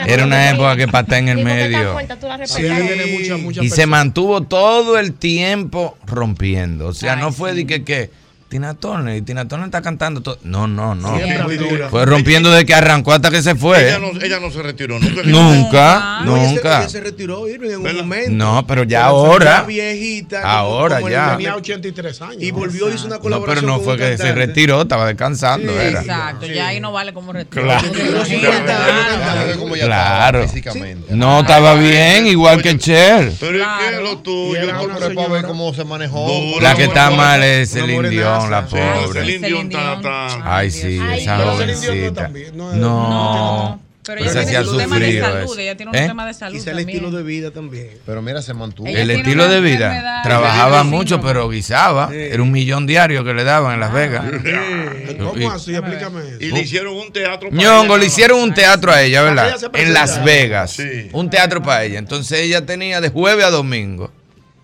Era una época que patá en el
Digo que tan
medio.
fuerte, tú la
Sí.
reparaste.
Y se mantuvo todo el tiempo rompiendo. O sea, no fue de que, que Tina Turner y Tina Turner está cantando todo. No, no, no.
Siempre muy dura.
Fue rompiendo desde que arrancó hasta que se fue.
Ella no, ella no se retiró nunca.
Nunca, nunca.
Ella se retiró Irving, en un momento.
No, pero ya
Cuando
ahora.
era viejita. como-
Ahora
como él
ya.
tenía
83 años.
Y volvió y hizo una
No, pero
colaboración.
no
con
fue
un
que se
cantante.
retiró, estaba descansando. era.
Exacto, ya ahí no vale como retiro.
Claro.
Claro. Como ya estaba
Claro.
físicamente.
No estaba bien, igual que Cher.
Pero es que lo tuyo.
Pero es para ver cómo se manejó.
La que está mal es el Dion, la pobre.
Celine Dion está- está-
Ay, sí, esa
Pero Celine Dion no
jovencita. No.
Pero
Esa
ella
sí ha
tiene un tema de
sufrido
salud,
eso.
ella tiene un
¿Eh?
tema de salud
Quizá el
también.
estilo de vida también.
Pero mira, se mantuvo.
El estilo de vida. Trabajaba mucho, pero guisaba. Era un millón diario que le daban en Las Vegas.
¿Cómo así? Explícame eso.
Ah. Y le hicieron un teatro. para
Ñongo,
ella.
le hicieron un teatro a ella,
Ella
¿verdad?
se presenta.
En Las Vegas.
Sí.
Un teatro para ella. Entonces ella tenía de jueves a domingo.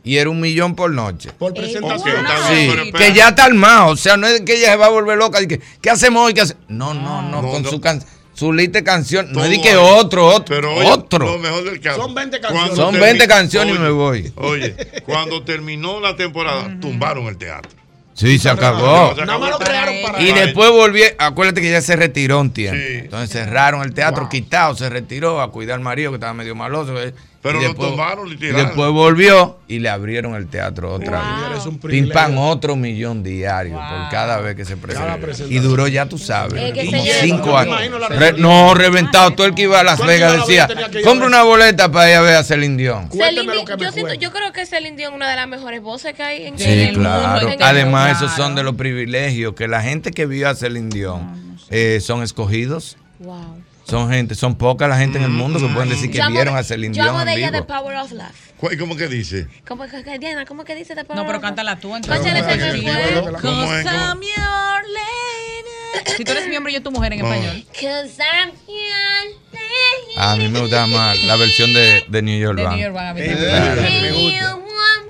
Y era un millón por noche.
Por
presentación. Ok, está bien,
Sí,
pero espera.
que ya está armado. O sea, no es que ella se va a volver loca. y que, ¿Qué hacemos hoy? ¿Qué hace-? No, no, no,
Ah. No,
Con
no.
su can- su lista de canción. oh. No
Todo
es de que
ahí.
otro, otro.
Pero oye, Lo
otro.
mejor del caso.
Son 20
Cuando
Son
termi-
20 canciones y
Oye,
me voy.
Oye, cuando terminó la temporada, tumbaron el teatro.
Sí, se acabó.
Se acabó el teatro.
Y después volví, acuérdate que ya se retiró un tiempo. Entonces cerraron el teatro, quitado, se retiró a cuidar al marido que estaba medio maloso. eh.
Pero
Y
lo
después-
tumbaron, lo
y
tiraron.
después volvimos y le abrieron el teatro otra
Wow. Eres
vez.
un
Pim
privilegio.
pam, otro millón diario por cada vez que se presentó. Y
presentación.
duró, ya tú sabes,
Es que
como
se llena, yo
cinco
me
años.
imagino la
Re-
reunión.
no, reventado. Todo el que iba a Las
¿Cuánto
Vegas
iba a la
decía,
vida tenía que ir a
compra
ver?
una boleta para ir a ver a Celine Dion.
Celine Dion- yo, siento- yo creo que Celine Dion es una de las mejores voces que hay en en
Sí,
el mundo.
claro.
en el
Además,
mundo.
esos son de los privilegios que la gente que vio a Celine Dion
Ah,
eh, son escogidos.
Wow.
Son gente, son pocas la gente en el mundo que pueden decir que
Mm. Yo amo
vieron
de-
a Celine
Yo amo
Dion
de
en
ella The
vivo.
Power of Love.
¿Cuál- ¿Cómo que dice?
¿Cómo que- que- Diana, ¿cómo que dice The Power
No, pero
of Love?
cántala tú entonces.
Cónchale, se me fue.
Cause I'm your lady. Si tú eres mi hombre, yo tu mujer en
Vamos.
español.
Cause I'm your lady.
A mí me gustaba más la versión de, de New York
De New
Band.
York Band, a mí
Claro.
también. Me gusta.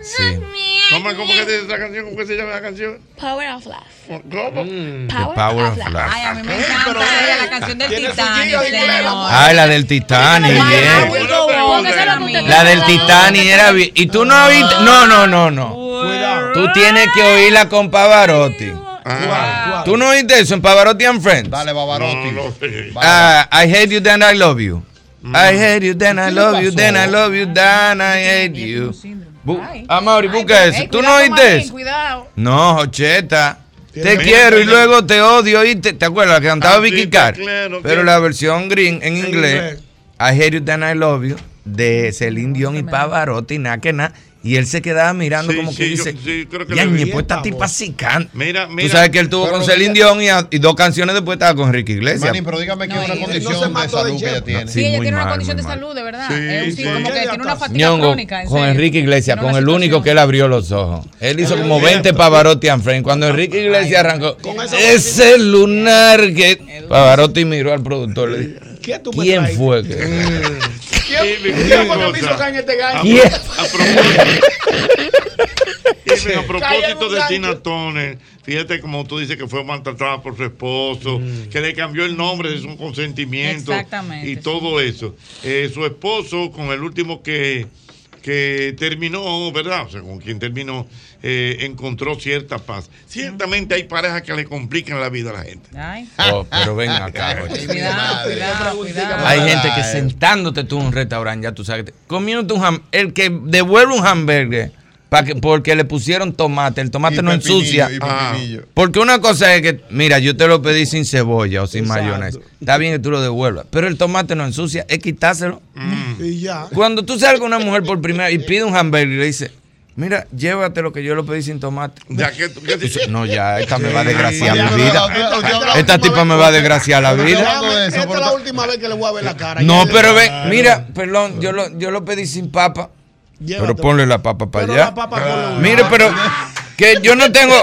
Sí.
¿Cómo, cómo que dice esa canción? ¿Cómo que se llama la canción?
Power of Love.
¿Cómo?
Mm. The Power of Love.
Ay, a mí me encanta ella, la canción del Titanic. señor.
Ay, la del Titanic, bien. La del Titanic era bien. Y tú no oíste. No, no, no, no. Tú tienes que oírla con Pavarotti.
Ah.
¿Tú no oíste eso en Pavarotti and Friends? Dale,
Pavarotti.
Ah, I hate you, then I love you.
Mm.
I hate you, then I love you, then I love you, then I hate you. Bu- Ah, Mauri, busca eso.
Ey,
¿Tú no
eh, cuidado,
oíste
Marín,
eso?
Cuidado.
No, Jocheta. Te
Tiene-
quiero y
Mira,
luego te odio. y ¿Te, ¿Te acuerdas? La que cantaba
Ah, sí,
Vicky
está
Carr.
claro,
Pero
que-
la versión green en
En
inglés, I Hate You Then I Love You, de Celine Dion y Pavarotti, na que na. Y él se quedaba mirando
Sí,
como
sí,
que
yo-
dice,
sí, creo que lo
"Yañe,
vi,
pues esta
por
tipa sí canta".
Mira,
Tú
mira.
sabes que él tuvo
Pero
con
mira-
Celine Dion y, a- y dos canciones después estaba con Ricky Iglesias.
Manny, pero dígame que es una
no se
condición de
mató de
salud que ella
hierro.
tiene.
Sí,
Sí, ella
muy
tiene una
mal,
condición de
muy
salud, de verdad.
Sí,
Eh, sí,
sí.
como que
Ella
tiene una fatiga
Ñongo,
crónica. en
con
serio.
Enrique Iglesias,
Tiene
con
una
el único que él abrió los ojos. Él hizo como 20 Pavarotti and Friends. Cuando Enrique Iglesias arrancó, ese lunar que Pavarotti miró al productor. Le dijo, ¿Quién fue? que-?"
Mm.
¿Quién fue que me hizo caer en este gallo?
¿Quién?
Dime, a
Cállate,
propósito de
muchacho.
Tina Turner, fíjate como tú dices que fue maltratada por su esposo,
Mm.
que le cambió el nombre de su consentimiento
Exactamente,
y
sí.
todo eso. Eh, su esposo, con el último que, que terminó, ¿verdad? O sea, con quien terminó, eh, encontró cierta paz. Ciertamente hay parejas que le complican la vida a la gente.
Ay.
Oh, pero ven acá. oye.
Cuidado, cuidado, cuidado.
Hay gente que sentándote tú en un restaurante, ya tú sabes, que te- comiéndote un ham- el que devuelve un hamburger pa' que- porque le pusieron tomate, el tomate
Y
este no
pepinillo,
ensucia.
y
Ah.
pepinillo.
Porque una cosa es que, mira, yo te lo pedí sin cebolla o sin mayonesa. Está bien que tú lo devuelvas, pero el tomate no ensucia, es quitárselo.
Y ya.
Cuando tú sales con una mujer por primera y pide un hamburger y le dice, mira, llévate lo que yo lo pedí sin tomate. Dice, no, ya, esta me va a desgraciar mi vida. Esta tipa me va a desgraciar la vida.
Esta es la última vez que le voy a ver la cara.
No,
Ya
pero
le-
ven, mira, perdón, yo lo, yo lo pedí sin papa. Pero ponle la papa para allá. Mire, pero que yo no tengo.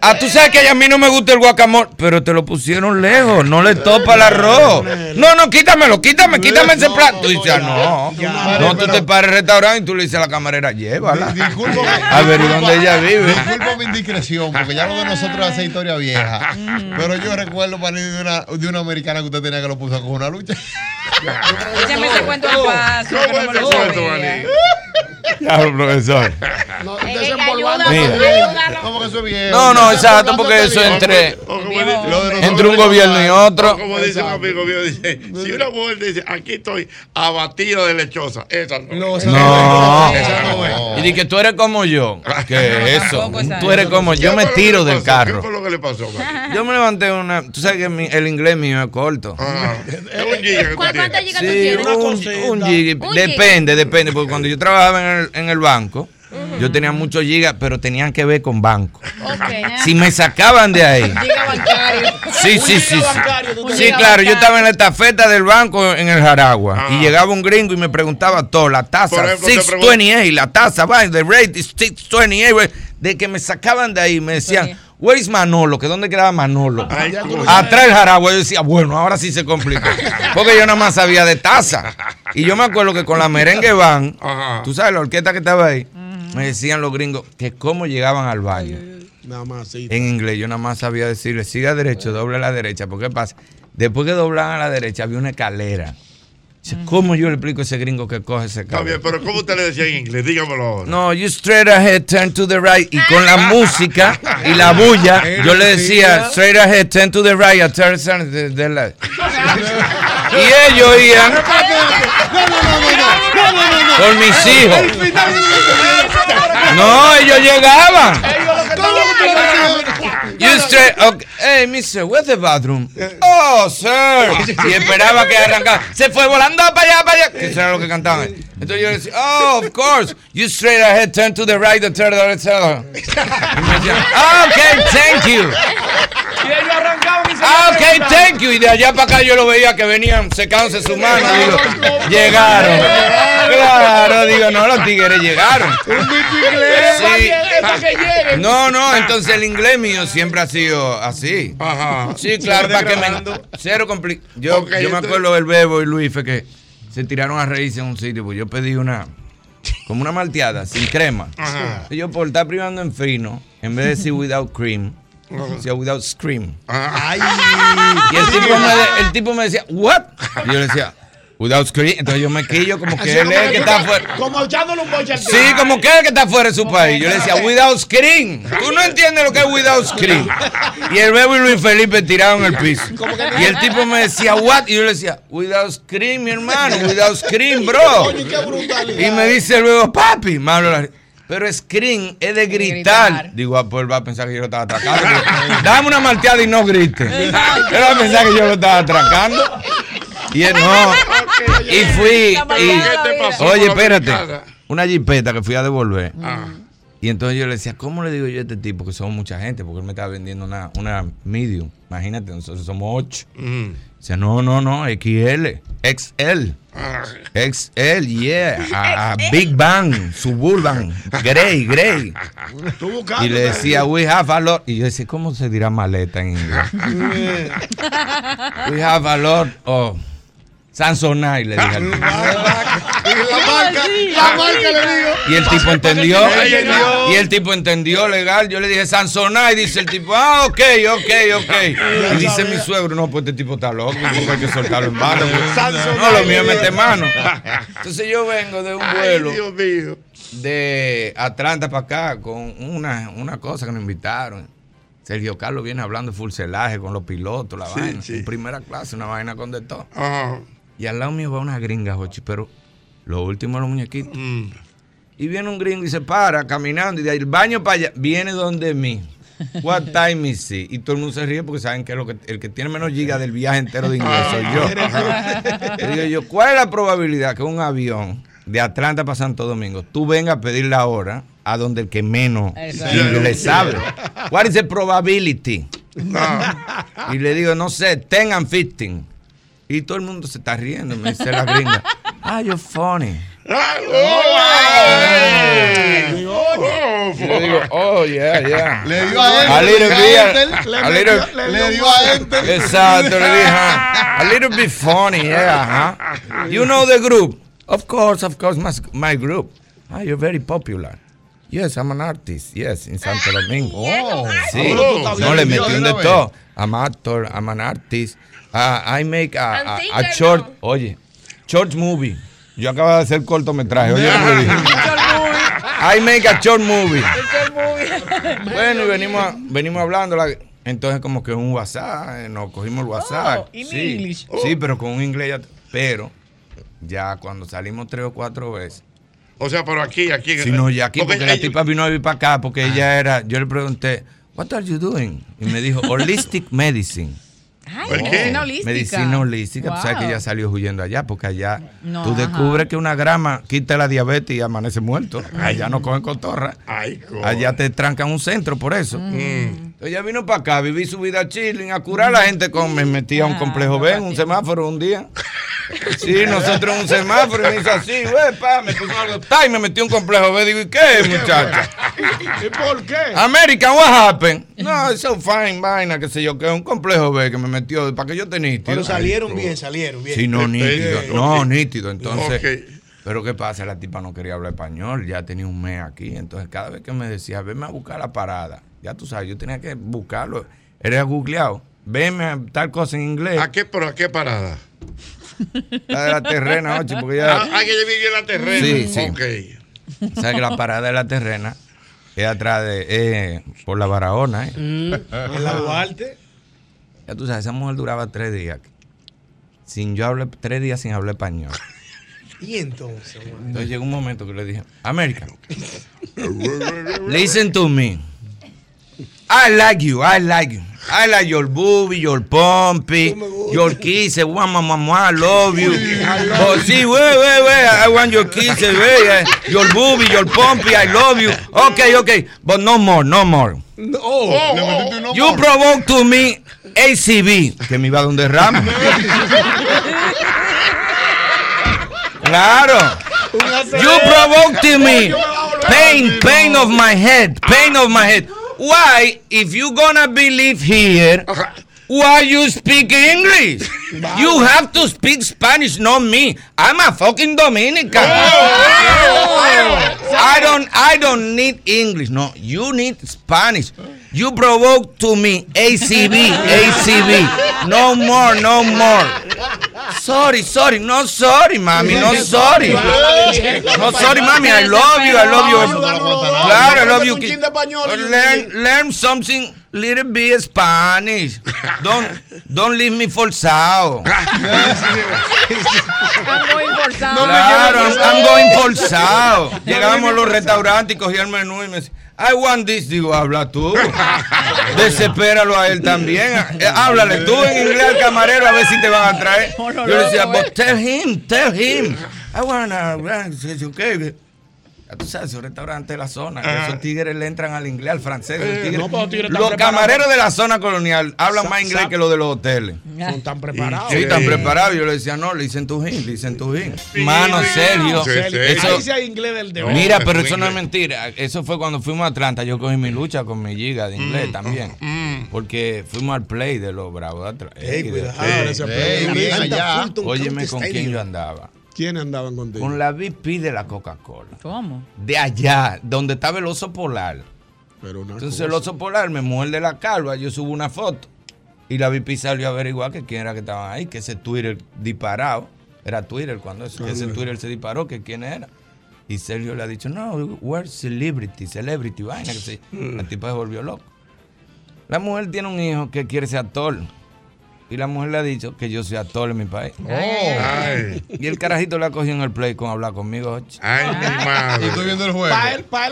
Ah, tú sabes que a mí no me gusta el guacamole, pero te lo pusieron lejos, no le topa el arroz. No, no, quítamelo, quítame, quítame ese plato. Tú dices, ah, no. No, tú te paras al restaurante y tú le dices a la camarera, llévala. A ver dónde ella vive.
Disculpa mi indiscreción, porque ya lo de nosotros hace historia vieja.
Mm.
Pero yo recuerdo Manny, de una, de una americana que usted tenía que lo puso con una lucha.
Écheme ese cuento al paso. que no me lo sabía.
Claro, profesor.
Eh,
¿Cómo que eso es bien?
No, no, exacto, porque eso entre, entre un gobierno y
O
otro.
Como dice un amigo mío, dice, si una mujer dice, aquí estoy abatido de lechosa, esa no.
No.
Esa no es.
Y di que tú eres como yo. Que eso. Tú eres como yo. Yo me tiro del
¿Qué fue
carro.
lo que le pasó? Mari?
Yo me levanté una. Tú sabes que mi- el inglés mío es corto.
Es un giga que tú
¿Cuál- cuántas
tienes.
gigas tú
Sí,
tienes?
un, un giga.
Un
Depende, depende. Porque cuando yo trabajaba en el, en el banco, yo tenía muchos gigas, pero tenían que ver con banco.
Ok. ah.
Si me sacaban de ahí.
Giga bancario.
Sí, sí, sí. sí.
Un
Sí,
giga
claro, yo
bancario.
estaba en la estafeta del banco en el Jaragua y llegaba un gringo y me preguntaba todo, la
Por
tasa
ejemplo, te
628, la tasa, va, the rate is 628, güey. de que me sacaban de ahí, me decían, where is Manolo, que dónde quedaba Manolo. Atrás el Jaragua, yo decía, bueno, ahora sí se complicó, porque yo nada más sabía de tasa. Y yo me acuerdo que con la merengue van,
Ajá.
tú sabes, la orquesta que estaba ahí, me decían los gringos que cómo llegaban al baño.
Nada más, sí.
En inglés, yo nada más sabía decirle, siga derecho, doble a la derecha. ¿Por qué pasa? Después que doblaban a la derecha, había una escalera. Dice, ¿Cómo yo le explico a ese gringo que coge ese
Está
cable?
bien, pero ¿cómo usted le decía en inglés? Dígamelo ahora.
No, you straight ahead, turn to the right. Y con la música y la bulla, yo le decía, straight ahead, turn to the right, a turn to the- the left. Y ellos iban con mis hijos. No, ellos llegaban. You straight, okay. Hey, mister, where's the bathroom? Oh, sir. Y esperaba que arrancara. Se fue volando para allá, para allá. Que eso era lo que cantaban. Entonces yo le decía, oh, of course. You straight ahead, turn to the right, the third, the third. Y me decían, okay, thank you. Ah, ok, thank you. Y de allá para acá yo lo veía que venían secándose su mano. Digo, llegaron. Claro, digo, no, los tigres llegaron. Sí. No, no, entonces el inglés mío siempre ha sido así.
Ajá.
Sí, claro,
Se va
para que me.
degradando.
Cero compli- Yo,
Ok,
yo me
entonces-
acuerdo del Bebo y Luis fue que se tiraron a reírse en un sitio, pues yo pedí una. Como una malteada, sin crema.
Ajá.
Y yo por estar privando en frino, en vez de decir without cream, decía without scream.
Ah,
Y el tipo, me de- el tipo me decía, ¿what? Y yo le decía, without scream. Entonces yo me quillo como
Así
que él
como
es el que está afuera.
Como echándole un boche al
Sí, como que el que está fuera de su país. Yo le decía, without screen. Tú no entiendes lo que es without screen. Y el bebo y Luis Felipe tiraron el piso. Y el tipo me decía, what? Y yo le decía, without screen, mi hermano, without screen, bro. Y me dice el bebo, papi, me habla la- Pero screen es de gritar. Digo, ah, pues él va a pensar que yo lo estaba atracando. Dame una malteada y no grite. Él va a pensar que yo lo estaba atracando. Y él no. Y fui.
¿Qué
y-
te pasó
oye,
con la
espérate.
americana?
una jipeta que fui a devolver. Y entonces yo le decía, ¿cómo le digo yo a este tipo? Que somos mucha gente, porque él me estaba vendiendo una, una medium. Imagínate, nosotros somos ocho. Dice, no, no, no, XL, XL, XL, yeah, a, a Big Bang, Suburban, Grey, Grey.
Tú buscando.
Y le decía, we have a lot. Y yo decía, ¿cómo se dirá maleta en inglés? We have a lot of Samsonite, le dije. al tipo.
la marca, la marca le digo.
Y el tipo entendió.
Ay, ay, ay.
Y el tipo entendió legal. Yo le dije Sansonay. Dice el tipo, ah, ok, ok, ok. Y dice mi suegro, no, pues este tipo está loco. tipo hay que soltarlo en mano. No, lo mío es meter mano. Entonces yo vengo de un vuelo de Atlanta para acá con una, una cosa que nos invitaron. Sergio Carlos viene hablando furcelaje con los pilotos, la
Sí,
vaina.
sí.
En primera clase, una vaina con de todo. Y al lado mío va una gringa, Jochi, pero lo último de los muñequitos.
Mm.
Y viene un gringo y se para caminando y del baño para allá. Viene donde mí. What time is it? Y todo el mundo se ríe porque saben que, lo que el que tiene menos gigas del viaje entero de inglés
Ah,
soy yo. Le digo yo, ¿cuál es la probabilidad que un avión de Atlanta para Santo Domingo tú vengas a pedir la hora a donde el que menos
Exacto.
le sabe? What is the probability? Y le digo, no sé, 10 and 15. Y todo el mundo se está riendo, me dice la gringa. Ah, you're funny. Ah, oh,
oh,
Y le digo, oh, yeah, yeah.
Le dio a él,
A
le
little
dio a
bit.
él, le
a
metió-
little-
le dio- le dio a él.
Exacto, le dije, ah, a little bit funny, yeah, ajá. You know the group. Of course, of course, my, my group. Ah, you're very popular. Yes, I'm an artist. Yes, in Santo Domingo.
Oh.
Sí,
Ah, bueno, tú
no le
también,
metí un de
una vez.
todo. I'm actor, I'm an artist. Ah, I make a, a-
And
a
singer,
short, oye, short movie. Yo acabo de hacer cortometraje, oye, lo que dije. I make a short Este movie. Bueno, y venimos, a- venimos hablando. la- entonces, como que un WhatsApp, eh, nos cogimos el WhatsApp.
in
sí,
Oh, English.
sí, pero con un inglés ya. Pero, ya cuando salimos tres o cuatro veces.
O sea, pero aquí, aquí.
Sí, no, ya aquí,
Porque Ah.
porque, la
ella-
tipa vino a vivir para acá, porque ella era. Yo le pregunté, ¿What are you doing? Y me dijo, Holistic Medicine.
Ay, medicina holística.
Medicina holística. Tú sabes que
Wow.
ella salió huyendo allá, porque allá
No,
tú
ajá.
descubres que una grama quita la diabetes y amanece muerto. Allá no cogen cotorra. allá te trancan un centro por eso.
Mm.
Entonces Ella vino para acá, viví su vida chilling, a curar a la gente con. Me metía a
Ah,
un complejo B, en un semáforo un día. Sí, nosotros en un semáforo y me hizo así, güey, pa, me puso algo. Ta, y me metió un complejo B. Digo, ¿y qué, muchacha?
¿Y por qué?
American, what happened? No, it's so fine, vaina, qué sé yo, que es un complejo B que me metió para que yo te nítido.
Pero salieron
Ay,
bien, salieron bien.
Sí, no, nítido.
Bien.
No, nítido. Entonces, pero ¿qué pasa? La tipa no quería hablar español, ya tenía un mes aquí. Entonces, cada vez que me decía, venme a buscar la parada, ya tú sabes, yo tenía que buscarlo. Era googleado. Venme a tal cosa en inglés. ¿A
qué, pero a qué parada?
La de la terrena, ocho, porque
Ah,
ya.
ah, que ella vivió en la terrena.
Sí, sí.
Ok.
O sea que la parada de la terrena es atrás de. eh, por la Barahona, ¿eh?
Mm. En la Duarte.
Ya tú sabes, esa mujer duraba tres días. aquí. Sin yo hablar, tres días sin hablar español.
Y entonces,
Entonces llegó un momento que le dije, América, listen to me. I like you, I like you. I like your boobie, your pumpy, your kiss, one mama, I love you. Oh, sí, wey, wey, wey, I want your kiss, wey, eh, your boobie, your pumpy, I love you. Okay, okay, but no more, no more.
No,
Oh,
le metiste un
You provoke to me ACB, que me iba a dar un derrame. Claro. You provoked to me pain, pain of my head, pain of my head. Why, if you gonna believe here, why you speak English? You have to speak Spanish, not me. I'm a fucking Dominican.
Oh,
Oh, I don't, I don't need English. No, you need Spanish. You provoke to me ACB, ACB. No more, no more. Sorry, sorry, no sorry, mami, no sorry. No sorry, mami, I love you, I love you. Claro, I love you. Learn, learn something little bit Spanish. Don't, don't leave me forzado. Claro, I'm, I'm going forzado. Llegábamos a los restaurantes y cogía el menú y me decía, I want this. Digo, habla tú. Desespéralo a él también. Eh, Háblale tú en inglés al camarero a ver si te van a traer. Yo le decía, but tell him, tell him. I want to...
ya tú sabes, esos restaurantes de la zona, que
Ajá.
esos tigres le entran al inglés, al francés.
Ah. Eh,
el tigre-
no, pero los tigres están
los
preparados.
camareros de la zona colonial hablan
Sa-
más inglés
sa-
que los de los hoteles.
Son tan
Sí, están preparados. Yo le decía, no, le dicen tujín, le dicen tujín.
Mano, Sergio. Eso-
Ahí sí hay inglés del de
No,
Mira,
es
pero
muy
eso no es
inglés.
mentira. Eso fue cuando fuimos a Atlanta. Yo cogí mi lucha con mi giga de inglés
Mm,
también. Porque fuimos al play de los bravos. de Atl-
Ey,
de-
cuidado,
Ey,
ese
ey,
play.
bien
Bien,
allá.
Fulton
Óyeme
County
con quién
Stadium.
yo andaba.
¿Quiénes andaban contigo?
Con la VP de la Coca-Cola.
¿Cómo?
De allá, donde estaba el oso polar. Entonces el
cosa.
oso polar me muerde la calva. Yo subo una foto. Y la VP salió a averiguar que quién era que estaban ahí, que ese Twitter disparado. Era Twitter cuando eso, que ese
Claro.
Twitter se disparó, que quién era. Y Sergio le ha dicho, no, we're celebrity, celebrity, vaina. Que se, la tipa se volvió loco. La mujer tiene un hijo que quiere ser actor. Y la mujer le ha dicho que yo soy actor en mi país.
Ay.
Y el carajito la ha cogido en el play con hablar conmigo. ocho.
Ay, mi madre.
Yo estoy
viendo el juego.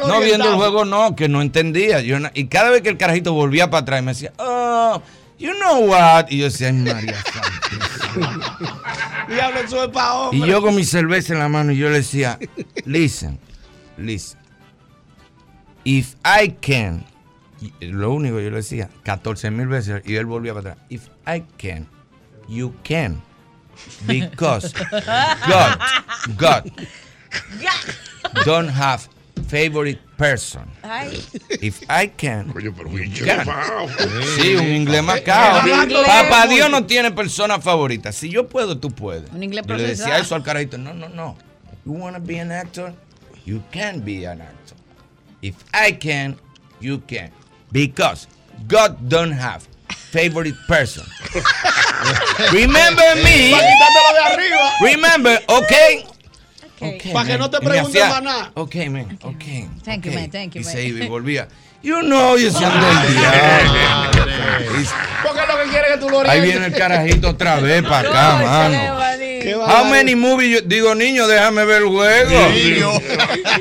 No, viendo el juego no, que no entendía. Yo na- y cada vez que el carajito volvía para atrás, me decía, oh, you know what? Y yo decía, ay, María
Diablo, eso es pa'
Y
hombre.
yo con mi cerveza en la mano y yo le decía, listen, listen. If I can, y lo único yo le decía, 14 mil veces, y él volvía para atrás. If I can, you can. Because God, God don't have favorite person.
Ay.
If I can. you can.
chefao.
Sí, un inglés macao.
Un inglés.
Papá Dios no tiene persona favorita. Si yo puedo, tú puedes.
Un inglés
Yo le decía
procesado.
eso al carajito. No, no, no. You wanna be an actor? You can be an actor. If I can, you can. Because God don't have favorite person. Remember me.
Pa' quitártelo de arriba.
Remember, okay. Okay,
Pa'
man.
que no te
Y me
pregunten
hacía,
más nada.
Ok, man, ok.
Thank you,
ok.
man, thank you,
Y
man.
se iba y volvía. You know, yo soy del diablo.
Porque es lo que quiere que tú lo
Ahí
orientes.
viene el carajito otra vez para acá,
No,
mano.
Qué
How
bárbaro.
many movies? yo- digo, niño, déjame ver el juego.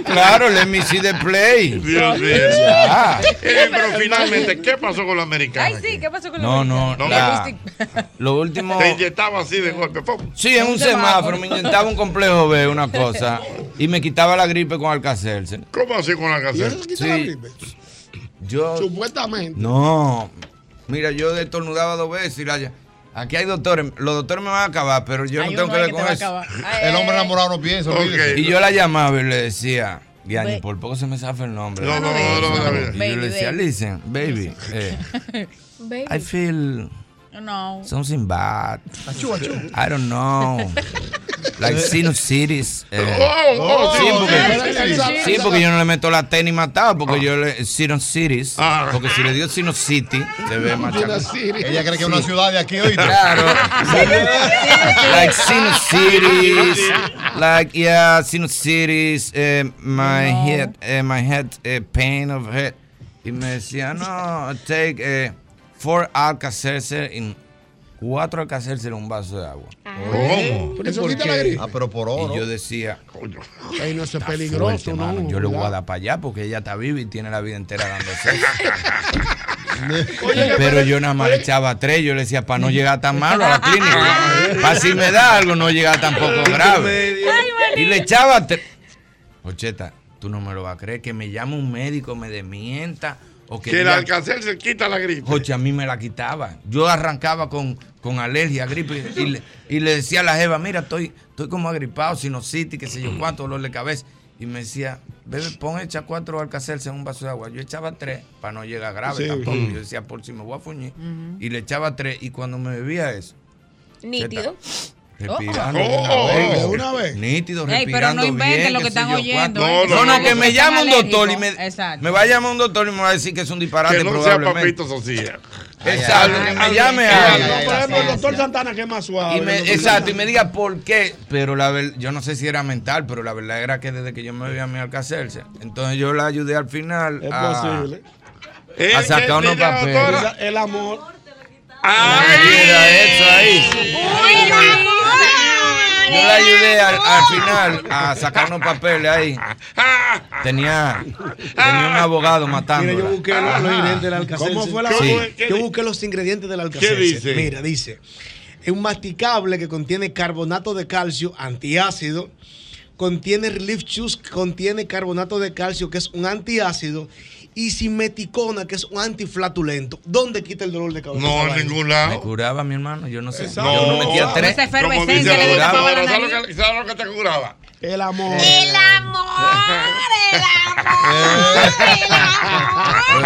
Claro, let me see the play.
Dios mío.
Ya.
Eh, pero finalmente, ¿qué pasó con la americana?
Ay, sí, ¿qué pasó con
No, no,
No,
la-
me-
lo último.
Te inyectaba así de golpe. ¡pum!
Sí, en un semáforo me inyectaba un complejo B, una cosa, y me quitaba la gripe con Alcacelser.
¿Cómo así con la
¿Y
casera?
eso te quita la Sí. gripe? Yo
Supuestamente.
No. Mira, yo estornudaba dos veces y la Aquí hay doctores. Los doctores me van a acabar, pero yo
Hay
no tengo
uno
que
ahí
ver
que te
con
va a
eso.
acabar. Ay, El hombre ay, ay. enamorado
no piensa.
olvídese.
Y yo la llamaba y le decía,
Ve- Ah,
Diani, por poco se me zafa el nombre.
No, no, no, no, no, no.
Y yo le decía,
Baby, baby.
listen, baby, eh,
Baby.
I feel
No.
something bad.
Achú, achú.
I don't know. Like sinusitis. eh.
Eh. Oh, oh,
sí,
sinusitis.
porque, sí, porque yo no le meto la tenis matado,
Ah.
porque yo le sinusitis. Porque si le dio sinusitis, se ve machacado.
Ella cree que es una
Sí.
ciudad de aquí, oíste.
Claro. like sinusitis, like yeah, sinusitis, eh, my head, eh, my head, eh, pain of head. Y me decía, no, take eh, four Alka-Seltzer in cuatro Alka-Seltzer en un vaso de agua.
¿Cómo? Pero eso
¿Por
quita la
qué?
gripe.
Ah, pero por oro. Y yo decía, coño.
Ahí no eso es
está
peligroso,
fuerte,
¿no?
mano. Yo le voy a
Cuidado.
dar para allá porque ella está viva y tiene la vida entera dándose.
Oye,
Pero yo nada más le echaba tres. Yo le decía, para no llegar tan malo a la clínica. Para si me da algo, no llegar tampoco grave. Y le echaba tres. Ocheta, tú no me lo vas a creer. Que me llame un médico, me desmienta. O que
Que el
diga-
alcance se quita la gripe.
Joche, a mí me la quitaba. Yo arrancaba con, con alergia, gripe, y le, y le decía a la jeva, mira, estoy, estoy como agripado, sinusitis, qué sé yo cuánto, dolor de cabeza. Y me decía, bebé, pon echa cuatro alcacelces en un vaso de agua. Yo echaba tres para no llegar grave
Sí.
tampoco.
Mm.
Yo decía, por si me voy a fuñir.
Ujú.
Y le echaba tres. Y cuando me bebía eso,
Nítido.
respirando.
Oh. Oh,
de
de
una
una
vez. Nítido,
Ey,
respirando.
pero no inventen
bien,
lo que
qué sé
están
yo
oyendo, ¿eh?
cuánto. No, no, que
Porque
me
son
llama un doctor y me,
alérgicos. Exacto.
me va a llamar un doctor y me va a decir que es un disparate
Que no sea
probablemente.
Papito Socía.
Exacto, que me llame
Ah,
alguien.
no, por ejemplo, el doctor Santana que es más suave.
Y me-
no sé
exacto,
qué.
y me diga por qué. Pero la ver- yo no sé si era mental, pero la verdad era que desde que yo me vi a mi alcacerse, entonces yo la ayudé al final
Es
a,
posible. Eh,
a sacar unos papeles.
Esa- El amor.
Ah, Mira eso ahí. Yo la ayudé al, al final a sacar unos papeles ahí. Tenía, tenía un abogado matando.
Mira, yo busqué los- los ingredientes del Alka-Seltzer.
¿Cómo fue la
Sí.
Yo busqué los ingredientes del Alka-Seltzer.
¿Qué dice?
Mira, dice: es un masticable que contiene carbonato de calcio, antiácido, contiene relief juice, contiene carbonato de calcio, que es un antiácido, y simeticona, que es un antiflatulento. ¿Dónde quita el dolor de cabeza?
No,
esa
en
vaina?
ningún lado.
Me curaba, mi hermano. Yo no sé.
Exacto.
Yo no metía
No,
tres.
esa efervescencia
Me
le
curaba.
dejaba la nariz. ¿Sabes lo que- sabes lo que te curaba?
El amor.
El amor.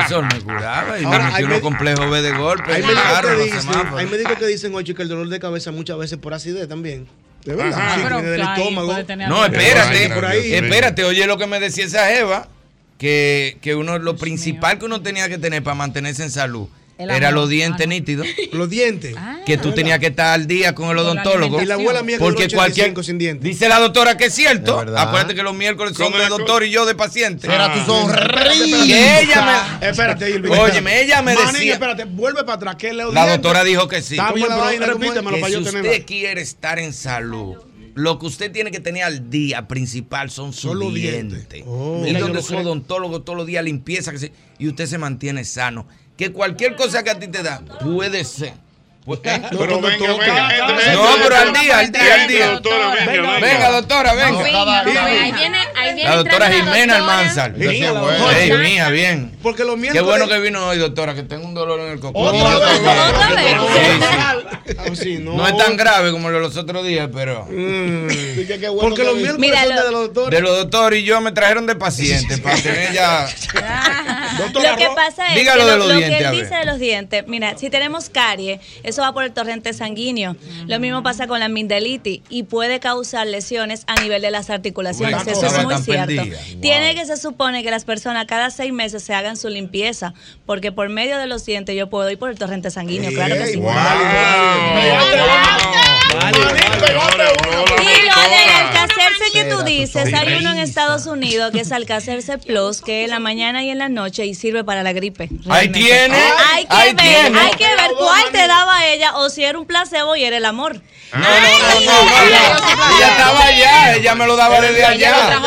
Eso me curaba y me
Ahora,
metí
hay
unos
med-
complejos B de golpe.
Hay
en el
médicos
carro,
que
los
dicen,
semáforos.
hay médicos que dicen, oye, que el dolor de cabeza muchas veces por acidez también. De verdad.
Ajá.
Sí,
Pero
viene del
está ahí,
estómago.
puede No, espérate. Espérate, oye lo que me decía esa Jeva, que, que uno, lo principal que uno tenía que tener para mantenerse en salud
El
era
amor.
los dientes nítidos.
Los dientes.
Que tú tenías que estar al día con el
Con la
odontólogo.
alimentación. Y la abuela mía que
porque
duró
cualquier
85 sin dientes.
Dice la doctora que es cierto.
Es verdad.
Acuérdate que los miércoles son
Come
de
la co-
doctor y yo de paciente.
Será tu
Ah.
sonrisa. Que ella me.
Espérate, Irving.
Óyeme, ella me
Manín,
decía-
espérate, vuelve para atrás. que le
La doctora dijo que sí.
Está bien,
Oye,
pero
pero
repítemelo
que
para yo
si
tenerla.
usted quiere estar en salud, lo que usted tiene que tener al día principal son sus
los
dientes.
Oh,
Mira,
es
yo
donde
lo
su
creo.
odontólogo todos los días limpieza que se- y usted se mantiene sano. Que cualquier cosa que a ti te da puede ser. Pues, ¿eh?
No, Pero no, venga, doctora, venga, entre, entre,
No,
entre,
pero al
doctora,
día, al día, al día.
venga, doctora, venga,
Venga,
venga.
venga, doctora, venga.
No, venga, no, venga. Ahí viene, ahí viene
La doctora
entrando la
Jimena
doctora.
Almanzar.
Sí, la doctora.
Ey, mía, bien.
Porque los
Qué
miércoles-
bueno que vino hoy, doctora, que tengo un dolor en el coco.
Otra vez. Otra vez.
Sí, Ah, sí. No es tan grave como lo de los otros días, pero.
Porque los miércoles
Míralo.
son de los
De
doctores.
los doctores y yo me trajeron de paciente para tener ya.
Lo que pasa es
Dígalo
que
de
lo,
los
lo
dientes,
que
a
él
ver.
dice de los dientes, mira, si tenemos caries, eso va por el torrente sanguíneo. Lo mismo pasa con la amigdalitis y puede causar lesiones a nivel de las articulaciones.
Una
eso
cosa
es muy
tan
cierto.
perdida.
Tiene que se supone que las personas cada seis meses se hagan su limpieza, porque por medio de los dientes yo puedo ir por el torrente sanguíneo, claro que sí. Y lo del alcacerse que tú dices, hay uno en Estados Unidos que es alcacerse plus, que en la mañana y en la noche y sirve para la gripe.
Ahí
realmente. Ah,
tiene.
Hay que
ahí
ver,
tiene.
hay que ver cuál te daba ella o si era un placebo y era el amor.
No, no, Ah, no, no, no, no. Ella estaba allá, ella me lo daba desde allá.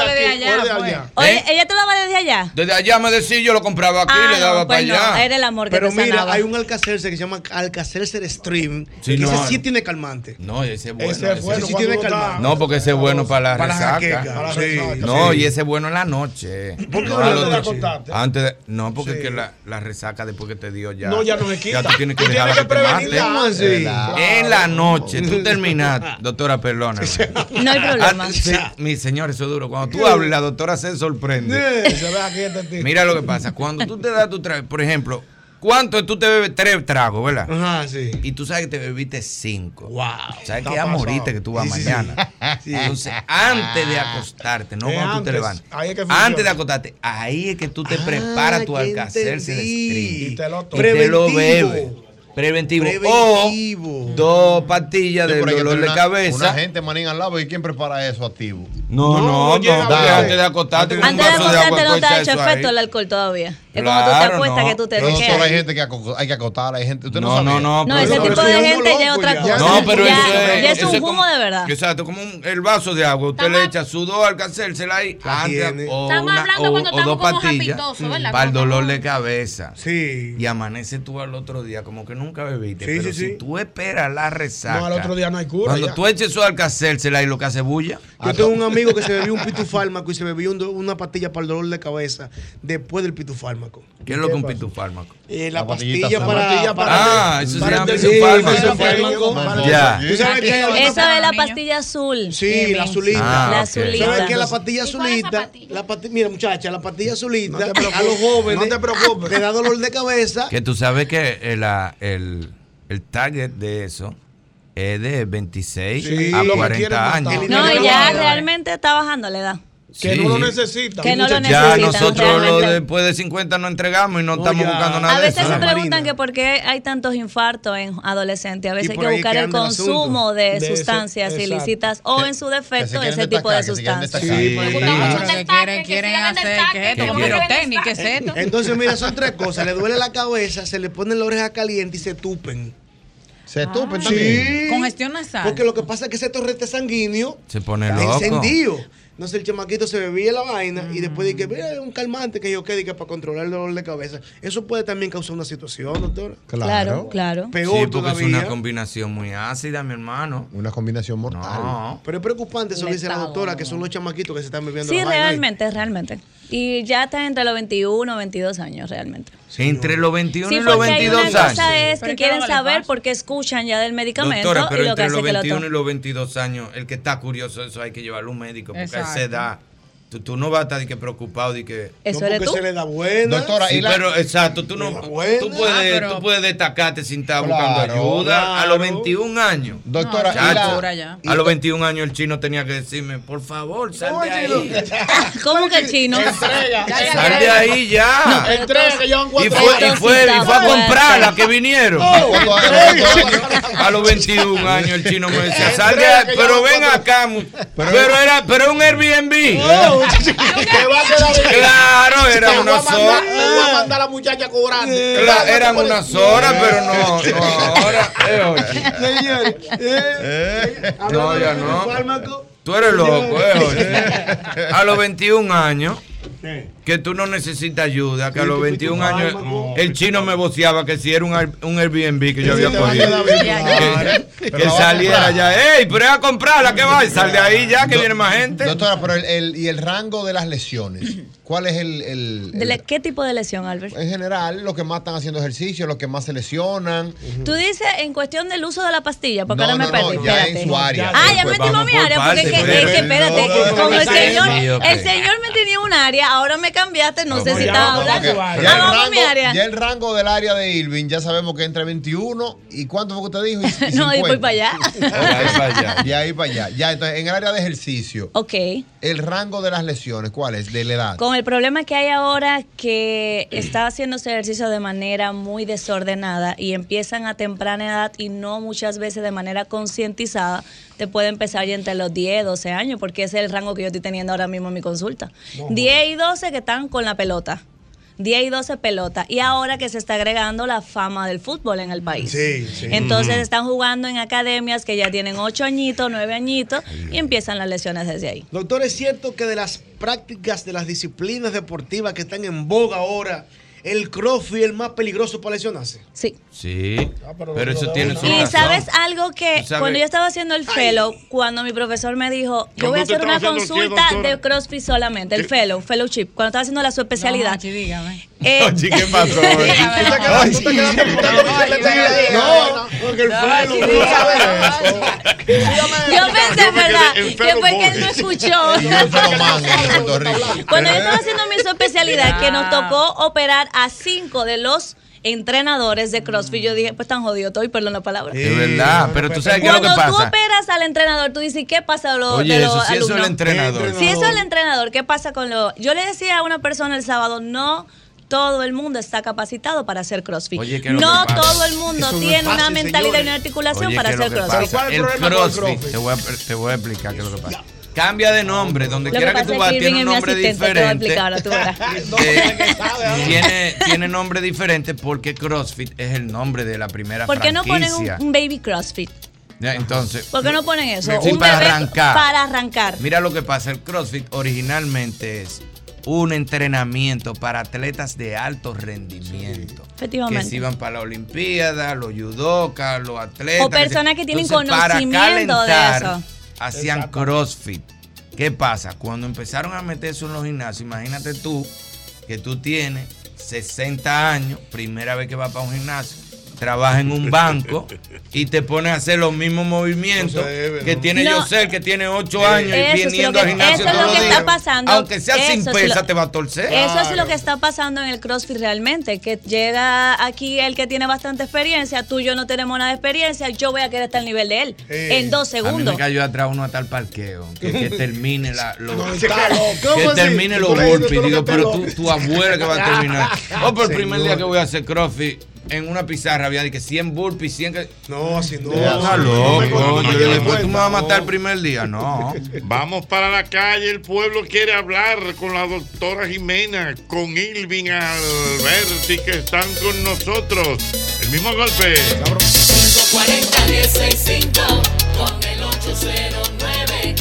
Oye, ella te lo daba desde allá.
Desde allá me decía, yo lo compraba aquí
Ah,
y ¿Eh? le daba
no, pues
para allá.
no, era el amor que
Pero
te
mira,
sanaba.
hay un Alcacelser que se llama Alcacelser Stream.
Sí,
que
no,
ese sí
no.
tiene calmante.
No, ese es bueno.
Ese es bueno cuando uno está-
No, porque ese es bueno para la
Para la
resaca.
jaqueca, para la
Sí.
resaca,
No,
sí.
y ese es bueno en la noche.
¿Por qué
No,
durante
al otro
la
día.
contaste?
Antes de- no, porque
Sí.
que la, la resaca después que te dio ya.
No, ya no se quita.
Ya tú tienes que
Tú tienes
dejarla
que
que, te
prevenirla,
mate.
sí.
En la- En la noche. Tú terminas, doctora, perdona.
No hay
Ah,
problema.
mi señor, eso es duro. Cuando tú hablas, la doctora se sorprende.
Se ve aquí este tipo.
Mira lo que pasa. Cuando tú te das tu trago, por ejemplo, ¿cuánto tú te bebes tres tragos, verdad?
Ajá, sí.
Y tú sabes que te bebiste cinco.
Wow.
Sabes
Está
que ya
pasado.
moriste que tú vas
Sí, sí, sí.
mañana.
Sí.
Entonces, antes de acostarte, no
Es
cuando tú te
antes.
levantas.
Ahí es que funciona.
antes de acostarte, ahí es que tú te preparas tu
Ah, ya
alcacerse de
entendí.
string.
Y te lo
Y te lo
Preventivo.
bebes. Preventivo.
Preventivo.
O dos pastillas de
Pero hay que
dolor
tener
de
una-
cabeza.
Una gente manín al lado. ¿Y quién prepara eso activo?
No, no, no,
llega,
porque
llega.
antes de acostarte, con un
Antes de
vaso de agua
acostarte no te
cocha
ha hecho
eso ahí.
efecto el alcohol todavía. Es como tú te acuestas que tú te
Pero doctor, hay
dejes.
gente que aco- hay que acotar, hay gente. Usted no,
No,
sabe.
no, no,
No, ese tipo de gente ya es otra cosa.
No, pero
ya,
eso es,
ya es
eso
un
como-
humo de verdad.
Exacto, como un- el vaso de agua. Usted le echa su dos alcacérsela ahí. antes, o
Estamos
una-
hablando
o-
cuando
o
estamos
dos
como
pastillas
japitosos, ¿verdad?
para el
Cuando
dolor de cabeza. Sí. Y amanece tú al otro día como que nunca bebiste.
Sí,
pero
sí,
si
sí.
tú esperas la resaca.
No, al otro día no hay cura.
Cuando
ya.
tú eches su alcacérsela y lo que hace bulla.
Yo Ah, tengo un amigo que se bebió un pitufármaco y se bebió un do- una pastilla para el dolor de cabeza después del pitufármaco.
¿Qué es lo que un pitufármaco?
Eh, la,
La pastillita
pastilla para,
sana.
para-
Ah, eso se
para
llama
el-
pitufármaco.
sí, pitufármaco.
Pitufármaco. Ya.
¿Tú sabes qué?
Esa es la pastilla azul.
Sí, la azulita.
Ah, La ok. azulita.
¿Sabes qué? La pastilla azulita. La pastilla, mira, muchacha, la pastilla azulita a los jóvenes no te preocupes. le da dolor de cabeza.
Que tú sabes que el, ah, el, el target de eso es de 26
Sí,
a
lo que
40
quieren
años.
No, ya
Eliminar.
realmente está bajando la edad.
Que no lo necesita.
Que no lo
Ya
necesitan.
nosotros lo
realmente.
después de 50 no entregamos y no, estamos buscando nada
A
de
veces
eso.
se preguntan que por qué hay tantos infartos en adolescentes. A veces hay
por
que
ahí
buscar
que
el
anda el asunto.
consumo
De
de,
ese-
sustancias
exacto.
ilícitas o en su defecto ese tipo de sustancias.
Que quieren, quieren hacer, ¿qué es
que
esto? Como
quieren-
pirotecnia, ¿qué es esto?
Eh, Entonces, mira, son tres cosas. Le duele la cabeza, se le pone la oreja caliente y se tupen.
Se tupen
Ah,
Sí.
Congestión nasal.
Porque lo que pasa es que ese torrente sanguíneo
Se pone
está
loco.
encendido. Entonces el chamaquito se bebía la vaina y después
Mm.
dije, mira, un calmante que yo que dije para controlar el dolor de cabeza. Eso puede también causar una situación, doctora.
Claro, claro.
Peor
sí, porque es
todavía.
una combinación muy ácida, mi hermano.
Una combinación mortal.
No.
Pero es preocupante eso que dice la
Letal.
doctora, que son los chamaquitos que se están bebiendo
Sí,
la vaina.
realmente, realmente. Y ya está entre los 21 22 años, realmente.
Sí, entre los 21
Sí,
y los
porque hay
22
una
años.
cosa
Pero
es que
es que
quieren
no le
saber
pasa.
por qué escuchan ya del medicamento
Doctora, pero
y lo que
entre
hace
los
que lo
21 y
tomen.
los 22 años, el que está curioso, eso hay que llevarlo a un médico, porque a
Exacto.
esa edad, tú, tú no vas a estar de que preocupado de que...
Eso No, eres porque tú. se le
da buena.
Doctora,
Doctora, y la-
pero exacto, tú, no, tú, puedes, tú puedes destacarte sin estar buscando
Claro,
ayuda a los
claro.
21 años.
Doctora, y la-
Chacho,
Ahora ya.
a los 21 años el chino tenía que decirme, por favor, sal de ahí.
¿Cómo que el chino?
Entrega.
Sal de ahí ya.
Entrega, que llevan
Y
cuatro
fue, y
horas.
fue, y fue a comprar la que vinieron.
Oh,
A los 21 años el chino me decía, sal de ahí, pero ven acá. mu- Pero era pero un Airbnb.
Oh, te va a quedar bien.
Claro, era
Te voy a
una
mandar-
sola.
te voy a mandar a la muchacha cobrando.
Era- eran unas horas, pero no, no ahora. eh, oye.
Señores,
Eh, no, ya no.
fármaco.
Tú eres loco, eh, oye. A los 21 años, que tú no necesitas ayuda, que a los 21 años el chino me voceaba que si era un, Air- un Airbnb que yo había cogido. Que, que saliera ya, ¡ey! Pero es a comprarla, que va? Y Sal de ahí ya, que viene más gente.
Doctora, pero el, el- y el rango de las lesiones, ¿cuál es el, el-
¿De la- ¿Qué tipo de lesión, Albert?
el- en general los que más están haciendo ejercicio, los que más se lesionan?
Tú dices en cuestión del uso de la pastilla, porque
No,
ahora me
no, no,
perdí.
ya
espérate.
en su área.
Ah, ya
Pues
metimos
vamos
mi
por
área, porque
partes,
es que,
pues.
es que,
No,
espérate,
no,
como el
no, no, sí,
señor,
ok.
el señor me tenía un área, ahora me cambiaste, no sé si estaba hablando. Ah,
Ya el,
vamos a
rango,
mi área.
ya el rango del área de Irving, ya sabemos que entre 21 y cuánto fue que usted dijo. Y, y
No, y voy
50.
para allá.
Y ahí para allá. Ya, entonces, en el área de ejercicio,
Ok.
el rango de las lesiones, ¿cuál es? De la edad.
Con el problema que hay ahora que está haciéndose ejercicio de manera muy desordenada y empiezan a temprana edad y no muchas veces de manera concientizada, te puede empezar ya entre los 10, 12 años, porque ese es el rango que yo estoy teniendo ahora mismo en mi consulta. 10 y 12 que están con la pelota. 10 y 12 pelota. Y ahora que se está agregando la fama del fútbol en el país.
Sí, sí.
Entonces
Ujú.
están jugando en academias que ya tienen 8 añitos, 9 añitos y empiezan las lesiones desde ahí.
Doctor, es cierto que de las prácticas de las disciplinas deportivas que están en boga ahora, el crossfit es el más peligroso para lesionarse.
Sí.
Sí, pero eso tiene su
Y
razón.
sabes algo que
Tú sabes-
cuando yo estaba haciendo el fellow, cuando mi profesor me dijo, yo
¿Cuándo
voy a
usted
hacer una
estaba haciendo qué,
consulta
doctora?
de CrossFit solamente, el fellow, fellowship, cuando estaba haciendo la su especialidad. Eh,
Oye, ¿qué pasó?
No, porque el pelo.
yo pensé, ¿verdad? Que fue que él no
Y yo
escuchó.
soy man en Puerto Rico.
Cuando yo estaba haciendo mi especialidad, que nos tocó operar a cinco de los entrenadores de CrossFit, yo dije, pues tan jodido estoy, perdón la palabra.
Es verdad, pero tú sabes qué es lo que
Cuando tú
pasa.
operas al entrenador, tú dices, ¿qué pasa de los,
Oye,
de
eso,
los
si eso es el
alumnos?
entrenador.
Si eso es el entrenador, ¿qué pasa con los...? Yo le decía a una persona el sábado, no todo el mundo está capacitado para hacer CrossFit.
Oye, ¿qué es lo que
no
pasa?
todo el mundo
Eso no es
tiene una
fácil,
mentalidad y una
señores.
articulación
Oye,
para
¿qué es lo
hacer
que
CrossFit.
pasa? El CrossFit, te voy a- te voy a explicar qué es lo que pasa. Cambia de nombre, donde
Lo que
quiera que
pasa
tú
es
vas,
que Irving
tiene
es
un
mi
nombre
asistente, te voy a explicar ahora,
diferente.
tú verás. ¿ah?
Tiene, tiene nombre diferente porque CrossFit es el nombre de la primera
¿Por qué no ponen un,
franquicia.
un baby CrossFit?
Ya, Entonces,
¿Por qué no ponen eso?
Sí,
un
para
bebé
arrancar.
para arrancar.
Mira lo que pasa, el CrossFit originalmente es un entrenamiento para atletas de alto rendimiento. Que
Efectivamente.
se iban para la Olimpiada, los yudokas, los atletas.
O personas que tienen conocimiento de eso.
Hacían CrossFit. ¿Qué pasa? Cuando empezaron a meter eso en los gimnasios, imagínate tú que tú tienes 60 años, primera vez que vas para un gimnasio, trabajas en un banco y te pones a hacer los mismos movimientos que tiene
No.
Yosel, que tiene 8 años
Eso
y
es
viene
lo
yendo
que-
al gimnasio
eso es lo
todos los
que está
días.
pasando.
Aunque sea
Eso
sin
es
pesa,
lo-
te va a torcer.
Eso es lo que está pasando en el CrossFit realmente, que llega aquí el que tiene bastante experiencia, tú y yo no tenemos nada de experiencia, yo voy a querer estar al nivel de él en dos
A mí
segundos.
me cayó atrás uno a tal parqueo. Que, que termine la, los-
No, está loco.
que
¿Cómo
termine
así?
los
Tú le dices,
burpees.
pero que
Digo,
está
pero
loco.
tú, tu abuela que va a terminar. O por el primer
Señor.
día que voy a hacer crossfit. En una pizarra había de que 100 burpees, 100 que...
No, así no.
Está
No
loco.
me conozco,
Yo
no
digo,
me
después tú me vas a
cuento.
matar el primer día. No.
Vamos para la calle, el pueblo quiere hablar con la doctora Jimena, con Ilvin Alberti que están con nosotros. El mismo golpe.
540-165 con el 809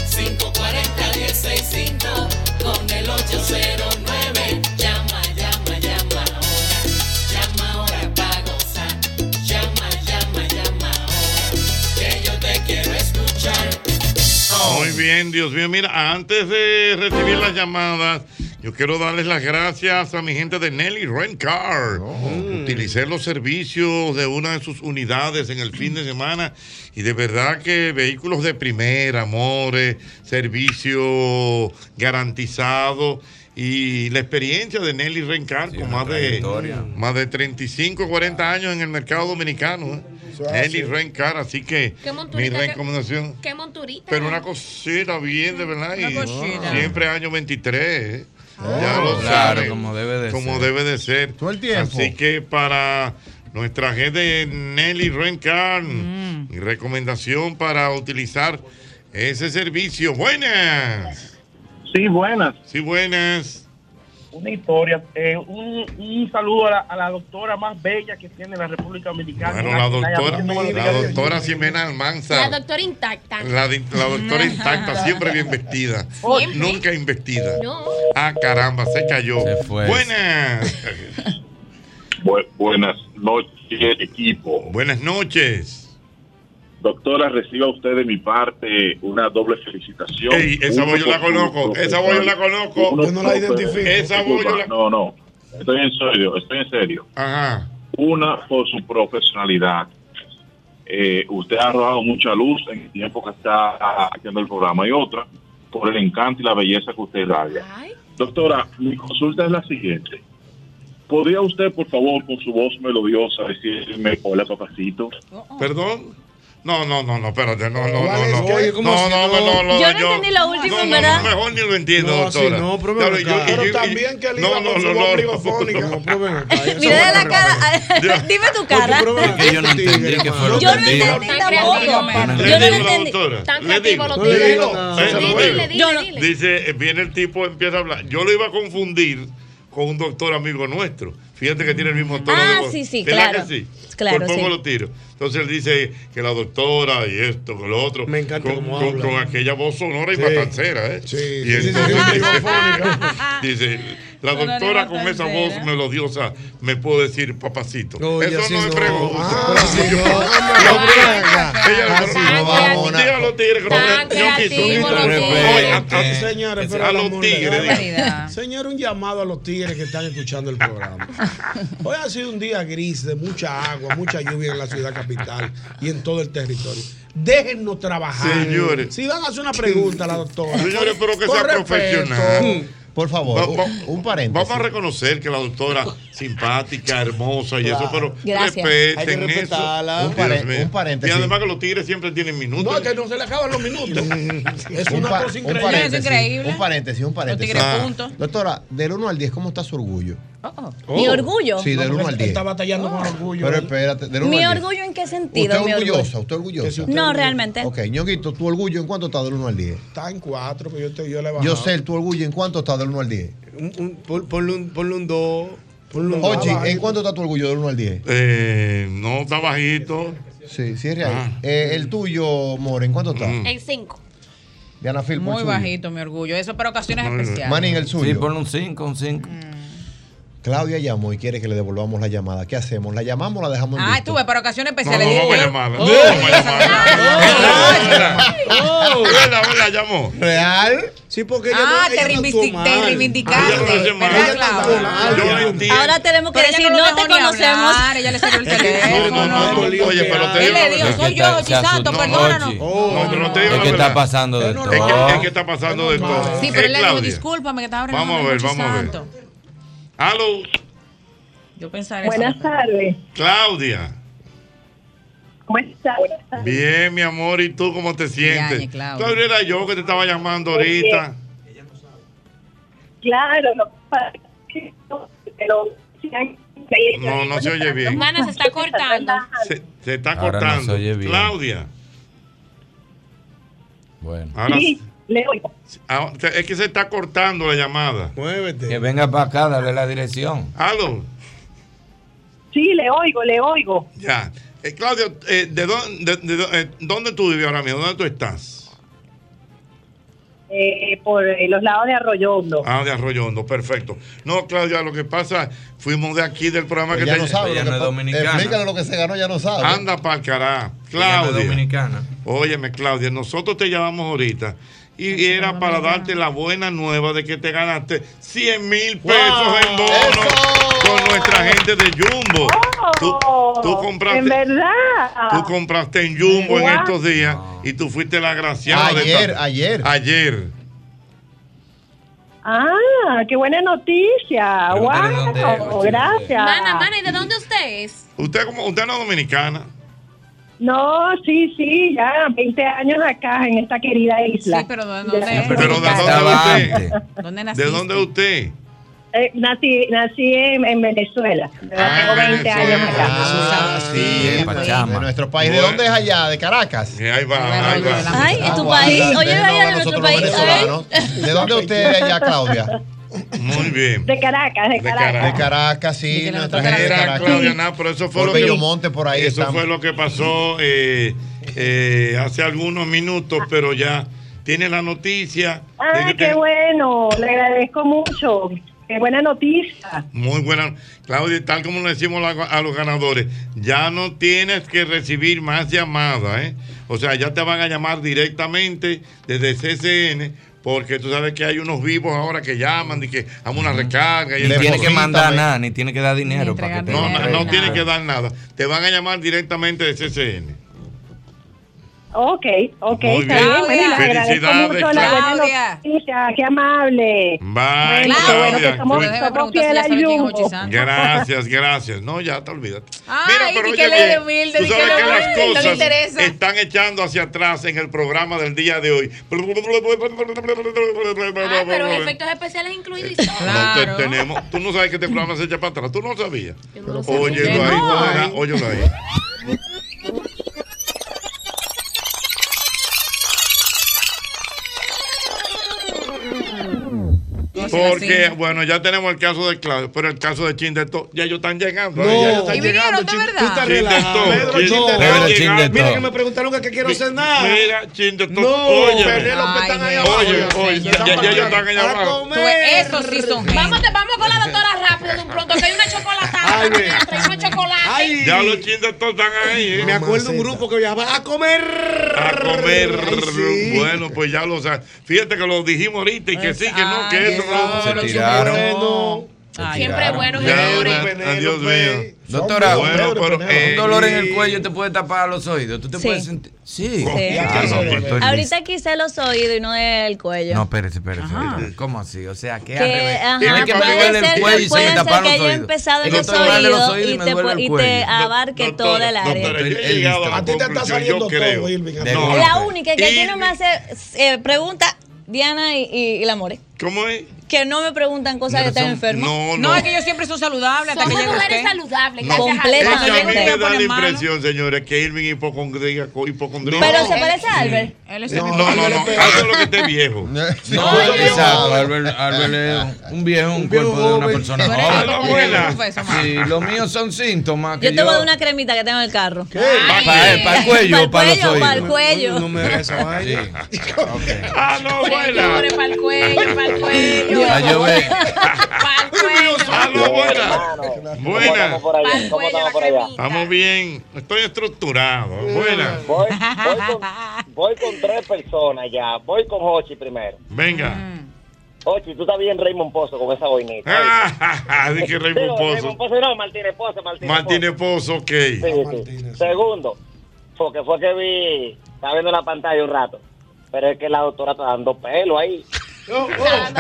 540-165
bien, Dios mío. Mira, antes de recibir las llamadas, yo quiero darles las gracias a mi gente de Nelly Rent Car. Mm. Utilicé los servicios de una de sus unidades en el fin de semana y de verdad que vehículos de primera, amores, servicio garantizado. Y la experiencia de Nelly Rencar con más de, más de 35, 40 años en el mercado dominicano. ¿eh? Nelly Rencar, así que
¿Qué
mi
monturita?
recomendación.
¿Qué, qué monturita?
Pero una cosita bien, de verdad. y
Una cosita.
Siempre año 23. ¿eh? ya lo
Ah. claro,
saben,
como debe de
como
ser.
debe de ser.
el tiempo.
Así que para nuestra gente Nelly Rencar,
Mm.
mi recomendación para utilizar ese servicio. Buenas.
Sí, buenas.
Sí, buenas.
Una historia. eh, un, un saludo a la, a la doctora más bella que tiene la República Dominicana.
Bueno, la
Naya
doctora,
Díaz.
la doctora Ximena Almanza,
La doctora intacta.
la, di- la doctora intacta, siempre bien vestida.
Siempre.
Nunca investida.
No.
Ah, caramba, se cayó. Buenas.
buenas noches, equipo.
Buenas noches.
Doctora, reciba usted de mi parte una doble felicitación.
Ey, esa voz yo la conozco, esa voz yo la conozco. Yo no la identifico. Esa voz yo la-
No, no. Estoy en serio, estoy en serio.
Ajá.
Una por su profesionalidad. Eh, usted ha arrojado mucha luz en el tiempo que está haciendo el programa. Y otra, por el encanto y la belleza que usted irradia. Doctora, mi consulta es la siguiente. ¿Podría usted, por favor, con su voz melodiosa, decirme hola, papacito?
¿Perdón? No, no, no, no, espérate, no, no,
¿Cuál es?
no,
Oye,
no.
¿cómo
No,
así?
no,
No.
no, no.
Yo
no entendí lo último,
no, no,
¿verdad?
No, mejor ni lo entiendo,
No, así
doctora.
no, pero
Claro,
ven acá.
y
Pero
también que no, no, no, no,
Mira de la cara. Dime tu cara.
yo no entendí que fue lo
Yo
que
no
entendí.
entendí tampoco.
Le
Yo no
digo,
entendí.
doctora,
Tan
le digo.
creativo los tigres.
digo,
No,
eh,
dile,
lo
dile,
digo.
dile, dile.
Dice, eh, viene el tipo, empieza a hablar. Yo lo iba a confundir con un doctor amigo nuestro. Fíjate que tiene el mismo tono.
Ah,
de voz.
sí, sí,
¿Verdad
claro.
que sí?
Claro,
Por poco
sí.
lo tiro. Entonces él dice que la doctora y esto, que lo otro. Me encanta con,
cómo
con-
habla.
con aquella voz sonora y
Sí.
batancera, ¿eh? Y
sí,
entonces
sí, sí,
dice-
sinfónica.
Dice, la
Sonora y
doctora con esa
batancera.
voz melodiosa me puede decir papacito.
Oye,
Eso
así
no me
no. Ah,
pregunta.
eh, Señores, pero
a
el
los
amor
tigres,
de Dios.
diga.
Señor, un llamado a los tigres que están escuchando el programa. Hoy ha sido un día gris de mucha agua, mucha lluvia en la ciudad capital y en todo el territorio. Déjennos trabajar.
Señores.
Si van a hacer una pregunta a la doctora.
Señores, pero que
con
sea
respeto.
profesional.
Por favor,
un, paréntesis. Vamos a reconocer que la doctora simpática, hermosa y eso, pero
Gracias. Hay que
respeten eso. Oh,
respetarla. Un
Dios
paré-
mío.
un paréntesis.
Y además que los tigres siempre tienen minutos.
No, que no se le acaban los minutos. es
Un
una
pa-
cosa
un
increíble.
paréntesis, Un paréntesis, un paréntesis.
tigres punto.
Doctora, del 1 al 10, ¿cómo está su orgullo?
Oh,
Mi
Oh.
orgullo.
Sí, del 1 al 10.
Está batallando con orgullo.
Pero espérate, del 1
Mi
al 10.
orgullo en qué
¿Usted
sentido? Mi orgullo.
Ah,
orgullosa? ¿Usted orgullosa?
No, realmente.
Ok, ñonguito, ¿tu orgullo en cuánto está del 1 al 10?
Está en cuatro, pero yo, te, yo le he
Yo
bajado.
sé, ¿tu orgullo en cuánto está del 1 al 10?
Un- un- pon- ponle un, ponle un dos. Ponle un dos.
Ochi, ¿en cuánto está tu orgullo del 1 al 10?
Eh, no, está bajito. Ah.
Sí, sí, es real. Eh, el tuyo, More, ¿en cuánto está?
Mm.
En cinco.
Diana Filpo, el
Muy
suyo.
bajito, mi orgullo. Eso para ocasiones especiales.
Manning, el suyo. Mm.
Sí, ponle un 5, un 5.
Claudia llamó y quiere que le devolvamos la llamada. ¿Qué hacemos? ¿La llamamos o la dejamos en
Ah,
visto?
estuve para ocasiones especiales.
No, no, vamos a
Eh,
llamarla.
oh,
No, vamos a
Hola, hola, llamó.
¿Real?
Sí, porque
ella Ah, no- te ella no reivindic- actuó mal. te reivindicaste, Ella no lo hace mal. ¿verdad, Ella no actuó Claudia? mal,
Yo mentí.
Ahora tenemos que
Pero ella
decir,
no lo
no
dejó
te
ni
conocemos.
hablar, Ella le cerró el teléfono.
Oye, pero te digo
Él le
la verdad.
digo, soy yo, Ochi Santo, perdónanos.
No, yo no te digo
Es
la
que está
verdad.
pasando de todo.
Es que- Es que está pasando de todo.
Sí, pero
Eh,
él le dijo,
Claudia.
discúlpame que estaba
Vamos
hablando
a ver,
de Ochi
vamos a ver.
Santo.
Aló,
Yo pensaba
Buenas tardes.
Claudia.
¿Cómo estás?
Bien, mi amor, ¿y tú cómo te sientes?
Claudia.
Claudia era yo que te estaba llamando ahorita.
Claro, lo que pasa es que lo
No, no se oye bien.
Mana, se está cortando.
Se, se está
Ahora no se
cortando.
oye bien.
Claudia.
Bueno.
Ahora,
le oigo.
ahora- Ah, es que se está cortando la llamada.
Muévete.
Que venga para acá, dale la dirección.
Aló.
Sí, le oigo, le oigo.
Ya. Eh, Claudia, eh, ¿de dónde, de- de dó- eh, dónde tú vives ahora mismo? ¿Dónde tú estás?
Eh, por eh, los lados de Arroyondo.
Ah, de Arroyondo, perfecto. No, Claudia, lo que pasa, fuimos de aquí del programa
Pues
que
ya
te-
no sabe. lo que pa- Explícale lo que se ganó, ya no sabe.
Anda para el carajo.
Ella no es
Claudia.
dominicana.
Óyeme, Claudia, nosotros te llamamos ahorita Y era para darte la buena nueva de que te ganaste 100 mil pesos en bonos con nuestra gente de Jumbo. Tú, tú compraste.
En verdad.
Tú compraste en Jumbo en
Wow.
estos días y tú fuiste la graciada. de
Ayer,
esta-
ayer.
Ayer.
Ah, qué buena noticia.
pero ¿de dónde?
Wow, gracias.
Mana, mana, ¿y de dónde usted es?
Usted como usted no es dominicana.
No, sí, sí, ya 20 años acá en esta querida isla.
Sí, pero ¿de
Ya.
dónde?
Pero ¿de
Estaba
dónde es usted?
¿Dónde
¿De
naciste?
dónde es usted?
Eh, nací nací en, en Venezuela.
tengo
20 años acá.
Ah, sí, es de nuestro país. ¿De dónde es allá? ¿De Caracas? Ah,
Ahí va, ahí va.
Ay, es tu
Agua,
país.
adelante,
Oye,
no,
vaya de nuestro
nosotros
país.
los venezolanos. ¿De dónde usted es allá, Claudia?
Muy bien.
De Caracas, de Caracas.
De Caracas, sí, nuestra gente de
Era
Caracas.
Claudia Nava, pero eso fue
Por
lo que
Bellomonte, por ahí
Eso
estamos.
fue lo que pasó eh, eh, hace algunos minutos, pero ya tiene la noticia. de
Ah,
que
qué
te-
bueno, le agradezco mucho. Qué buena noticia.
Muy buena. Claudia, tal como le decimos la- a los ganadores, ya no tienes que recibir más llamadas, ¿eh? O sea, ya te van a llamar directamente desde CCN, porque tú sabes que hay unos vivos ahora que llaman y que hagan una recarga. Y
Ni
esas
tiene que
cositas,
mandar
¿eh?
nada, ni tiene que dar dinero para que te
No, no, no
den.
tiene que dar nada. Te van a llamar directamente de CCN.
Ok, ok,
Muy
está
bien.
bien. Bueno, le agradezco
Felicidades,
mucho la buena
Claudia.
noticia. Qué amable.
Bye,
Bueno, qué bueno, que
Claudia.
somos-
Cuí-
somos fieles al Jumbo.
Gracias, gracias. No, ya te olvídate.
Ah,
Ay,
Pero
di
oye
que le
bien,
humilde,
tú
di que
sabes
le
que las
humilde, no le
cosas
interesa.
están echando hacia atrás en el programa del día de hoy.
Ah, pero efectos especiales incluidos. y todo.
No te- tenemos, tú no sabes que este programa se echa para atrás. Tú no lo sabías.
lo sabía.
Óyelo ahí,
No.
ojalá, óyelo ahí.
Mm.
Porque, bueno, ya tenemos el caso de Claudio, pero el caso de Chindeto, ya ellos están llegando.
No.
eh, ya ellos están
Y vinieron,
llegando,
de
Chin-
verdad.
Tú estás
Chin de
relajado.
todo,
Pedro
Chin de
Chindeto.
todo.
Pedro
Mira
Chindeto.
Mira que me preguntaron que qué quiero cenar.
Mira, Chindeto.
No,
oye,
Pelé, los que están ahí abajo,
Oye,
ya,
oye,
ya
ya, ya,
están
ya ellos
para
están allá
allá.
abajo.
Tú,
Pues,
esos sí son gente.
Vamos, te- vamos con la doctora rápido de un pronto, que hay una chocolatada. Hay una chocolate.
Ya los Chindetos están ahí. eh.
Me acuerdo un grupo que viajaba a comer.
A comer. Bueno, pues ya lo sabes. Fíjate que lo dijimos ahorita y que sí, que no, que eso. no.
Se tiraron.
Siempre es bueno que
Ya,
lloren.
Adiós
pues,
mío.
Doctora,
Bueno, pero, eh,
un dolor en el cuello te puede tapar los oídos. Tú te
Sí.
puedes sentir. Sí.
Sí.
Ah, no, pues, estoy listo.
Ahorita quise los oídos y no el cuello.
No, espérese, espérese. espérese. ¿Cómo así? O sea, que,
Que,
al revés.
ajá,
No es que me
puede
duele el
ser-
cuello y se
puede
me
ser
taparon
que
los
haya
oídos.
empezado en
Yo
los
estoy mal de los
oídos
oídos
y
me
te
duele
pu-
el
y te
cuello.
abarque todo el área.
Doctora, yo he
Estoy
llegado a
listo.
la
A ti te está
conclusión, yo
saliendo todo,
creo.
Irving, a
No,
ti.
La
no.
única que aquí no me hace eh, pregunta, Diana y, y, y la More.
¿Cómo es?
Que no me preguntan cosas que están enfermos.
No,
No, es que yo siempre soy saludable hasta que
Somos
llegue
mujeres
usted.
saludables,
No,
gracias
es
a
que
Dios.
a mí me da la
ponen mano.
impresión, señores, que Irving es hipocondríaco. hipocondríaco.
Pero se parece a Albert.
No, no, no. Algo lo que esté viejo.
No, exacto. Albert, Albert es un viejo, un, cuerpo de una persona
Pero
joven.
eres como Abuela. un
Sí, los míos son síntomas. Que
Yo te voy a dar una cremita que tengo en el carro.
¿Para qué? ¿Para el cuello o para los oídos?
Para el cuello.
Sí.
Ah, no, abuela.
Pobre pa'l cuello, pa'l cuello.
Va a llover.
Pa'l cuello.
Aló, buena. Buena.
Pa'l cuello.
por allá? Mm.
Estamos bien. Estoy estructurado. Buena.
Voy, voy con, voy con tres personas ya. Voy con Hochi primero.
Venga.
Mm.
Hochi, tú estás bien Raymond Pozo con esa boinita.
Así Ah, que Raymond
Digo,
Pozo.
Raymond Pozo no, Martínez Pozo, Martínez
Martínez Pozo, ok.
Pozo. Sí, sí. Segundo, porque fue que vi, estaba viendo la pantalla un rato, pero es que la doctora está dando pelo ahí.
Oh,
pues.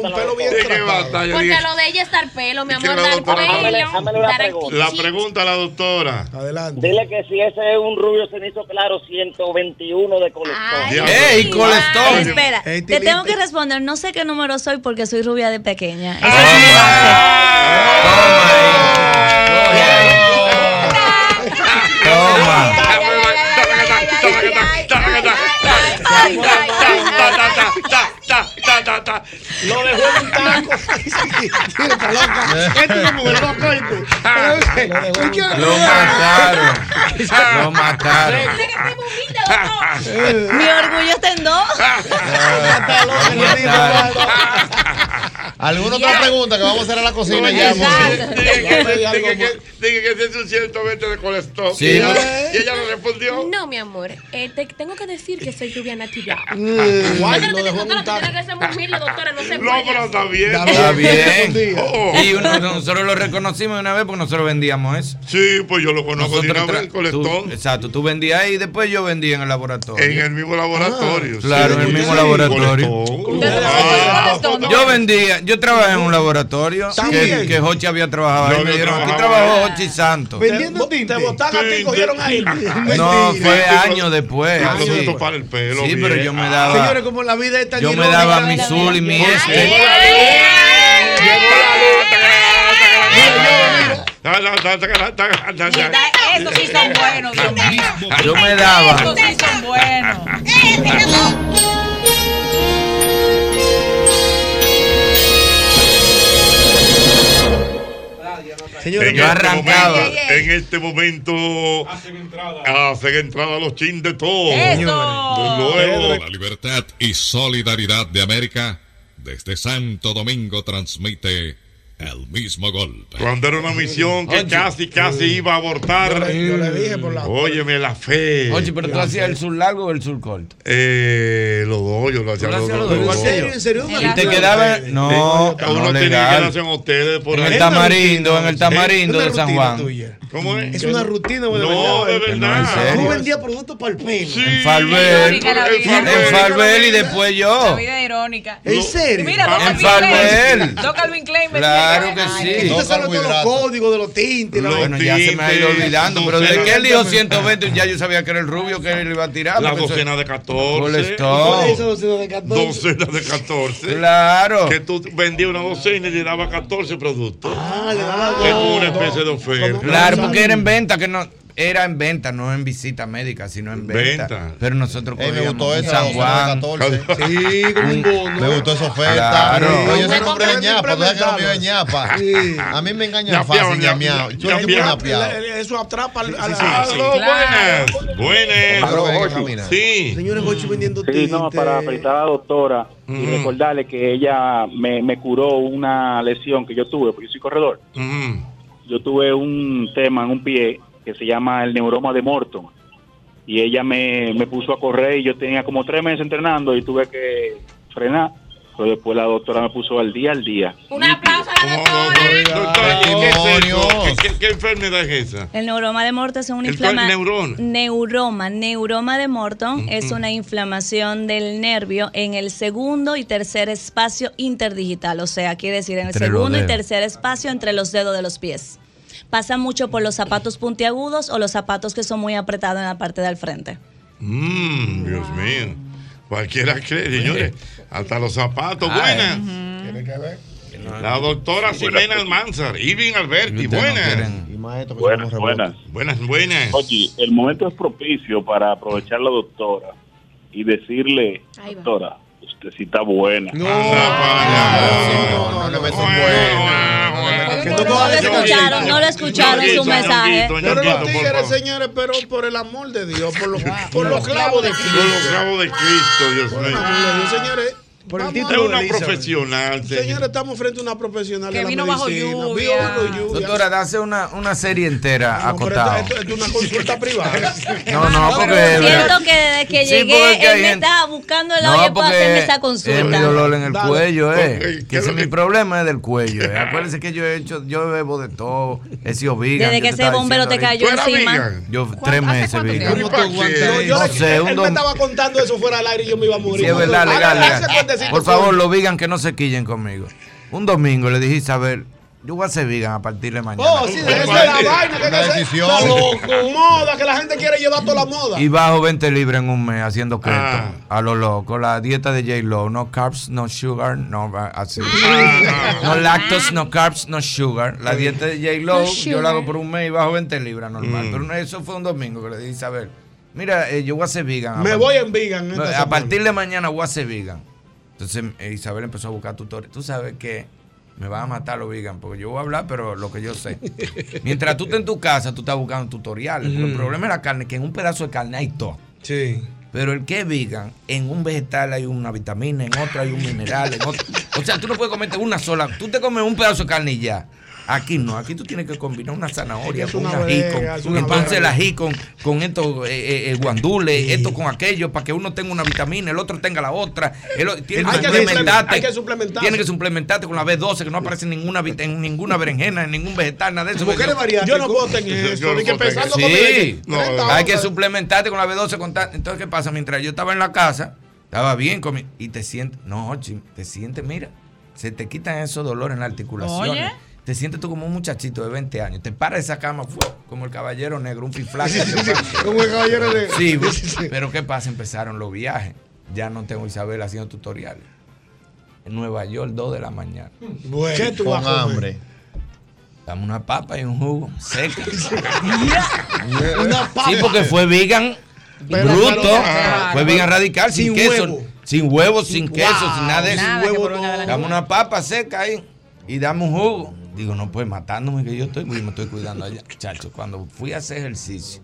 Un pelo bien
¿De qué batalla?
Porque
Dije,
lo de ella es dar pelo, mi
¿Y qué
amor,
la
dar
doctora?
cuello.
Dámele una
dar
pregunta.
La pregunta a la doctora.
Adelante.
Dile que si ese es un rubio cenizo claro, 121 de colesterol.
¡Ey, colesterol!
Espera, te tengo que responder. No sé qué número soy porque soy rubia de pequeña.
Ah. Toma.
Lo dejó en un taco. Está loca. Esta es una mujer loca. ¿y tú? ¿Y qué?
Eh. Lo mataron. Lo mataron.
Mi orgullo está en dos.
Ah. Lo mataron.
¿Alguna otra pregunta que vamos a hacer a la cocina
Oye,
ya?
sí,
porque-
Dije que- dije que- dije que ese es un 120 de colesterol.
Sí,
y, ella,
porque-
y ella le respondió.
No, mi amor. eh, te tengo que decir que soy lluvia natural.
Mm, guay,
Doctora,
lo
tú
dejó Ah,
tienes- doctora, tú
montar.
tienes que ser muy humilde, doctora. No se
No, pero está bien.
Está bien.
Oh.
Y uno- nosotros lo reconocimos de una vez porque nosotros vendíamos eso.
Sí, pues yo lo conozco de una vez,
colector. Exacto, tú vendías ahí y después yo vendía en el laboratorio. Ah,
En el mismo laboratorio.
claro, en el mismo laboratorio.
Ah,
Yo vendía, yo trabajé en un laboratorio que,
También.
que Hochi había trabajado. ahí.
No,
me
yo
dijeron, aquí
trabajaba
trabajó Hochi Santos.
Vendiendo tinte. Te botan a ti, cogieron a él.
No, fue
Mentira.
años después.
Años
sí.
de
pelo,
Sí, pero
bien.
yo me
Señores,
daba.
como la vida es tan
Yo me
irónica.
daba mi Zul y mi este.
Estos sí son buenos, Dios mío.
Yo me daba.
Estos sí son buenos.
en,
yo
este
arrancaba.
momento, en este momento hacen entrada, los chin de todo. De nuevo.
La libertad y solidaridad de América desde Santo Domingo transmite el mismo golpe.
Cuando era una misión que
Oye.
casi, casi iba a abortar. Óyeme, la fe.
Oye, pero tú
La
hacías
fe.
el sur largo o el sur corto.
Eh, los dos, yo lo hacía
¿Tú lo
los
hacías
dos.
los dos?
los
¿En serio,
dos.
en serio? ¿Y te quedaba-
Sí,
No,
a uno
no
tenía
legal.
que darse en hoteles por
En
ahí.
el tamarindo, en el tamarindo
Una
de San
rutina
Juan.
tuya. ¿Cómo es?
Es una rutina, güey, de
No, de
verdad.
verdad.
en serio.
Tú vendías productos para el pelo.
En Falbel.
Irónica la
En
vida.
Falbel. En Falbel y después
La
yo.
vida es irónica.
¿En serio?
Mira,
Ah,
Don
en
Calvin
Falbel.
Klein. Don Calvin Klein. me
Claro
tiene
que
ganar.
sí.
Tú sabes todos los códigos de los tintes. la vaina.
Bueno, ya se me ha ido
tintes,
olvidando, pero desde
docena
que él
de
dijo
café.
120, ya yo sabía que era el rubio que él le iba a tirar.
La
porque eso-
docena de 14.
Colesterol.
Pues,
Docena de 14.
Claro.
Que tú vendías una docena y le dabas 14 productos.
Ah, le daba
Es
dos,
como una
dos.
especie de oferta.
Claro, porque era en venta, que no. Era en venta, no en visita médica, sino en venta.
Venta.
Pero nosotros
Ey, me
cogíamos
gustó
un
esa,
San Juan.
14.
Sí, como un bono.
Me gustó esa oferta.
Claro.
Oye, ese nombre de ñapa, tú sabes que no me dio ñapa.
Sí.
A mí me engañan
Ñapeado,
fácil,
ña-
ñameado. Yo era
ña-
tipo ñapeado.
ña- Eso atrapa al. al-
sí.
al-
Buenas. Buenas.
Claro, venga,
Buenas. Sí.
Señores, Gochi vendiendo
Sí, no, para felicitar a la doctora y recordarle que ella me, me curó una lesión que yo tuve, porque yo soy corredor. Yo tuve un tema en un pie que se llama el neuroma de Morton. Y ella me, me puso a correr y yo tenía como tres meses entrenando y tuve que frenar. Pero después la doctora me puso al día al día.
Un aplauso a la
Doctora, ¿qué- qué es eso?
Demonios.
¿Qué- qué- ¿Qué enfermedad es esa?
El neuroma de Morton es una
¿El cuál?
inflamación.
Neurona.
Neuroma. Neuroma de Morton es
Ujú.
una inflamación del nervio en el segundo y tercer espacio interdigital. O sea, quiere decir en el
Entre los
segundo y
dedos.
tercer espacio entre los dedos de los pies. Pasa mucho por los zapatos puntiagudos o los zapatos que son muy apretados en la parte del frente.
Mmm, Dios mío. Cualquiera cree, señores. Hasta los zapatos. Buenas. La doctora Ximena Almanzar, Irving Alberti. Buenas.
Buenas, buenas.
Buenas, buenas.
Oye, el momento es propicio para aprovechar la doctora y decirle, doctora, usted sí está buena. No,
escucharon, no lo escucharon su mensaje.
Pero los tigres, señores, pero por el amor de Dios, por los, por los clavos de Cristo.
Por los clavos de Cristo, Dios
Por el amor de Dios,
mío.
señores. vamos
Es
a-
una profesional,
Señores,
señor.
estamos frente a una profesional
Que
de la
vino bajo
medicina.
lluvia.
Vino bajo lluvia.
Doctora, dase una, una serie entera
No, pero
acotado.
esto- esto es una consulta privada.
No, no, porque.
Siento que desde que
Sí,
llegué,
porque hay
él me
gente-
estaba buscando el
No,
audio para
porque
hacerme esa
Es mi
consulta.
dolor en el
Dale.
cuello, eh.
Ok,
Que ese mi problema es del cuello. eh. Acuérdense que yo he hecho, yo bebo de todo, he sido vegan.
Desde
yo
que
te
ese
estaba
bombero
diciendo
te
ahorita. ¿Tú
cayó
eras
encima?
vegan? Yo tres meses vegan.
¿Cómo tú aguantas eso?
No
Yo-
sé,
él
un
me
dom-
estaba contando eso fuera del aire y yo me iba a morir.
Sí, es verdad,
Hágale
legal,
ese
legal.
cortecito,
Por favor,
tú.
los vegan que no se quillen conmigo. Un domingo le dije, Isabel, yo voy a ser vegan a partir de mañana.
Oh, sí, esa es la vaina que hay que hacer. Está loco. Moda, que la gente quiere llevar toda Ah. la moda.
Y bajo 20 libras en un mes haciendo keto. A lo loco. La dieta de J-Lo. No carbs, no sugar, no va- así.
Ah,
no lactos, no carbs, no sugar. La dieta de J-Lo
No
yo
sugar.
la hago por un mes y bajo 20 libras
Mm.
normal. Pero no, eso fue un domingo que le dije a Isabel. Mira, eh, yo voy a ser vegan. A
Me
part-
voy en vegan esta
A
semana.
partir de mañana voy a ser vegan. Entonces eh, Isabel empezó a buscar tutores. Tú sabes que me van a matar los vegan porque yo voy a hablar, pero lo que yo sé. Mientras tú estás en tu casa, tú estás buscando tutoriales. porque el
Ujú.
problema de la carne es que en un pedazo de carne hay todo.
Sí.
Pero el que vegan, en un vegetal hay una vitamina, en otro hay un mineral, en otro. O sea, tú no puedes comerte una sola. Tú te comes un pedazo de carne y ya. Aquí no, aquí tú tienes que combinar una zanahoria
Es
con
una
un ají.
brega,
con-
es una
entonces el
brega.
ají con, con estos eh, eh, eh, guandules, esto con aquello, para que uno tenga una vitamina, el otro tenga la otra. El o- tienes
Hay
que
que
suplementarte.
suplementar- hay que suplementarse.
Tienes que suplementarte con la B12, que no aparece en ninguna, vit- en ninguna berenjena, en ningún vegetal, nada de eso.
Mujeres variáticas. Yo no voto en eso, Yo no ni que voto en pensando eso. como de que
Sí,
30
hay
onzas.
que suplementarte con la B12. Con tal- Entonces, ¿qué pasa? Mientras yo estaba en la casa, estaba bien comi- y te sientes, no, chim, te sientes, mira, se te quitan esos dolores en las articulaciones.
Oye.
Te sientes tú como un muchachito de 20 años. Te para esa cama, ¡fua! como el caballero negro, un fiflaco.
Como el caballero de-
Sí,
Sí, sí, sí.
pero ¿qué pasa? Empezaron los viajes. Ya no tengo a Isabel haciendo tutoriales. En Nueva York, 2 de la mañana.
Bueno, ¿Qué tú vas a comer?
Dame una papa y un jugo seca.
Una papa.
Sí, porque fue vegan
Pero-
bruto.
pero- ah,
fue vegan radical, sin,
sin
queso.
huevo.
Sin huevo, sin queso, sin nada de eso.
Nada, que Huevo por
no.
Dame una papa seca ahí y dame un jugo. Digo, no, pues matándome que yo estoy, porque me estoy cuidando allá. Chacho, cuando fui a hacer ejercicio,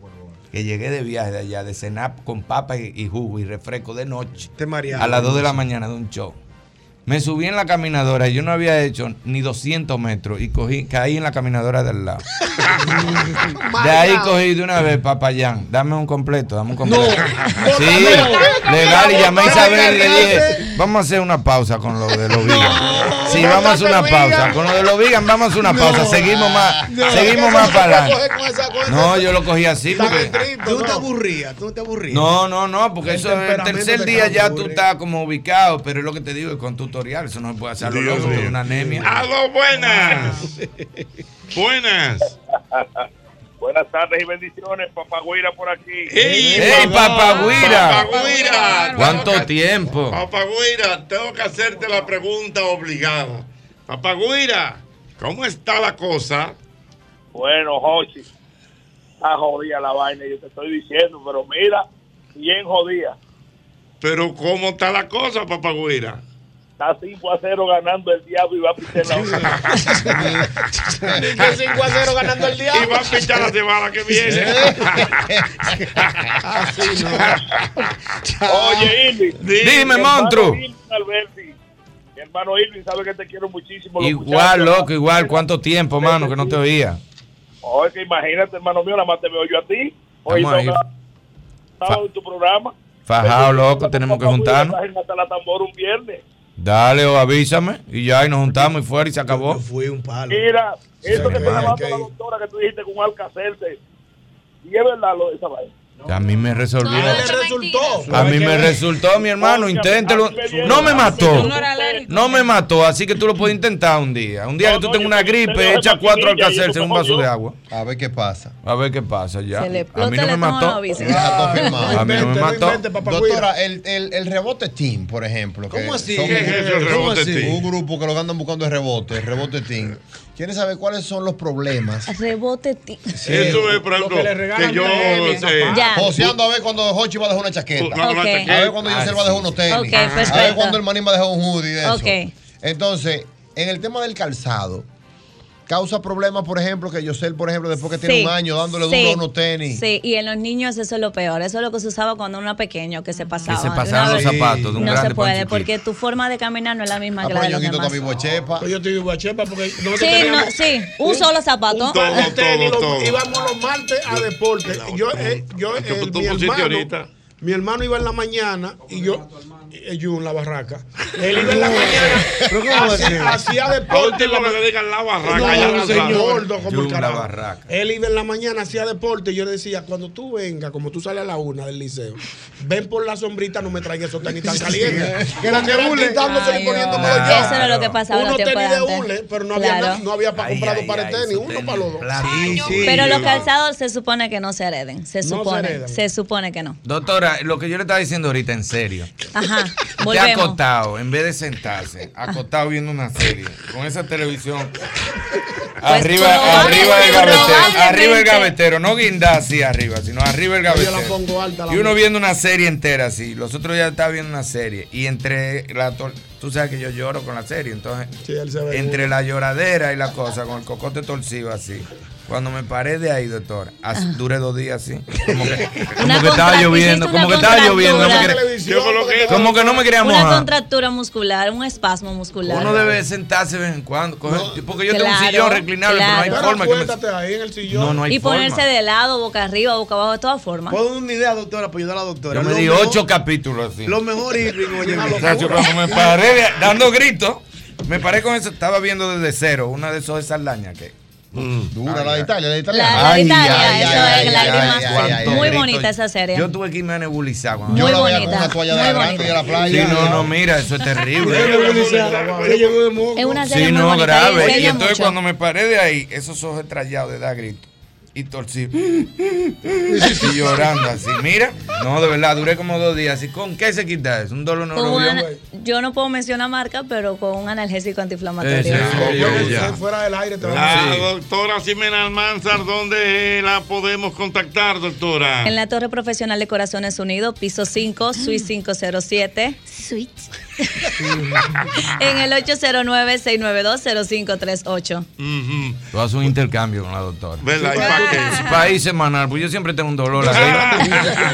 que llegué de viaje de allá, de cenar con papa y, y jugo y refresco de noche.
mareaste.
A las 2 de la mañana de un show. Me subí en la caminadora, yo no había hecho ni 200 metros y cogí, caí en la caminadora del lado. De ahí cogí de una vez, papayán, dame un completo, dame un completo. sí,
no.
legal, y llamé a
Te
Isabel y le dije,
cargaste.
vamos a hacer una pausa con lo de los vegan. sí, vamos a hacer una pausa. Con lo de los vegan, vamos a hacer una pausa. Seguimos más, seguimos más para adelante. No, yo lo cogí así porque...
Tú no te aburrías, tú no te aburrías.
No, no, no, porque eso es el
temperamento
tercer
te
día ya tú
cambia,
estás como ubicado, pero es lo que te digo, es con tutorial, eso no se puede hacer a lo
Dios
loco, que
mío.
una anemia.
Ah,
Aló,
Ah,
buenas. buenas.
Buenas tardes y bendiciones, papagüira por aquí.
¡Ey,
¡Ey, papagüira!
Papagüira.
¿Cuánto tiempo?
Papagüira, tengo que hacerte la pregunta obligada. Papagüira, ¿cómo está la cosa?
Bueno, Jochi, está jodida la vaina, yo te estoy diciendo, pero mira, bien jodida.
Pero ¿cómo está la cosa, papagüira?
Está 5 a 0 ganando el diablo y va a pisar la otra.
Dije
5 a 0 ganando el diablo.
Y va a pinchar la semana que viene.
Ah,
Oye, Irving.
Dime,
mi hermano
monstruo.
Irving Alberti, Mi hermano Irving sabe que te quiero muchísimo. los
Igual,
muchachos,
loco, igual, ¿cuánto tiempo, mano, que no te oía?
Oye, Oh, que imagínate, hermano mío, nada más te veo yo a ti. Hoy
Vamos a ir.
estaba en tu programa.
Fajado, loco, tenemos que juntarnos.
Estás en hasta la tambor un viernes.
Dale o avísame y ya, y nos juntamos y fuera y se acabó.
Fue un palo.
Mira, eso que
Sí,
te llamaba
ok.
la doctora que tú dijiste con Alcacerte. Y es verdad lo de esa vaina.
A mí me resolvieron.
resultó.
A mí me resultó, mi hermano, inténtelo. No me mató. No me mató, así que tú lo puedes intentar un día. Un día que tú tengas una gripe, echa cuatro alcacerces en un vaso de agua.
A ver qué pasa.
A ver qué pasa ya.
Se le
A
explota
mí no
el
me
estómago
mató.
a Vicente. Ya, confirmado.
A mí no me mató.
Doctora, el, el, el rebote team, por ejemplo. que
¿Cómo así?
son
¿Qué
un-
es eso, el
¿Cómo
rebote
así?
team?
Un grupo que lo que andan buscando es rebote, el rebote team. ¿Quieres saber cuáles son los problemas?
Rebote ti-
Eso es, por ejemplo, que, yo sé.
Ya.
Joseando a ver cuando Hochi va a dejar una
Una-
chaqueta.
una Ok. chaqueta.
A ver cuando
Ah,
Yusel va a dejar
sí.
unos tenis.
Ok,
a ver
perfecto.
cuando el manín va a dejar un hoodie de eso.
Ok.
Entonces, en el tema del calzado, causa problemas, por ejemplo, que Yosel, por ejemplo, después que tiene
Sí,
un año dándole
sí,
duro a unos tenis.
Sí, y en los niños eso es lo peor. Eso es lo que se usaba cuando uno era pequeño, que se pasaba.
se
Una
pasaban
vez-
los zapatos, de un
No
grande
se
para un
puede,
chiquito.
porque tu forma de caminar no es la misma
Ah,
que
pero
la de los
Ñonguito
demás.
está vivo chepa.
Pues
Yo estoy vivo a Chepa porque
Sí,
nosotros
no, sí, un solo zapato.
par de
Este,
tenis, los-
todo.
íbamos los martes a deporte.
Yo, eh, yo, eh,
tú
mi
pusiste
hermano,
ahorita.
mi hermano iba en la mañana y yo, eh, yo en la barraca. Él iba en la mañana, hacía, hacía deporte. en la
que le digan la barraca,
No,
ya
no,
la
señor,
saben.
no, como
Yo
el
en la
carajo.
barraca.
Él iba en la mañana, hacía deporte. Y yo le decía, cuando tú vengas, como tú sales a la una del liceo, ven por la sombrita, no me traigas esos tenis tan calientes. que eran de hule. Quitándose y poniéndome los
Ay,
yo.
Eso era lo que pasaba en
Uno
los tiempos
tenis
de
de
antes.
hule, pero no había,
Claro.
nada- no había pa- comprado para el tenis, uno para los dos.
Pero los calzados se supone que no se hereden. Se
se
supone,
heredan.
se supone que no.
Doctora, lo que yo le estaba diciendo ahorita, en serio.
Ajá,
Usted
volvemos.
acotado, en vez de sentarse, acotado viendo una serie, con esa televisión. arriba,
probablemente,
arriba el gavetero.
probablemente.
Arriba el gavetero, no guinda así arriba, sino arriba el
Yo la
gavetero.
pongo alta. la
Y uno
mía.
viendo una serie entera así. Los otros días estaba viendo una serie. Y entre la tor- tú sabes que yo lloro con la serie, entonces.
Sí, él se ve.
Entre la lloradera y la cosa, con el cocote torcido así. Cuando me paré de ahí, doctor, as- duré dos días así. Como que, como
Una
que estaba
contra-
lloviendo,
hiciste
como
una
que estaba lloviendo. no me
contractura.
quería- Como que no me quería
Una
mojar.
contractura muscular, un espasmo muscular.
Uno debe sentarse de vez en cuando. coger- porque yo tengo un
Claro,
sillón reclinable, pero no hay
claro.
forma que me
Cuéntate ahí en el sillón.
No, no hay
y
forma.
ponerse de lado, boca arriba, boca abajo, de todas formas.
Puedo dar una idea, doctora, para ayudar a la doctora.
Yo me
Lo
di
mejor-
ocho capítulos así.
Lo mejor, Irving, oye.
Muchacho, cuando me paré de- dando gritos, me paré con eso. Estaba viendo desde cero una de esos de Saldaña que.
Dura, la de Italia, la de Italia.
La, la de Italia, eso es lágrimas. muy bonita esa serie.
Yo tuve que irme a nebulizar. Juan.
Muy Yo la veía con bonita, una toalla de muy
adelante bonita. y a la playa.
Sí, no, no, mira, eso es terrible.
Es una serie
Sí,
muy
no,
bonita. y
grave. Y
enseña
entonces
mucho.
cuando me paré de ahí, esos ojos estrellados de dar gritos y torcidos. y llorando así. Mira, no, de verdad, duré como dos días. ¿Y con qué se quita eso? Un dolor no
Con
lo
un
dio.
ana- yo no puedo mencionar marca, pero con un analgésico antiinflamatorio.
Ese, ese, ya.
Fuera del aire, te
lo
La
Sí.
doctora Ximena Almanzar, ¿dónde la podemos contactar, doctora?
En la Torre Profesional de Corazones Unidos, piso 5, suite 507. Suite. en el 809-692-0538.
Tú haces un intercambio con la doctora.
¿Verdad? ¿Y para qué?
Es País semanal, pues yo siempre tengo un dolor aquí.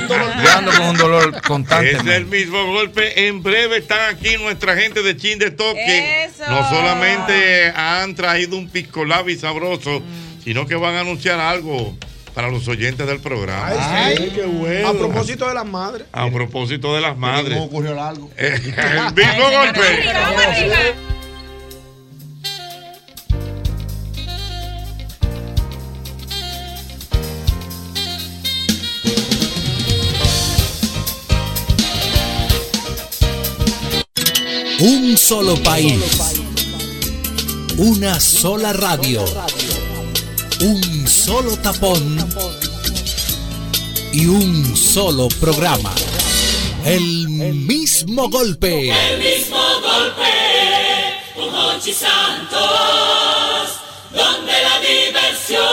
Yo ando con un dolor constante.
Es el mismo golpe. En breve están aquí nuestra gente de Chin de Toque. No solamente han traído un pisco labi sabroso, sino que van a anunciar algo para los oyentes del programa.
Ay, qué bueno. A propósito de las madres.
A propósito de las madres.
¿Cómo ocurrió algo?
Eh, el mismo golpe.
Un solo país. Una sola radio. Un solo tapón. Y un solo programa. El mismo golpe.
El mismo golpe con Hochi Santos, donde la diversión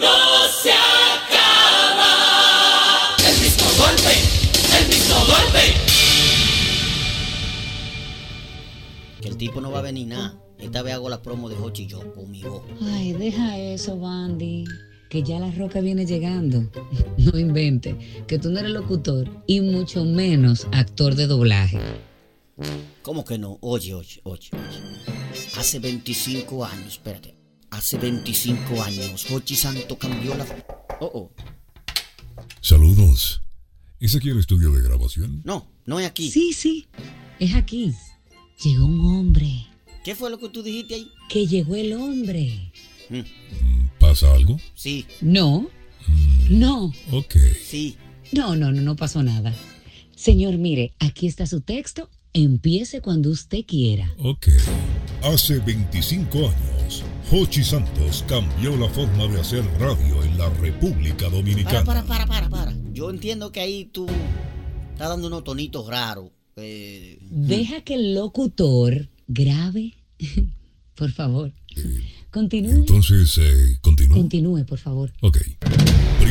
no se acaba. El mismo golpe, el mismo golpe.
Que el tipo no va a venir nada. Esta vez hago la promo de Hochi yo con mi voz.
Ay, deja eso, Bandy. Que ya la roca viene llegando. No invente, que tú no eres locutor y mucho menos actor de doblaje.
¿Cómo que no? Oye, oye, oye, oye. Hace 25 años, espérate. Hace 25 años, Hochi Santo cambió la. Oh, oh.
Saludos. ¿Es aquí el estudio de grabación?
No, no es aquí.
Sí, sí, es aquí. Llegó un hombre.
¿Qué fue lo que tú dijiste ahí?
Que llegó el hombre.
¿Pasa algo?
Sí.
No.
Mm.
No.
Ok.
Sí.
No, no, no, no pasó nada. Señor, mire, aquí está su texto. Empiece cuando usted quiera.
Ok. Hace 25 años, Hochi Santos cambió la forma de hacer radio en la República
Para,
Dominicana.
para, para, para, para. Yo entiendo que ahí tú estás dando unos tonitos raros. Eh,
Deja que el locutor grabe. Por favor. Continúe.
Entonces, eh, continúa.
Continúe, por favor.
Ok.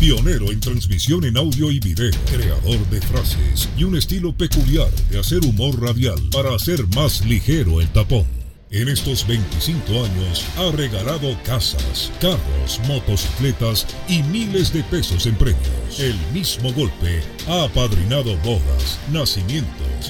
Pionero en transmisión en audio y video, creador de frases y un estilo peculiar de hacer humor radial para hacer más ligero el tapón. En estos 25 años ha regalado casas, carros, motocicletas y miles de pesos en premios. El mismo golpe ha apadrinado bodas, nacimientos,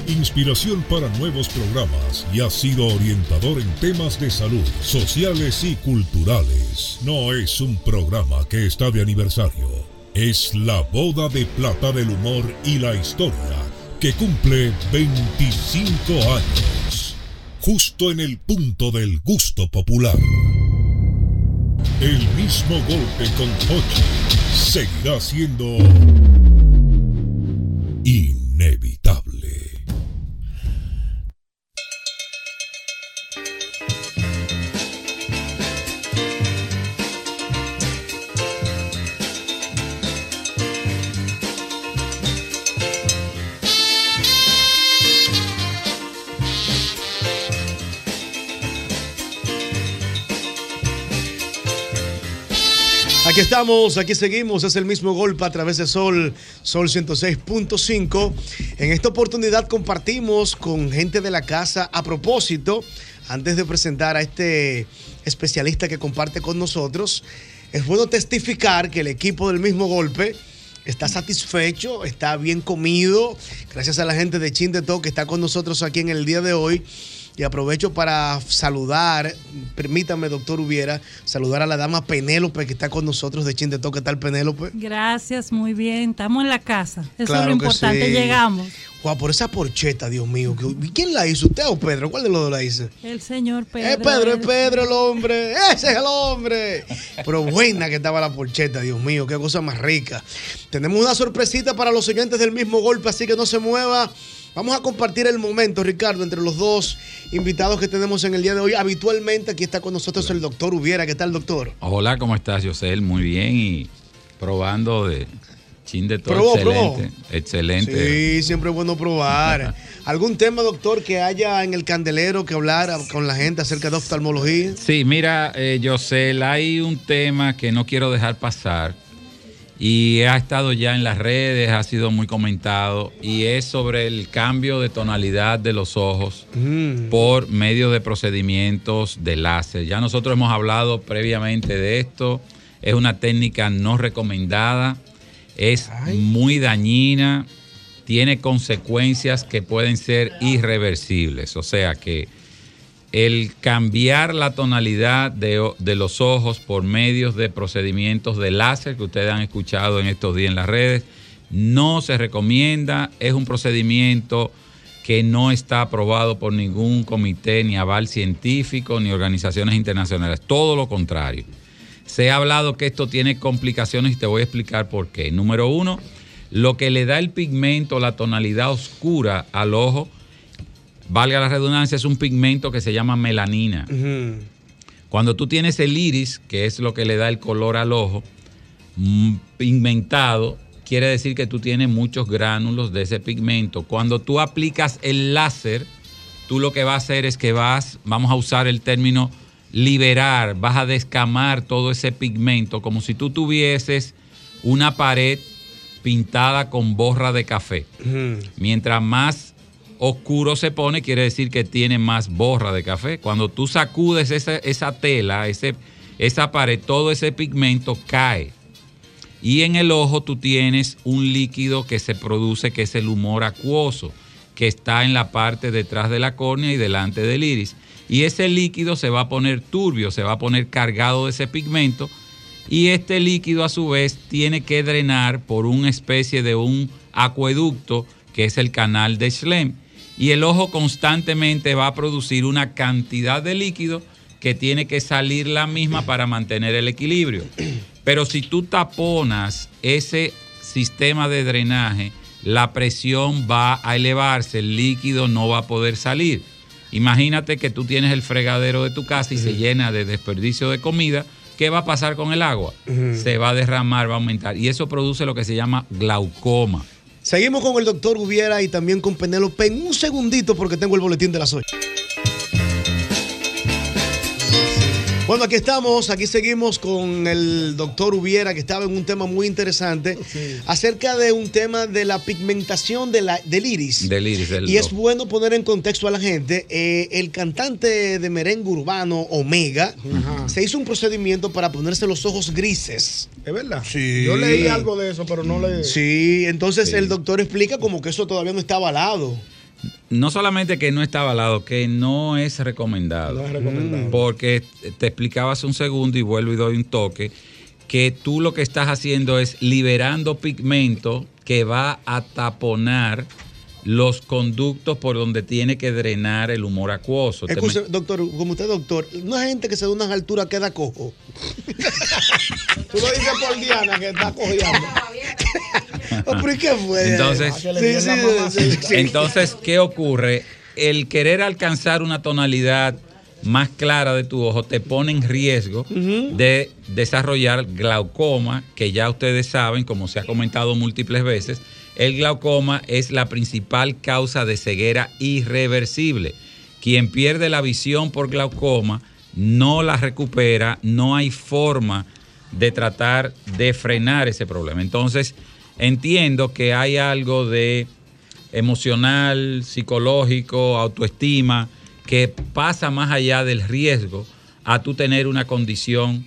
inspiración para nuevos programas y ha sido orientador en temas de salud, sociales y culturales. No es un programa que está de aniversario, es la boda de plata del humor y la historia que cumple 25 años, justo en el punto del gusto popular. El mismo golpe con Hochi seguirá siendo inevitable.
Aquí estamos, aquí seguimos, es el mismo golpe a través de Sol, Sol 106.5. En esta oportunidad compartimos con gente de la casa a propósito, antes de presentar a este especialista que comparte con nosotros, es bueno testificar que el equipo del mismo golpe está satisfecho, está bien comido, gracias a la gente de Chin de Todo que está con nosotros aquí en el día de hoy. Y aprovecho para saludar, permítame, doctor Hubiera, saludar a la dama Penélope que está con nosotros de Chin de Todo. ¿Qué tal, Penélope?
Gracias, muy bien. Estamos en la casa. Eso es
Claro
lo
que
importante.
sí.
Llegamos.
Guau, por esa porcheta, Dios mío. que- ¿Quién la hizo? ¿Usted o Pedro? ¿Cuál de los dos la hizo?
El señor Pedro.
Es Pedro, es Pedro el hombre. Ese es el hombre. Pero buena que estaba la porcheta, Dios mío, qué cosa más rica. Tenemos una sorpresita para los oyentes del mismo golpe, así que no se mueva. Vamos a compartir el momento, Ricardo, entre los dos invitados que tenemos en el día de hoy. Habitualmente aquí está con nosotros el doctor Hubiera. ¿Qué tal, doctor?
Hola, ¿cómo estás, Yosel? Muy bien y probando de chin de todo.
Probó, probó.
excelente. Excelente.
Sí, siempre es bueno probar. ¿Algún tema, doctor, que haya en el candelero que hablar con la gente acerca de oftalmología?
Sí, mira, eh, Yosel, hay un tema que no quiero dejar pasar y ha estado ya en las redes, ha sido muy comentado y es sobre el cambio de tonalidad de los ojos
Mm.
por medio de procedimientos de láser. Ya nosotros hemos hablado previamente de esto. Es una técnica no recomendada, es muy dañina, tiene consecuencias que pueden ser irreversibles. O sea que el cambiar la tonalidad de, o- de los ojos por medios de procedimientos de láser que ustedes han escuchado en estos días en las redes, no se recomienda, es un procedimiento que no está aprobado por ningún comité, ni aval científico, ni organizaciones internacionales, todo lo contrario. Se ha hablado que esto tiene complicaciones y te voy a explicar por qué. Número uno, lo que le da el pigmento, la tonalidad oscura al ojo, valga la redundancia, es un pigmento que se llama melanina. Cuando tú tienes el iris, que es lo que le da el color al ojo, mm, pigmentado, quiere decir que tú tienes muchos gránulos de ese pigmento. Cuando tú aplicas el láser, tú lo que vas a hacer es que vas, vamos a usar el término liberar, vas a descamar todo ese pigmento como si tú tuvieses una pared pintada con borra de café. Mientras más oscuro se pone, quiere decir que tiene más borra de café. Cuando tú sacudes esa, esa tela, ese, esa pared, todo ese pigmento cae. Y en el ojo tú tienes un líquido que se produce, que es el humor acuoso, que está en la parte detrás de la córnea y delante del iris. Y ese líquido se va a poner turbio, se va a poner cargado de ese pigmento. Y este líquido a su vez tiene que drenar por una especie de un acueducto que es el canal de Schlemm. Y el ojo constantemente va a producir una cantidad de líquido que tiene que salir la misma para mantener el equilibrio. Pero si tú taponas ese sistema de drenaje, la presión va a elevarse, el líquido no va a poder salir. Imagínate que tú tienes el fregadero de tu casa y se llena de desperdicio de comida. ¿Qué va a pasar con el agua?
Mm.
Ujú.
Se va a derramar, va a aumentar. Y eso produce lo que se llama glaucoma.
Seguimos con el doctor Gubiera y también con Penélope en un segundito porque tengo el boletín de las 8. Bueno, aquí estamos, aquí seguimos con el doctor Hubiera, que estaba en un tema muy interesante, acerca de un tema de la pigmentación de la- del iris.
Del iris, del
y es
ojo.
bueno poner en contexto a la gente, eh, el cantante de merengue urbano Omega se hizo un procedimiento para ponerse los ojos grises.
¿Es verdad?
Sí.
Yo leí algo de eso, pero no leí.
Sí, entonces
Sí.
el doctor explica como que eso todavía no está avalado.
No solamente que no está avalado, que no es recomendado.
No es recomendado.
Porque te explicaba hace un segundo y vuelvo y doy un toque, que tú lo que estás haciendo es liberando pigmento que va a taponar los conductos por donde tiene que drenar el humor acuoso. Te
Escuche, doctor, como usted es doctor, no hay gente que se da unas alturas queda cojo.
Tú lo dices por Diana que está cojeando.
¿Por qué fue? Ah,
Entonces,
Sí, sí, sí, sí, sí.
entonces, ¿qué ocurre? El querer alcanzar una tonalidad más clara de tu ojo te pone en riesgo de desarrollar glaucoma, que ya ustedes saben, como se ha comentado múltiples veces, el glaucoma es la principal causa de ceguera irreversible. Quien pierde la visión por glaucoma no la recupera, no hay forma de tratar de frenar ese problema. Entonces, entiendo que hay algo de emocional, psicológico, autoestima, que pasa más allá del riesgo a tú tener una condición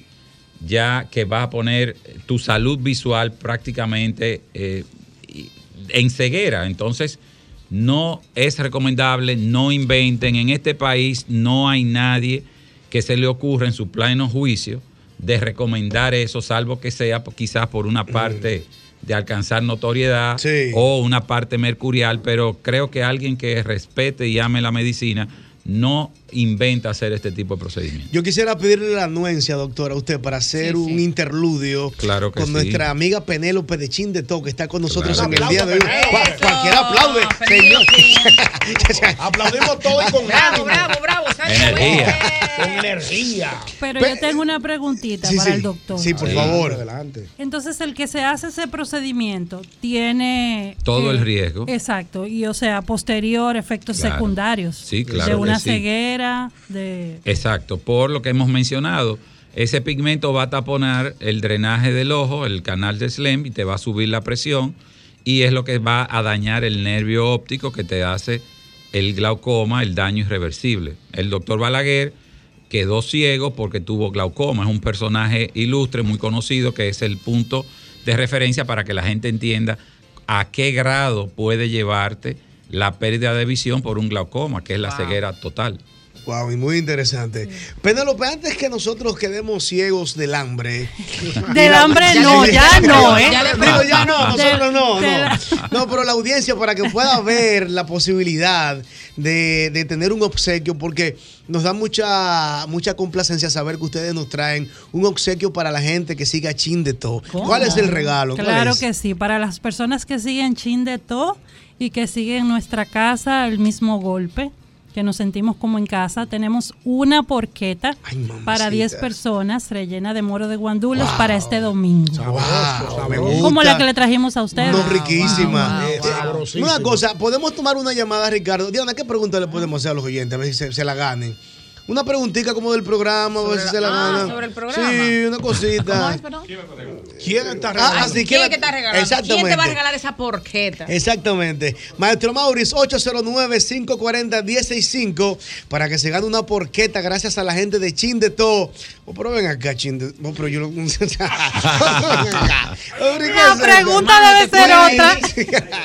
ya que va a poner tu salud visual prácticamente eh, y- en ceguera. Entonces, no es recomendable, no inventen. En este país no hay nadie que se le ocurra en su pleno juicio de recomendar eso, salvo que sea po- quizás por una parte de alcanzar notoriedad o una parte mercurial, pero creo que alguien que respete y ame la medicina no inventa hacer este tipo de procedimientos.
Yo quisiera pedirle la anuencia, doctora, a usted para hacer un interludio
Claro que
con
sí.
nuestra amiga Penélope de Chin de To, que está con nosotros
Claro.
en el día de hoy.
Un aplauso,
Cual-
Penélope.
cualquiera aplaude. Señor.
Aplaudimos todo y con
Bravo,
bravo,
bravo.
Energía.
Con energía.
Pero yo tengo una preguntita para el doctor.
Sí, por
Sí.
favor.
Adelante.
Entonces, el que se hace ese procedimiento tiene...
Todo el riesgo.
Exacto. Y, o sea, posterior, efectos
Claro.
secundarios.
Sí, claro
De
que
una
sí.
ceguera, de...
Exacto, por lo que hemos mencionado, ese pigmento va a taponar el drenaje del ojo, el canal de SLEM y te va a subir la presión y es lo que va a dañar el nervio óptico que te hace el glaucoma, el daño irreversible. El doctor Balaguer quedó ciego porque tuvo glaucoma, es un personaje ilustre, muy conocido, que es el punto de referencia para que la gente entienda a qué grado puede llevarte la pérdida de visión por un glaucoma, que es la
Wow.
ceguera total.
Wow, y muy interesante. Penélope, antes que nosotros quedemos ciegos del hambre.
Del hambre no, ya no, ¿eh?
Ya le- Digo, ya no,
Del-
nosotros no,
del-
no. No, pero la audiencia para que pueda ver la posibilidad de, de tener un obsequio, porque nos da mucha, mucha complacencia saber que ustedes nos traen un obsequio para la gente que siga Chin de todo. ¿Cuál es el regalo? ¿Cuál
Claro
es?
que sí, para las personas que siguen Chin de todo y que siguen nuestra casa el mismo golpe, que nos sentimos como en casa, tenemos una porqueta para 10 personas rellena de moro de guandulos para este domingo.
Wow, me gusta.
Como la que le trajimos a ustedes.
No, riquísima. Eh,
sabrosísima.
una cosa, podemos tomar una llamada, Ricardo. Diana, ¿qué pregunta le podemos hacer a los oyentes? A ver si se, se la ganen. Una preguntita como del programa, a ver si se la
ah,
ganan.
sobre el programa.
Sí, una
¿Cómo
cosita.
es, perdón?
¿Quién está
Ay,
regalando?
¿quién es que está regalando?
Exactamente.
¿Quién te va a regalar esa porqueta?
Exactamente. Maestro Mauris, 809-540-165 para que se gane una porqueta gracias a la gente de Chin de Todo. Oh, pero ven acá, Chin de oh, pero yo no-
La pregunta debe ser otra.
ah,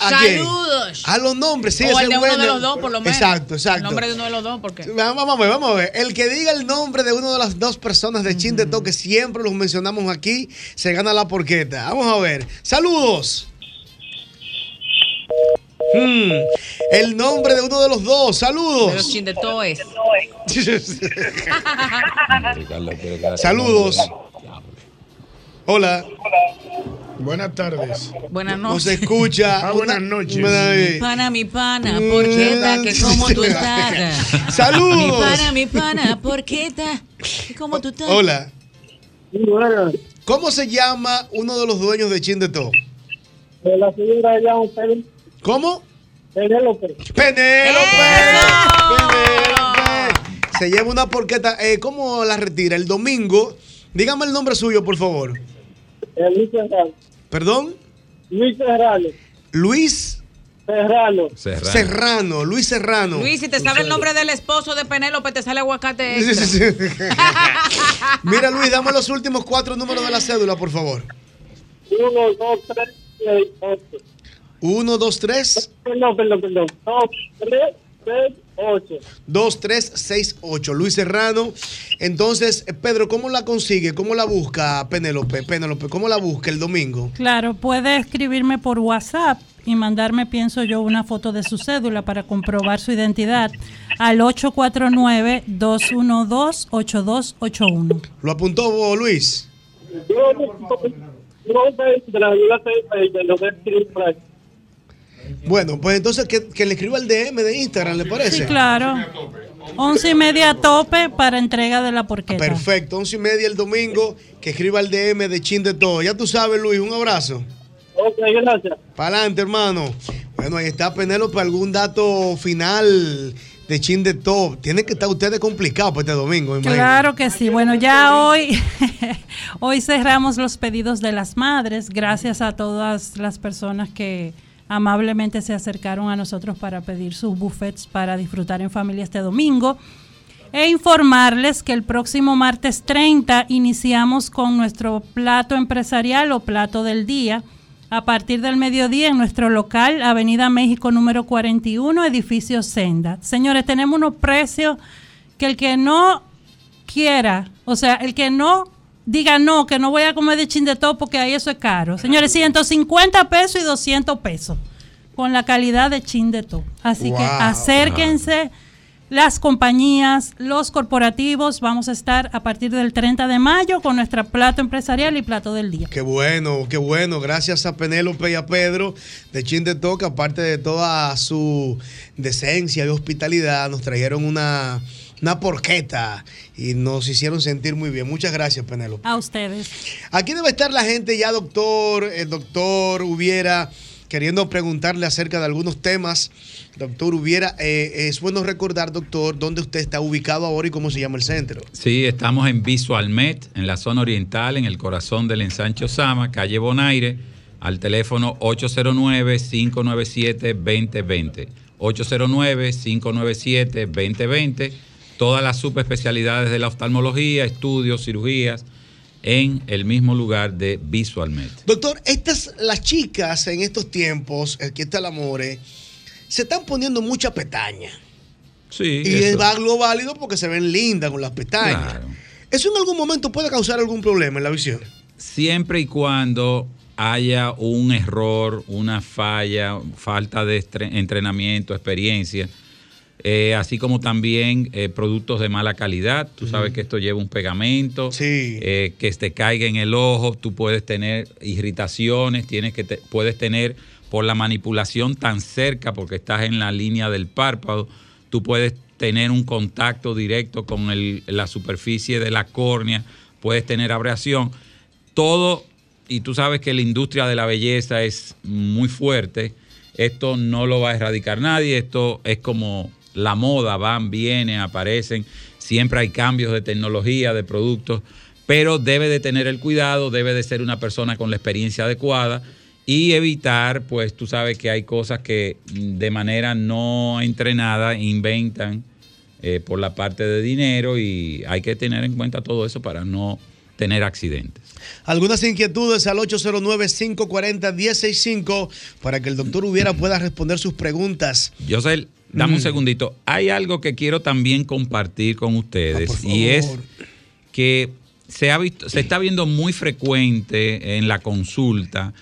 ¿A quién?
Saludos.
A los nombres, sí,
o
ese
el de
es
uno de
bueno.
los dos, por lo menos.
Exacto, exacto.
El nombre de uno de los dos, porque.
Vamos, vamos a ver, vamos a ver. El que diga el nombre de una de las dos personas de Chin
Mm.
de Toque, siempre los mencionamos aquí, se gana la porqueta. Vamos a ver. Saludos. Hmm, El nombre de uno de los dos.
De los
Saludos.
chin de todo es.
Saludos. Hola.
Buenas tardes.
Buenas
No
noches.
se escucha. buenas
Mi pana, mi pana,
Mm,
porqueta, que como tú estás.
Saludos.
Mi pana, mi pana, porqueta, que como tú estás.
Hola. ¿Cómo se llama uno de los dueños de Chin de Todo?
Eh, La señora llama usted.
¿Cómo?
Penélope.
Se lleva una porqueta. Eh, ¿Cómo la retira? El domingo. Dígame el nombre suyo, por favor.
Eh, Luis Serrano.
¿Perdón?
Luis Serrano.
Luis
Serrano.
Serrano.
Serrano. Luis Serrano.
Luis, si te sabe el nombre del esposo de Penélope, te sale aguacate.
Sí,
extra.
sí, sí. Mira, Luis, dame los últimos cuatro números de la cédula, por favor.
Uno, dos, tres, seis, ocho.
Uno, dos, tres.
Perdón, perdón, perdón. Dos, tres, seis, ocho.
2368, Luis Serrano. Entonces, eh, Pedro, ¿cómo la consigue? ¿Cómo la busca Penélope? Penélope, ¿cómo la busca el domingo?
Claro, puede escribirme por WhatsApp y mandarme, pienso yo, una foto de su cédula para comprobar su identidad al 849-212-8281.
¿Lo apuntó vos, Luis?
eh,
Bueno, pues entonces que, que le escriba el DM de Instagram, ¿le parece?
Sí, claro. Once y media a tope para entrega de la porqueta.
Perfecto, once y media el domingo, que escriba el DM de Chin de Todo. Ya tú sabes, Luis, un abrazo.
Ok, gracias.
Para adelante, hermano. Bueno, ahí está Penélope, algún dato final de Chin de Top. Tienen que estar ustedes complicados para este domingo, me imagino.
Claro que sí. Bueno, ya hoy, hoy cerramos los pedidos de las madres. Gracias a todas las personas que amablemente se acercaron a nosotros para pedir sus buffets para disfrutar en familia este domingo. E informarles que el próximo martes 30 iniciamos con nuestro plato empresarial o plato del día. A partir del mediodía en nuestro local, Avenida México número 41, edificio Senda. Señores, tenemos unos precios que el que no quiera, o sea, el que no diga no, que no voy a comer de chin de todo porque ahí eso es caro. Señores, 150 pesos y 200 pesos con la calidad de chin de todo. Así que
Wow.
acérquense las compañías, los corporativos. Vamos a estar a partir del 30 de mayo con nuestra plato empresarial y plato del día.
Qué bueno, qué bueno. Gracias a Penélope y a Pedro de Chin de Toca, aparte de toda su decencia y hospitalidad, nos trajeron una, una porqueta y nos hicieron sentir muy bien. Muchas gracias, Penélope.
A ustedes.
Aquí debe estar la gente ya, doctor, el doctor Hubiera, queriendo preguntarle acerca de algunos temas. Doctor Hubiera, eh, es bueno recordar, doctor, dónde usted está ubicado ahora y cómo se llama el centro.
Sí, estamos en Visualmet, en la zona oriental, en el corazón del ensanche Osama, calle Bonaire, al teléfono 809-597-2020. 809-597-2020. Todas las subespecialidades de la oftalmología, estudios, cirugías, en el mismo lugar de Visualmet.
Doctor, estas, las chicas en estos tiempos, aquí está el amore, se están poniendo mucha petaña.
Sí,
Y
eso.
es algo válido porque se ven lindas con las pestañas.
Claro.
Eso en algún momento puede causar algún problema en la visión.
siempre y cuando haya un error, una falla, falta de estre- entrenamiento, experiencia, eh, así como también eh, productos de mala calidad. Tú sabes que esto lleva un pegamento, eh, que te caiga en el ojo, tú puedes tener irritaciones, tienes que te- puedes tener por la manipulación tan cerca, porque estás en la línea del párpado, tú puedes tener un contacto directo con el- la superficie de la córnea, puedes tener abrasión todo, y tú sabes que la industria de la belleza es muy fuerte, esto no lo va a erradicar nadie, esto es como la moda, van, vienen, aparecen, siempre hay cambios de tecnología, de productos, pero debe de tener el cuidado, debe de ser una persona con la experiencia adecuada y evitar, pues tú sabes que hay cosas que mm, de manera no entrenada inventan eh, por la parte de dinero y hay que tener en cuenta todo eso para no tener accidentes.
Algunas inquietudes al 809-540-165 para que el doctor Hubiera pueda responder sus preguntas.
Yosel, dame
Mm.
un segundito. Hay algo que quiero también compartir con ustedes
Ah,
y es que se, ha visto, se está viendo muy frecuente en la consulta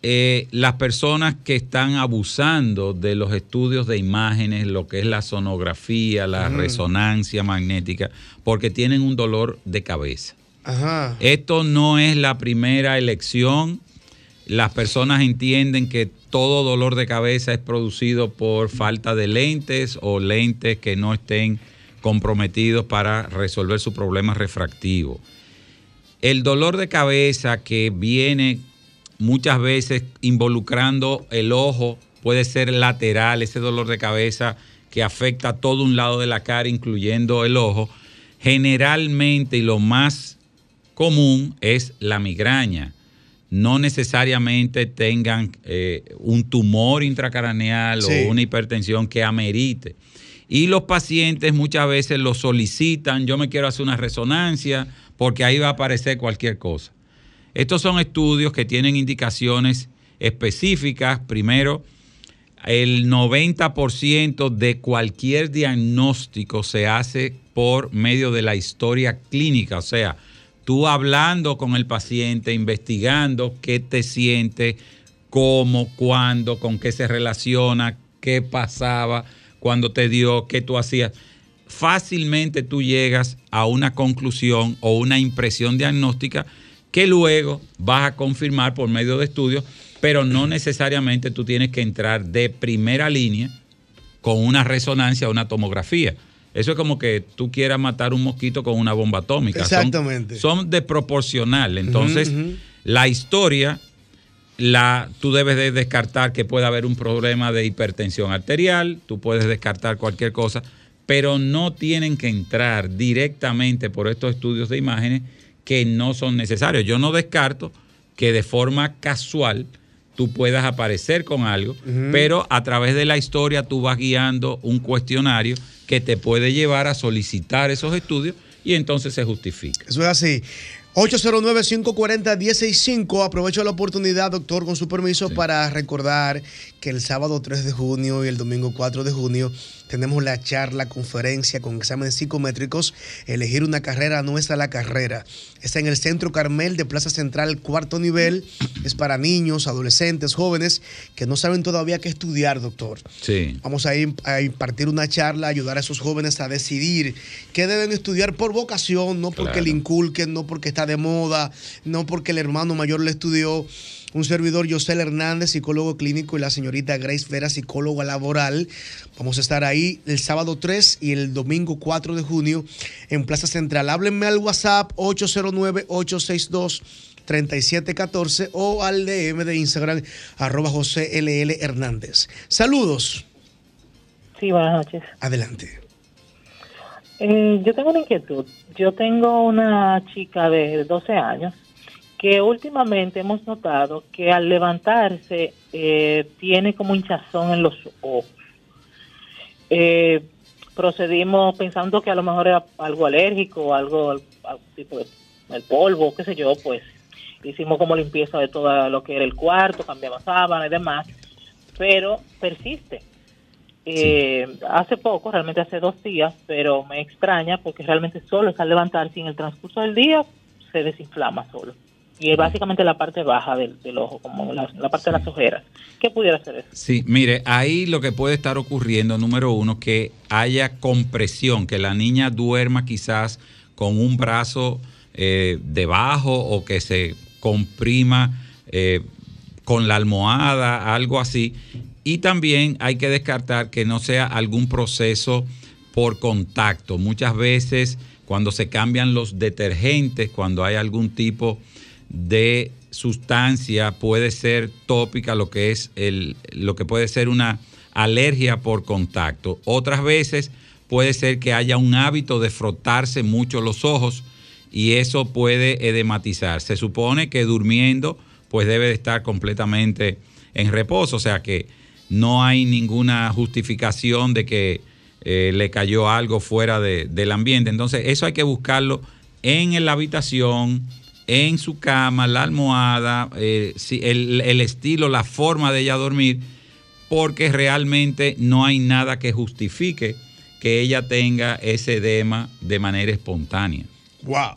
eh, las personas que están abusando de los estudios de imágenes, lo que es la sonografía, la
Mm.
resonancia magnética, porque tienen un dolor de cabeza.
Ajá.
Esto no es la primera elección. Las personas entienden que todo dolor de cabeza es producido por falta de lentes o lentes que no estén comprometidos para resolver su problema refractivo. El dolor de cabeza que viene muchas veces involucrando el ojo puede ser lateral, ese dolor de cabeza que afecta a todo un lado de la cara, incluyendo el ojo. Generalmente y lo más común es la migraña. No necesariamente tengan eh, un tumor intracraneal
Sí.
o una hipertensión que amerite. Y los pacientes muchas veces lo solicitan, yo me quiero hacer una resonancia porque ahí va a aparecer cualquier cosa. Estos son estudios que tienen indicaciones específicas. Primero, el 90% de cualquier diagnóstico se hace por medio de la historia clínica, o sea, tú hablando con el paciente, investigando qué te siente, cómo, cuándo, con qué se relaciona, qué pasaba, cuándo te dio, qué tú hacías. Fácilmente tú llegas a una conclusión o una impresión diagnóstica que luego vas a confirmar por medio de estudios, pero no necesariamente tú tienes que entrar de primera línea con una resonancia o una tomografía. Eso es como que tú quieras matar un mosquito con una bomba atómica. Son-
Exactamente.
Son, de proporcional. Entonces,
Ujú, ujú.
la historia, la, tú debes de descartar que pueda haber un problema de hipertensión arterial, tú puedes descartar cualquier cosa, pero no tienen que entrar directamente por estos estudios de imágenes que no son necesarios. Yo no descarto que de forma casual tú puedas aparecer con algo,
Ujú.
pero a través de la historia tú vas guiando un cuestionario que te puede llevar a solicitar esos estudios y entonces se justifica.
Eso es así. 809-540-165. Aprovecho la oportunidad, doctor, con su permiso, para recordar que el sábado 3 de junio y el domingo 4 de junio tenemos la charla, conferencia con exámenes psicométricos, elegir una carrera, nuestra la carrera. Está en el Centro Carmel de Plaza Central, cuarto nivel. Es para niños, adolescentes, jóvenes que no saben todavía qué estudiar, doctor.
Sí.
Vamos a, im- a impartir una charla, ayudar a esos jóvenes a decidir qué deben estudiar por vocación, no porque
Claro.
le inculquen, no porque está de moda, no porque el hermano mayor le estudió. Un servidor, José Hernández, psicólogo clínico, y la señorita Grace Vera, psicóloga laboral. Vamos a estar ahí el sábado 3 y el domingo 4 de junio en Plaza Central. Háblenme al WhatsApp 809-862-3714 o al DM de Instagram, arroba José LL Hernández. Saludos.
Sí, buenas noches.
Adelante.
Eh, yo tengo una inquietud. Yo tengo una chica de 12 años que últimamente hemos notado que al levantarse eh, tiene como hinchazón en los ojos. Eh, procedimos pensando que a lo mejor era algo alérgico, o algo, algo tipo de el polvo, qué sé yo, pues hicimos como limpieza de todo lo que era el cuarto, cambiamos sábana y demás, pero persiste. Eh, Hace poco, realmente hace dos días, pero me extraña porque realmente solo es al levantarse y en el transcurso del día se desinflama solo. Y es básicamente la parte baja del, del ojo, como la, la parte de las ojeras. ¿Qué pudiera ser eso?
Sí, mire, ahí lo que puede estar ocurriendo, número uno, que haya compresión, que la niña duerma quizás con un brazo eh, debajo o que se comprima eh, con la almohada, algo así. Y también hay que descartar que no sea algún proceso por contacto. Muchas veces cuando se cambian los detergentes, cuando hay algún tipo de sustancia, puede ser tópica, lo que es el, lo que puede ser una alergia por contacto. Otras veces puede ser que haya un hábito de frotarse mucho los ojos y eso puede edematizar. Se supone que durmiendo pues debe de estar completamente en reposo, o sea que no hay ninguna justificación de que eh, le cayó algo fuera de- del ambiente. Entonces eso hay que buscarlo en la habitación, en su cama, la almohada, eh, si- el, el estilo, la forma de ella dormir, porque realmente no hay nada que justifique que ella tenga ese edema de manera espontánea.
Wow.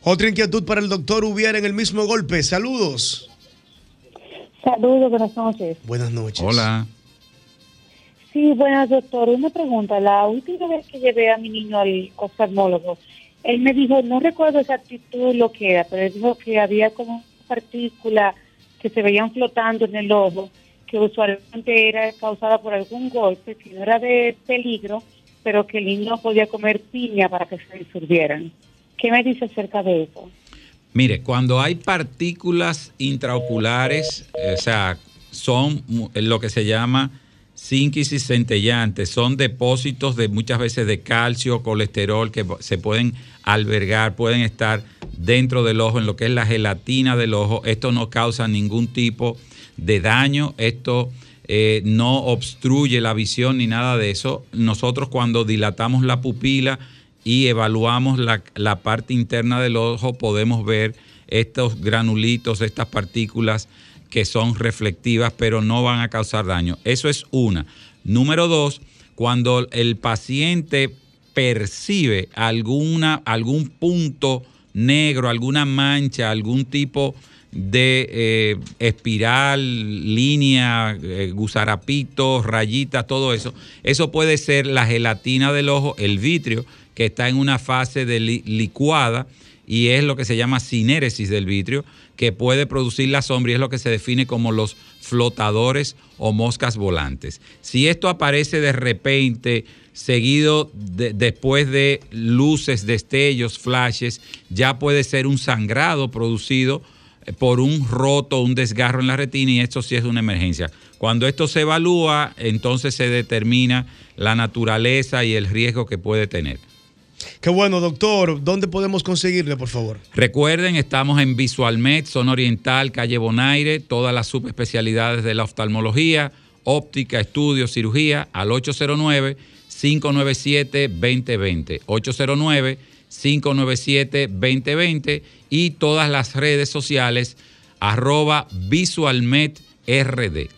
Otra inquietud para el doctor Hubiera en el mismo golpe. Saludos.
Saludos, buenas noches.
Buenas noches.
Hola.
Sí, buenas, doctor. Una pregunta. La última vez que llevé a mi niño al oftalmólogo, él me dijo, no recuerdo exactitud lo que era, pero él dijo que había como una partícula que se veían flotando en el ojo, que usualmente era causada por algún golpe, que no era de peligro, pero que el niño podía comer piña para que se disolvieran. ¿Qué me dice acerca de eso?
Mire, cuando hay partículas intraoculares, eh, o sea, son mu- eh, lo que se llama sínquisis centellantes, son depósitos de muchas veces de calcio, colesterol que po- se pueden albergar, pueden estar dentro del ojo, en lo que es la gelatina del ojo. Esto no causa ningún tipo de daño, esto eh, no obstruye la visión ni nada de eso. Nosotros cuando dilatamos la pupila, y evaluamos la, la parte interna del ojo, podemos ver estos granulitos, estas partículas que son reflectivas, pero no van a causar daño. Eso es una. Número dos, cuando el paciente percibe alguna, algún punto negro, alguna mancha, algún tipo de eh, espiral, línea, eh, gusarapitos, rayitas, todo eso. Eso puede ser la gelatina del ojo, el vitrio, que está en una fase de li- licuada y es lo que se llama sinéresis del vitrio, que puede producir la sombra y es lo que se define como los flotadores o moscas volantes. Si esto aparece de repente, seguido de- después de luces, destellos, flashes, ya puede ser un sangrado producido eh, por un roto, un desgarro en la retina y esto sí es una emergencia. Cuando esto se evalúa, entonces se determina la naturaleza y el riesgo que puede tener.
Qué bueno, doctor. ¿Dónde podemos conseguirle, por favor?
Recuerden, estamos en Visualmed, Zona Oriental, Calle Bonaire, todas las subespecialidades de la oftalmología, óptica, estudio, cirugía, al 809-597-2020. 809-597-2020 y todas las redes sociales, arroba visualmedrd.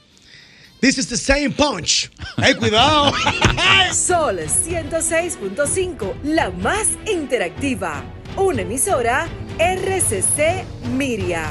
This is the same punch. Hey, cuidado. Ah,
Sol 106.5, la más interactiva. Una emisora RCC Miria.